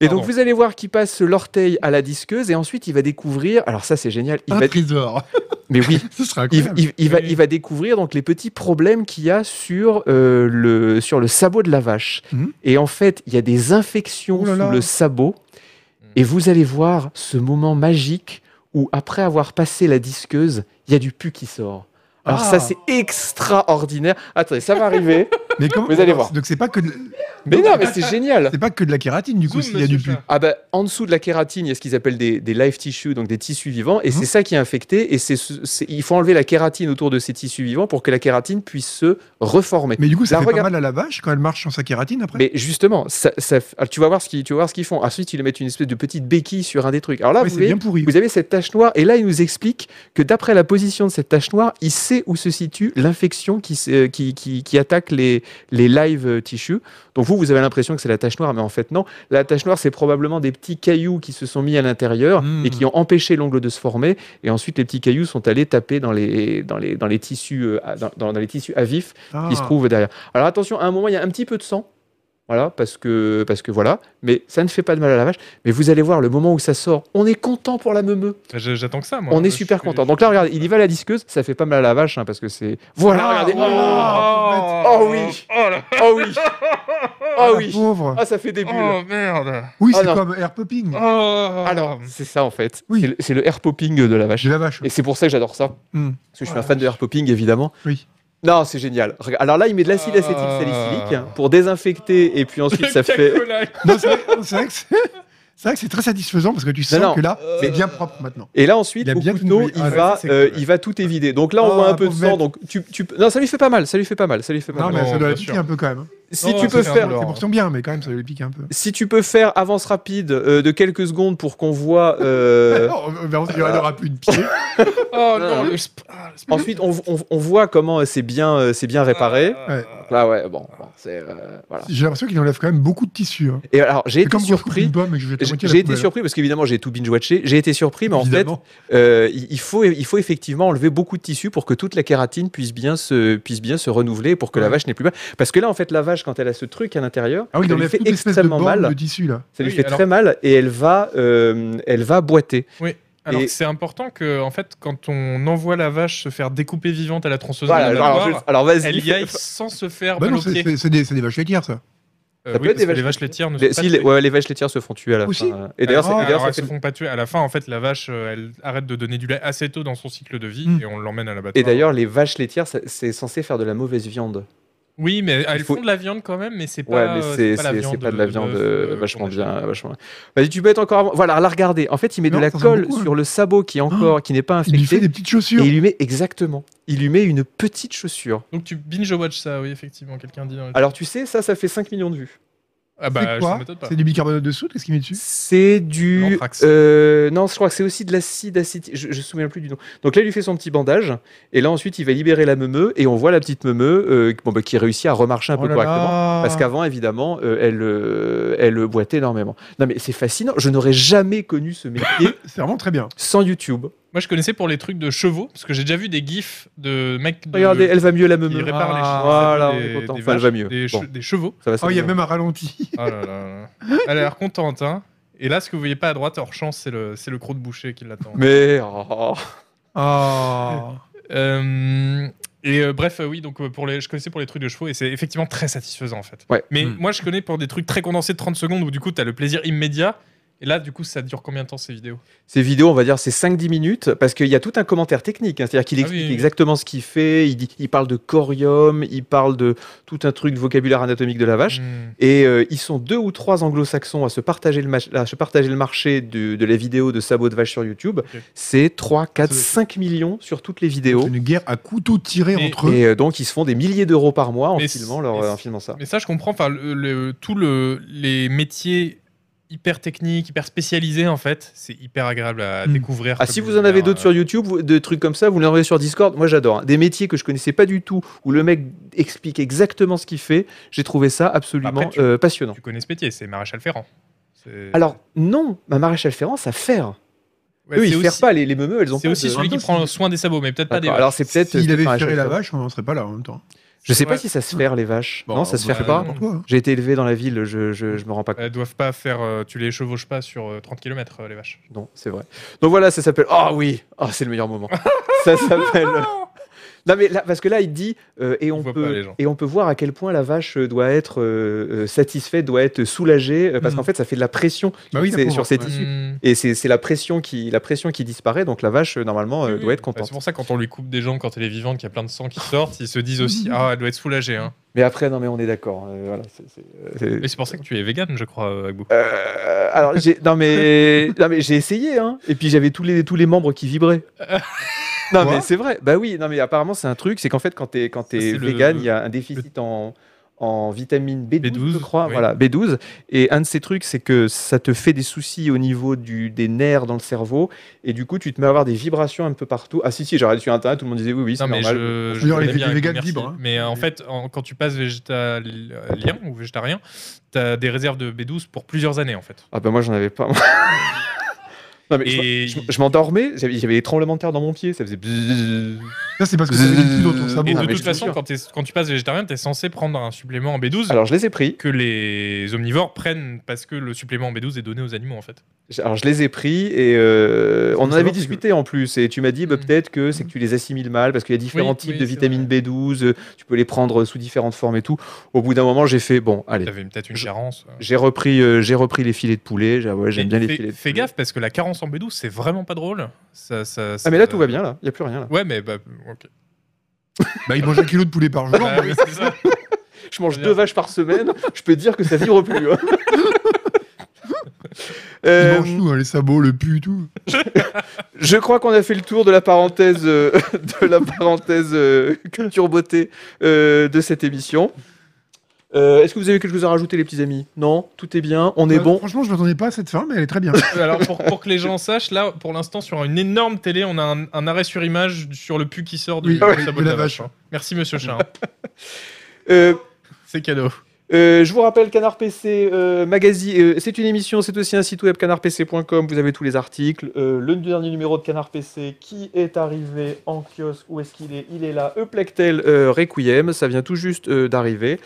Speaker 1: Et
Speaker 2: Pardon.
Speaker 1: donc, vous allez voir qu'il passe l'orteil à la disqueuse, et ensuite, il va découvrir. Alors, ça, c'est génial. Il
Speaker 3: Un
Speaker 1: va...
Speaker 3: trésor.
Speaker 1: Mais oui,
Speaker 3: Ce serait
Speaker 1: il,
Speaker 3: incroyable.
Speaker 1: il- il va,
Speaker 2: Oui.
Speaker 1: il va découvrir donc les petits problèmes qu'il y a sur, euh, le, sur le sabot de la vache.
Speaker 3: Mhm.
Speaker 1: Et en fait, il y a des infections
Speaker 3: Oh là là.
Speaker 1: sous le sabot. Et vous allez voir ce moment magique où, après avoir passé la disqueuse, il y a du pu qui sort. Alors
Speaker 3: Ah.
Speaker 1: ça, c'est extraordinaire. Attendez, ça va arriver.
Speaker 3: Mais comment-
Speaker 1: Vous allez voir.
Speaker 3: Donc c'est pas que de-
Speaker 1: Mais non, mais c'est génial.
Speaker 3: C'est pas que de la kératine, du coup,
Speaker 2: Zoom,
Speaker 3: s'il y a du
Speaker 2: monsieur
Speaker 3: pu.
Speaker 2: chat.
Speaker 1: Ah bah, en dessous de la kératine, il y a ce qu'ils appellent des, des live tissues, donc des tissus vivants, et
Speaker 3: Mhm.
Speaker 1: c'est ça qui est infecté. Et c'est, ce- c'est- il faut enlever la kératine autour de ces tissus vivants pour que la kératine puisse se reformer.
Speaker 3: Mais du coup, ça
Speaker 1: Là,
Speaker 3: fait pas
Speaker 1: regarde.
Speaker 3: mal à la vache quand elle marche sans sa kératine après.
Speaker 1: Mais justement, ça, ça f- ah, tu vas voir ce qu'ils, tu vas voir ce qu'ils font. Ensuite, ils mettent une espèce de petite béquille sur un des trucs. Alors là,
Speaker 3: Ouais,
Speaker 1: vous
Speaker 3: c'est
Speaker 1: voyez,
Speaker 3: bien pourri.
Speaker 1: vous avez cette tache noire, et là, il nous explique que d'après la position de cette tache noire, il sait où se situe l'infection qui, se- qui, qui, qui attaque les, les live euh, tissues. Donc vous, vous avez l'impression que c'est la tache noire, mais en fait, non. La tache noire, c'est probablement des petits cailloux qui se sont mis à l'intérieur
Speaker 3: Mm.
Speaker 1: et qui ont empêché l'ongle de se former. Et ensuite, les petits cailloux sont allés taper dans les, dans les, dans les, tissus, euh, à- dans, dans- dans les tissus à vif
Speaker 3: Ah.
Speaker 1: qui se trouvent derrière. Alors attention, à un moment, il y a un petit peu de sang. Voilà, parce que, parce que voilà, mais ça ne fait pas de mal à la vache. Mais vous allez voir, le moment où ça sort, on est content pour la meumeu.
Speaker 2: J- J'attends que ça, moi.
Speaker 1: On est
Speaker 2: Bah, Oh, Je
Speaker 1: super
Speaker 2: suis-
Speaker 1: content. Donc là, regardez, il y va à la disqueuse, ça fait pas mal à la vache, hein, parce que c'est. Voilà,
Speaker 3: Ah,
Speaker 1: regardez.
Speaker 3: wow.
Speaker 1: Oh,
Speaker 3: Oh,
Speaker 1: oh oui.
Speaker 2: Oh, là-
Speaker 1: oh oui.
Speaker 3: Ah,
Speaker 1: Oh
Speaker 3: la
Speaker 1: oui.
Speaker 3: pauvre.
Speaker 1: Ah, ça fait des bulles.
Speaker 2: oh, merde.
Speaker 3: Oui,
Speaker 1: Ah,
Speaker 3: c'est
Speaker 1: non.
Speaker 3: comme air popping
Speaker 2: Oh.
Speaker 1: Alors, c'est ça en fait.
Speaker 3: Oui.
Speaker 1: C'est le- C'est le air popping de la vache.
Speaker 3: J'ai la vache.
Speaker 1: Et c'est pour ça que j'adore ça.
Speaker 3: Hmm.
Speaker 1: Parce que je suis un fan de air popping, évidemment.
Speaker 3: Oui.
Speaker 1: Non, c'est génial. Regarde, Alors là, il met de l'acide
Speaker 2: Ah.
Speaker 1: acétyl salicylique hein, pour désinfecter, et puis ensuite,
Speaker 2: Le
Speaker 1: ça fait.
Speaker 2: cacola-
Speaker 3: Non, c'est vrai- c'est vrai que c'est- c'est vrai que c'est très satisfaisant parce que tu sens
Speaker 1: non.
Speaker 3: que là,
Speaker 2: Euh,
Speaker 3: c'est bien propre maintenant.
Speaker 1: Et là ensuite,
Speaker 3: Il a
Speaker 1: au
Speaker 3: bien tout
Speaker 1: couteau,
Speaker 3: noué.
Speaker 1: il
Speaker 3: Ah,
Speaker 1: va,
Speaker 3: ça, c'est
Speaker 1: euh,
Speaker 3: cool.
Speaker 1: il va tout évider. Donc là, on
Speaker 3: Ah,
Speaker 1: voit un peu de
Speaker 3: pauvre
Speaker 1: sang.
Speaker 3: bête.
Speaker 1: Donc tu, tu, non, ça lui fait pas mal. Ça lui fait pas mal. Ça lui fait pas
Speaker 3: Non,
Speaker 1: mal.
Speaker 3: mais ça
Speaker 2: non,
Speaker 3: doit
Speaker 2: bien
Speaker 3: la piquer
Speaker 2: sûr.
Speaker 3: un peu quand même. hein.
Speaker 1: Si
Speaker 2: Non,
Speaker 1: tu
Speaker 2: c'est
Speaker 1: peux
Speaker 2: un
Speaker 1: faire,
Speaker 2: douleur.
Speaker 3: C'est pour son bien, mais quand même, ça lui pique un peu.
Speaker 1: si tu peux faire avance rapide euh, de quelques secondes pour qu'on voit. euh,
Speaker 3: Non, on verra il aura plus de pied.
Speaker 1: Ah.
Speaker 2: Oh non, le sp- ah, le sp-
Speaker 1: ensuite, on, on- on voit comment c'est bien, euh, c'est bien réparé.
Speaker 3: Ouais.
Speaker 1: Là, ouais, bon, bon, c'est euh, voilà.
Speaker 3: J'ai l'impression qu'il enlève quand même beaucoup de tissu. hein.
Speaker 1: Et alors, j'ai
Speaker 3: C'est
Speaker 1: été
Speaker 3: comme quand je coupe une
Speaker 1: surpris.
Speaker 3: pomme et que je jette la
Speaker 1: J'ai
Speaker 3: moitié à la
Speaker 1: j'ai été
Speaker 3: poubelle.
Speaker 1: surpris parce qu'évidemment j'ai tout binge-watché. J'ai été surpris, mais en fait,
Speaker 3: Évidemment.
Speaker 1: euh, il il faut, il faut effectivement enlever beaucoup de tissu pour que toute la kératine puisse bien se, puisse bien se renouveler, pour que la
Speaker 3: Ouais.
Speaker 1: vache n'ait plus mal. Parce que là, en fait, la vache, quand elle a ce truc à l'intérieur,
Speaker 3: Ah oui, il
Speaker 1: ça lui
Speaker 3: enlève
Speaker 1: fait
Speaker 3: toute espèce de
Speaker 1: extrêmement
Speaker 3: bande
Speaker 1: mal.
Speaker 3: de tissu là.
Speaker 1: Ça lui
Speaker 2: Oui,
Speaker 1: fait
Speaker 2: alors-
Speaker 1: très mal et elle va, euh, elle va boiter.
Speaker 2: Alors
Speaker 1: Et-
Speaker 2: que c'est important que, en fait, quand on envoie la vache se faire découper vivante à la tronçonneuse,
Speaker 1: Voilà,
Speaker 2: de la
Speaker 1: alors,
Speaker 2: Loire,
Speaker 1: je- alors, vas-y.
Speaker 2: elle y aille sans se faire
Speaker 3: Bah
Speaker 2: mal
Speaker 3: non,
Speaker 2: au
Speaker 3: c'est
Speaker 2: pied.
Speaker 3: c'est- c'est des, c'est des vaches laitières ça.
Speaker 1: Ça peut
Speaker 2: Euh, oui,
Speaker 1: être des
Speaker 2: parce que les
Speaker 1: vaches
Speaker 2: vaches laitières ne sont
Speaker 1: Les,
Speaker 2: pas
Speaker 1: si, les,
Speaker 2: tuées.
Speaker 1: ouais, les vaches laitières se font tuer à la
Speaker 3: Aussi.
Speaker 1: fin. Et d'ailleurs,
Speaker 3: Ah,
Speaker 1: c'est-
Speaker 2: Alors,
Speaker 1: et d'ailleurs,
Speaker 2: elles
Speaker 1: ça
Speaker 2: se
Speaker 1: fait-
Speaker 2: font pas tuer. À la fin, en fait, la vache, euh, elle arrête de donner du lait assez tôt dans son cycle de vie
Speaker 3: Mm.
Speaker 2: et on l'emmène à l'abattoir.
Speaker 1: et d'ailleurs, les vaches laitières, ça- c'est censé faire de la mauvaise viande.
Speaker 2: oui, mais
Speaker 1: il
Speaker 2: elles
Speaker 1: faut-
Speaker 2: font de la viande quand même, mais c'est
Speaker 1: Ouais,
Speaker 2: pas,
Speaker 1: mais
Speaker 2: euh,
Speaker 1: c'est
Speaker 2: pas la
Speaker 1: c'est-
Speaker 2: viande.
Speaker 1: c'est pas de la viande
Speaker 2: bœuf,
Speaker 1: euh,
Speaker 2: euh,
Speaker 1: vachement
Speaker 2: qu'on achète.
Speaker 1: bien, vachement. Vas-y, tu peux être encore avant. Voilà, alors la regarder. En fait, il met
Speaker 3: Non,
Speaker 1: de la
Speaker 3: ça sent
Speaker 1: colle
Speaker 3: beaucoup, hein.
Speaker 1: sur le sabot qui est encore, qui n'est pas
Speaker 3: Il lui fait
Speaker 1: infecté,
Speaker 3: des petites chaussures.
Speaker 1: et il lui met exactement. Il lui met une petite chaussure.
Speaker 2: Donc tu binge-watch ça, oui, effectivement, quelqu'un dit. dans le-
Speaker 1: Alors tu sais, ça, ça fait 5 millions de vues.
Speaker 2: ah
Speaker 3: C'est
Speaker 2: bah, ça
Speaker 3: quoi
Speaker 2: m'étonne pas.
Speaker 3: C'est du bicarbonate de soude Qu'est-ce qu'il met dessus
Speaker 1: C'est du.
Speaker 2: L'anthrax.
Speaker 1: euh, non, je crois que c'est aussi de l'acide acétique. Je, je me souviens plus du nom. Donc là, il lui fait son petit bandage. Et là, ensuite, il va libérer la meumeu. Et on voit la petite meumeu euh, bon, bah, qui réussit à remarcher un peu
Speaker 3: Oh là
Speaker 1: correctement.
Speaker 3: là.
Speaker 2: Ah.
Speaker 1: Parce qu'avant, évidemment, euh, elle, euh, elle boitait énormément. Non, mais c'est fascinant. Je n'aurais jamais connu ce métier
Speaker 3: C'est vraiment très bien.
Speaker 1: sans YouTube.
Speaker 2: Moi, je connaissais pour les trucs de chevaux, parce que j'ai déjà vu des gifs de mecs de-
Speaker 1: Regardez, elle va mieux, la meumeu.
Speaker 2: qui réparent les chevaux.
Speaker 1: Voilà, on
Speaker 2: des-
Speaker 1: est content.
Speaker 2: des
Speaker 1: Enfin, elle
Speaker 2: vaches,
Speaker 1: va mieux.
Speaker 2: Des, che-
Speaker 1: Bon,
Speaker 2: des chevaux.
Speaker 1: ça va, ça
Speaker 3: Oh,
Speaker 1: va
Speaker 3: il y a
Speaker 1: mieux.
Speaker 3: même un ralenti.
Speaker 2: Ah là là là. Elle a l'air contente, hein. Et là, ce que vous voyez pas à droite, hors champ, c'est le, c'est le croc de boucher qui l'attend.
Speaker 1: Mais. oh.
Speaker 3: Ah.
Speaker 2: Euh, et euh, bref, euh, oui, donc euh, pour les, je connaissais pour les trucs de chevaux et c'est effectivement très satisfaisant en fait.
Speaker 1: Ouais.
Speaker 2: Mais
Speaker 3: Mm.
Speaker 2: moi, je connais pour des trucs très condensés de 30 secondes où du coup, t'as le plaisir immédiat. Et là, du coup, ça dure combien de temps ces vidéos
Speaker 1: Ces vidéos, on va dire, c'est 5-10 minutes, parce qu'il y a tout un commentaire technique. hein, C'est-à-dire qu'il
Speaker 2: Ah
Speaker 1: explique
Speaker 2: oui.
Speaker 1: exactement ce qu'il fait, il, dit, il parle de corium, il parle de tout un truc de vocabulaire anatomique de la vache.
Speaker 2: Mm.
Speaker 1: Et euh, ils sont deux ou trois anglo-saxons à se partager le, mach- à se partager le marché du- de la vidéo de sabots de vache sur YouTube. C'est 3, 4,
Speaker 3: C'est-
Speaker 1: 5 millions sur toutes les
Speaker 3: C'est
Speaker 1: vidéos.
Speaker 3: une guerre à couteau tiré
Speaker 2: Et-
Speaker 3: entre eux.
Speaker 1: Et euh, donc, ils se font des milliers d'euros par mois en
Speaker 2: Mais
Speaker 1: filmant,
Speaker 2: c'est-
Speaker 1: leur,
Speaker 2: mais
Speaker 1: euh, en
Speaker 2: c'est-
Speaker 1: filmant ça.
Speaker 2: Mais ça, je comprends. Enfin, le, le- tout le, les métiers hyper techniques, hyper spécialisés en fait, c'est hyper agréable à
Speaker 3: Mm.
Speaker 2: découvrir.
Speaker 1: Ah,
Speaker 2: comme
Speaker 1: si vous en avez
Speaker 2: univers,
Speaker 1: d'autres sur
Speaker 2: euh,
Speaker 1: YouTube, vous- des trucs comme ça, vous les envoyez sur Discord. Moi, j'adore. hein. Des métiers que je connaissais pas du tout, où le mec explique exactement ce qu'il fait. J'ai trouvé ça absolument
Speaker 2: Après, tu-
Speaker 1: euh, passionnant.
Speaker 2: Tu connais ce métier, c'est maréchal Ferrand. C'est-
Speaker 1: Alors, non, ma maréchal Ferrand, ça faire.
Speaker 2: Ouais,
Speaker 1: Eux,
Speaker 2: c'est
Speaker 1: ils
Speaker 2: aussi-
Speaker 1: ferrent pas. Les, les meumeux, elles ont
Speaker 2: C'est
Speaker 1: pas
Speaker 2: aussi
Speaker 1: de-
Speaker 2: celui qui
Speaker 3: Attends,
Speaker 2: prend
Speaker 3: c'est-
Speaker 2: soin des sabots, mais peut-être pas des.
Speaker 1: D'accord. Alors, c'est peut-être.
Speaker 3: S'il
Speaker 1: c'est
Speaker 3: avait
Speaker 1: peut-être maréchal
Speaker 3: ferré la
Speaker 1: Ferrand.
Speaker 3: vache, on n'en serait pas là en même temps.
Speaker 1: Je sais pas
Speaker 2: Ouais. euh,
Speaker 1: si ça se faire, les vaches.
Speaker 3: Bon,
Speaker 1: non, ça se
Speaker 3: bah,
Speaker 1: fait pas.
Speaker 2: non.
Speaker 3: n'importe quoi, hein.
Speaker 1: J'ai été élevé dans la ville, je, je, je me rends pas compte.
Speaker 2: Elles doivent pas faire. euh, tu les chevauches pas sur euh, 30 km, les vaches.
Speaker 1: Non, c'est vrai. Donc voilà, ça s'appelle. Ah oui, ah c'est le meilleur moment. ça s'appelle. Non mais là, parce que là il dit euh, et on,
Speaker 2: voit pas
Speaker 1: peut
Speaker 2: les gens.
Speaker 1: et on peut voir à quel point la vache euh, doit être euh, euh, satisfaite, doit être soulagée euh, parce
Speaker 3: Mm.
Speaker 1: qu'en fait ça fait de la pression
Speaker 3: Bah oui, la
Speaker 1: c'est-
Speaker 3: pauvre,
Speaker 1: sur ses
Speaker 3: ouais.
Speaker 1: tissus.
Speaker 2: Hmm.
Speaker 1: et c'est c'est la pression qui la pression qui disparaît donc la vache euh, normalement euh,
Speaker 2: Oui,
Speaker 1: doit être
Speaker 2: Bah,
Speaker 1: contente.
Speaker 2: c'est pour ça quand on lui coupe des jambes quand elle est vivante, qu'il y a plein de sang qui sortent, ils se disent aussi ah elle doit être soulagée. Hein.
Speaker 1: Mais après non mais on est d'accord. euh, voilà, c'est- c'est- euh, c'est-
Speaker 2: Et c'est pour ça que tu es vegan, je crois, euh, Agbou.
Speaker 1: Euh, alors j'ai non mais non mais j'ai essayé hein et puis j'avais tous les tous les membres qui vibraient. non
Speaker 3: Quoi
Speaker 1: mais c'est vrai. Bah oui, non mais apparemment c'est un truc, c'est qu'en fait quand t'es quand
Speaker 2: c'est
Speaker 1: t'es
Speaker 2: le-
Speaker 1: vegan, il y a un déficit en en vitamine B12, je
Speaker 2: B12,
Speaker 1: crois,
Speaker 2: oui.
Speaker 1: voilà, B12 et un de ces trucs c'est que ça te fait des soucis au niveau du des nerfs dans le cerveau et du coup tu te mets à avoir des vibrations un peu partout. Ah si si, j'ai regardé sur internet, tout le monde disait oui oui, c'est
Speaker 2: Non mais
Speaker 1: normal.
Speaker 2: je,
Speaker 3: D'ailleurs,
Speaker 2: connais
Speaker 3: les-
Speaker 2: bien
Speaker 3: les
Speaker 2: Agbou,
Speaker 3: vegans
Speaker 2: merci.
Speaker 3: libres, hein.
Speaker 2: Mais euh, en fait, en- quand tu passes végétalien ou végétarien, t'as des réserves de B12 pour plusieurs années en fait.
Speaker 1: Ah bah moi j'en avais pas. non mais je-
Speaker 2: Et
Speaker 1: je, je m'endormais, j'avais j'avais des tremblements de terre dans mon pied, ça faisait bzzz.
Speaker 3: Ça, c'est parce que t'avais du pus dans ton
Speaker 1: Et
Speaker 3: sabot.
Speaker 2: Et
Speaker 1: Ah,
Speaker 2: de
Speaker 1: mais
Speaker 2: toute
Speaker 1: je te
Speaker 2: façon,
Speaker 1: jure.
Speaker 2: quand, t'es- quand tu passes végétarien, tu es censé prendre un supplément en B12
Speaker 1: Alors je les ai pris.
Speaker 2: que les omnivores prennent parce que le supplément en B12 est donné aux animaux en fait.
Speaker 1: J- Alors je les ai pris et euh, on en
Speaker 3: savoir
Speaker 1: avait
Speaker 3: que-
Speaker 1: discuté en plus et tu m'as dit bah,
Speaker 2: Mm.
Speaker 1: peut-être que c'est que tu les assimiles mal parce qu'il y a différents
Speaker 2: Oui,
Speaker 1: types
Speaker 2: oui,
Speaker 1: de
Speaker 2: c'est
Speaker 1: vitamine B12, euh, tu peux les prendre sous différentes formes et tout. Au bout d'un moment j'ai fait bon allez
Speaker 2: Tu avais peut-être une
Speaker 1: Je-
Speaker 2: carence.
Speaker 1: j'ai repris euh, j'ai repris les filets de poulet, j'ai- ouais, j'aime
Speaker 2: Mais
Speaker 1: bien les
Speaker 2: fais,
Speaker 1: filets de
Speaker 2: fais
Speaker 1: poulet.
Speaker 2: gaffe parce que la carence en B12 c'est vraiment pas drôle. Ça, ça-
Speaker 1: Ah
Speaker 2: ça-
Speaker 1: mais là tout va bien là, il y a plus rien là.
Speaker 2: Ouais mais bah, ok.
Speaker 3: Bah, il mange un kilo de poulet par
Speaker 1: Ah
Speaker 3: jour.
Speaker 2: Bah, oui, c'est ça.
Speaker 1: Je mange
Speaker 2: Très
Speaker 1: deux
Speaker 2: bien.
Speaker 1: vaches par semaine, je peux dire que ça vibre plus. hein.
Speaker 3: Il
Speaker 1: Euh,
Speaker 3: mange tout, hein, les sabots, le pus, tout.
Speaker 1: Je crois qu'on a fait le tour de la parenthèse, euh, de la parenthèse euh, culture beauté euh, de cette émission. Euh, Est-ce que vous avez quelque chose à rajouter, les petits amis Non, tout est bien, on est
Speaker 3: Bah,
Speaker 1: bon.
Speaker 3: Franchement, je m'attendais pas à cette fin, mais elle est très bien.
Speaker 2: Alors pour, pour que les gens sachent, là pour l'instant sur une énorme télé, on a un, un arrêt sur image sur le pu qui sort du,
Speaker 3: Oui,
Speaker 1: ah
Speaker 2: du
Speaker 3: oui,
Speaker 2: sabot
Speaker 3: de la vache.
Speaker 2: hein. Merci monsieur Chat.
Speaker 1: Euh,
Speaker 2: C'est cadeau.
Speaker 1: euh, je vous rappelle, Canard PC euh, Magazine, euh, c'est une émission, c'est aussi un site web canardpc.com, vous avez tous les articles. Euh, le dernier numéro de Canard PC qui est arrivé en kiosque, où est-ce qu'il est Il est là, Euplectel euh, Requiem, ça vient tout juste euh, d'arriver.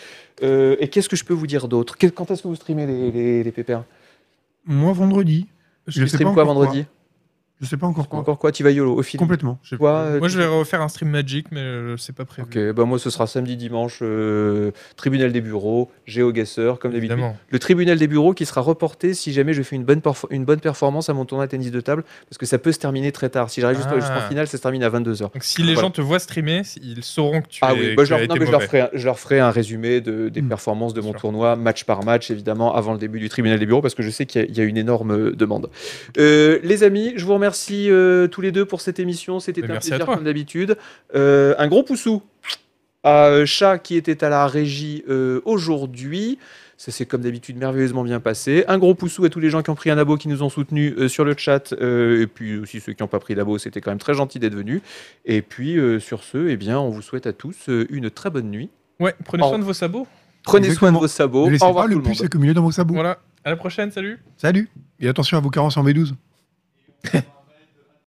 Speaker 1: Euh, et qu'est-ce que je peux vous dire d'autre Que- Quand est-ce que vous streamez les, les, les pépères
Speaker 3: Moi, vendredi.
Speaker 1: Tu stream quoi
Speaker 3: encore
Speaker 1: vendredi
Speaker 3: Je sais pas encore quoi.
Speaker 1: Encore quoi Tu vas YOLO au film
Speaker 3: Complètement.
Speaker 2: Je sais
Speaker 1: Toi,
Speaker 2: pas.
Speaker 1: euh,
Speaker 2: Moi
Speaker 1: tu-
Speaker 2: je vais refaire un stream Magic mais euh, c'est pas prévu.
Speaker 1: Ok, bah moi ce sera samedi, dimanche, euh, tribunal des bureaux, géoguesseur, comme d'habitude.
Speaker 2: Évidemment.
Speaker 1: Le tribunal des bureaux qui sera reporté si jamais je fais une bonne, perfor- une bonne performance à mon tournoi de tennis de table, parce que ça peut se terminer très tard. Si j'arrive juste
Speaker 2: Ah.
Speaker 1: jusqu'en finale, ça se termine à 22h.
Speaker 2: Donc si les
Speaker 1: Voilà.
Speaker 2: gens te voient streamer, ils sauront que tu
Speaker 1: Ah
Speaker 2: es,
Speaker 1: oui, bah,
Speaker 2: que
Speaker 1: je,
Speaker 2: tu as
Speaker 1: leur, non,
Speaker 2: été
Speaker 1: mais je, leur
Speaker 2: mauvais. Hmm.
Speaker 1: ferai un, je leur ferai un résumé de- des
Speaker 3: Mm.
Speaker 1: performances de
Speaker 2: Bien
Speaker 1: mon
Speaker 2: sûr.
Speaker 1: tournoi, match par match, évidemment, avant le début du tribunal des bureaux, parce que je sais qu'il y, a- il y a une énorme euh, demande. Euh, les amis, je vous remercie euh, tous les deux pour cette émission. C'était
Speaker 2: Mais
Speaker 1: un
Speaker 2: merci à
Speaker 1: plaisir,
Speaker 2: toi.
Speaker 1: comme d'habitude. Euh, un gros poussou à euh, Chat qui était à la régie euh, aujourd'hui. Ça s'est comme d'habitude merveilleusement bien passé. Un gros poussou à tous les gens qui ont pris un abo, qui nous ont soutenus euh, sur le chat, euh, et puis aussi ceux qui n'ont pas pris d'abo, c'était quand même très gentil d'être venus. Et puis euh, sur ce, eh bien, on vous souhaite à tous euh, une très bonne nuit.
Speaker 2: Ouais, prenez
Speaker 1: Oh.
Speaker 2: soin de vos sabots.
Speaker 1: Prenez soin
Speaker 3: Exactement.
Speaker 1: de vos sabots.
Speaker 3: Ne
Speaker 1: Au
Speaker 3: laissez
Speaker 1: revoir
Speaker 3: pas
Speaker 1: tout
Speaker 3: le
Speaker 1: le monde.
Speaker 3: pus accumuler dans vos sabots.
Speaker 2: Voilà, à la prochaine, salut
Speaker 3: Salut. Et attention à vos carences en B12.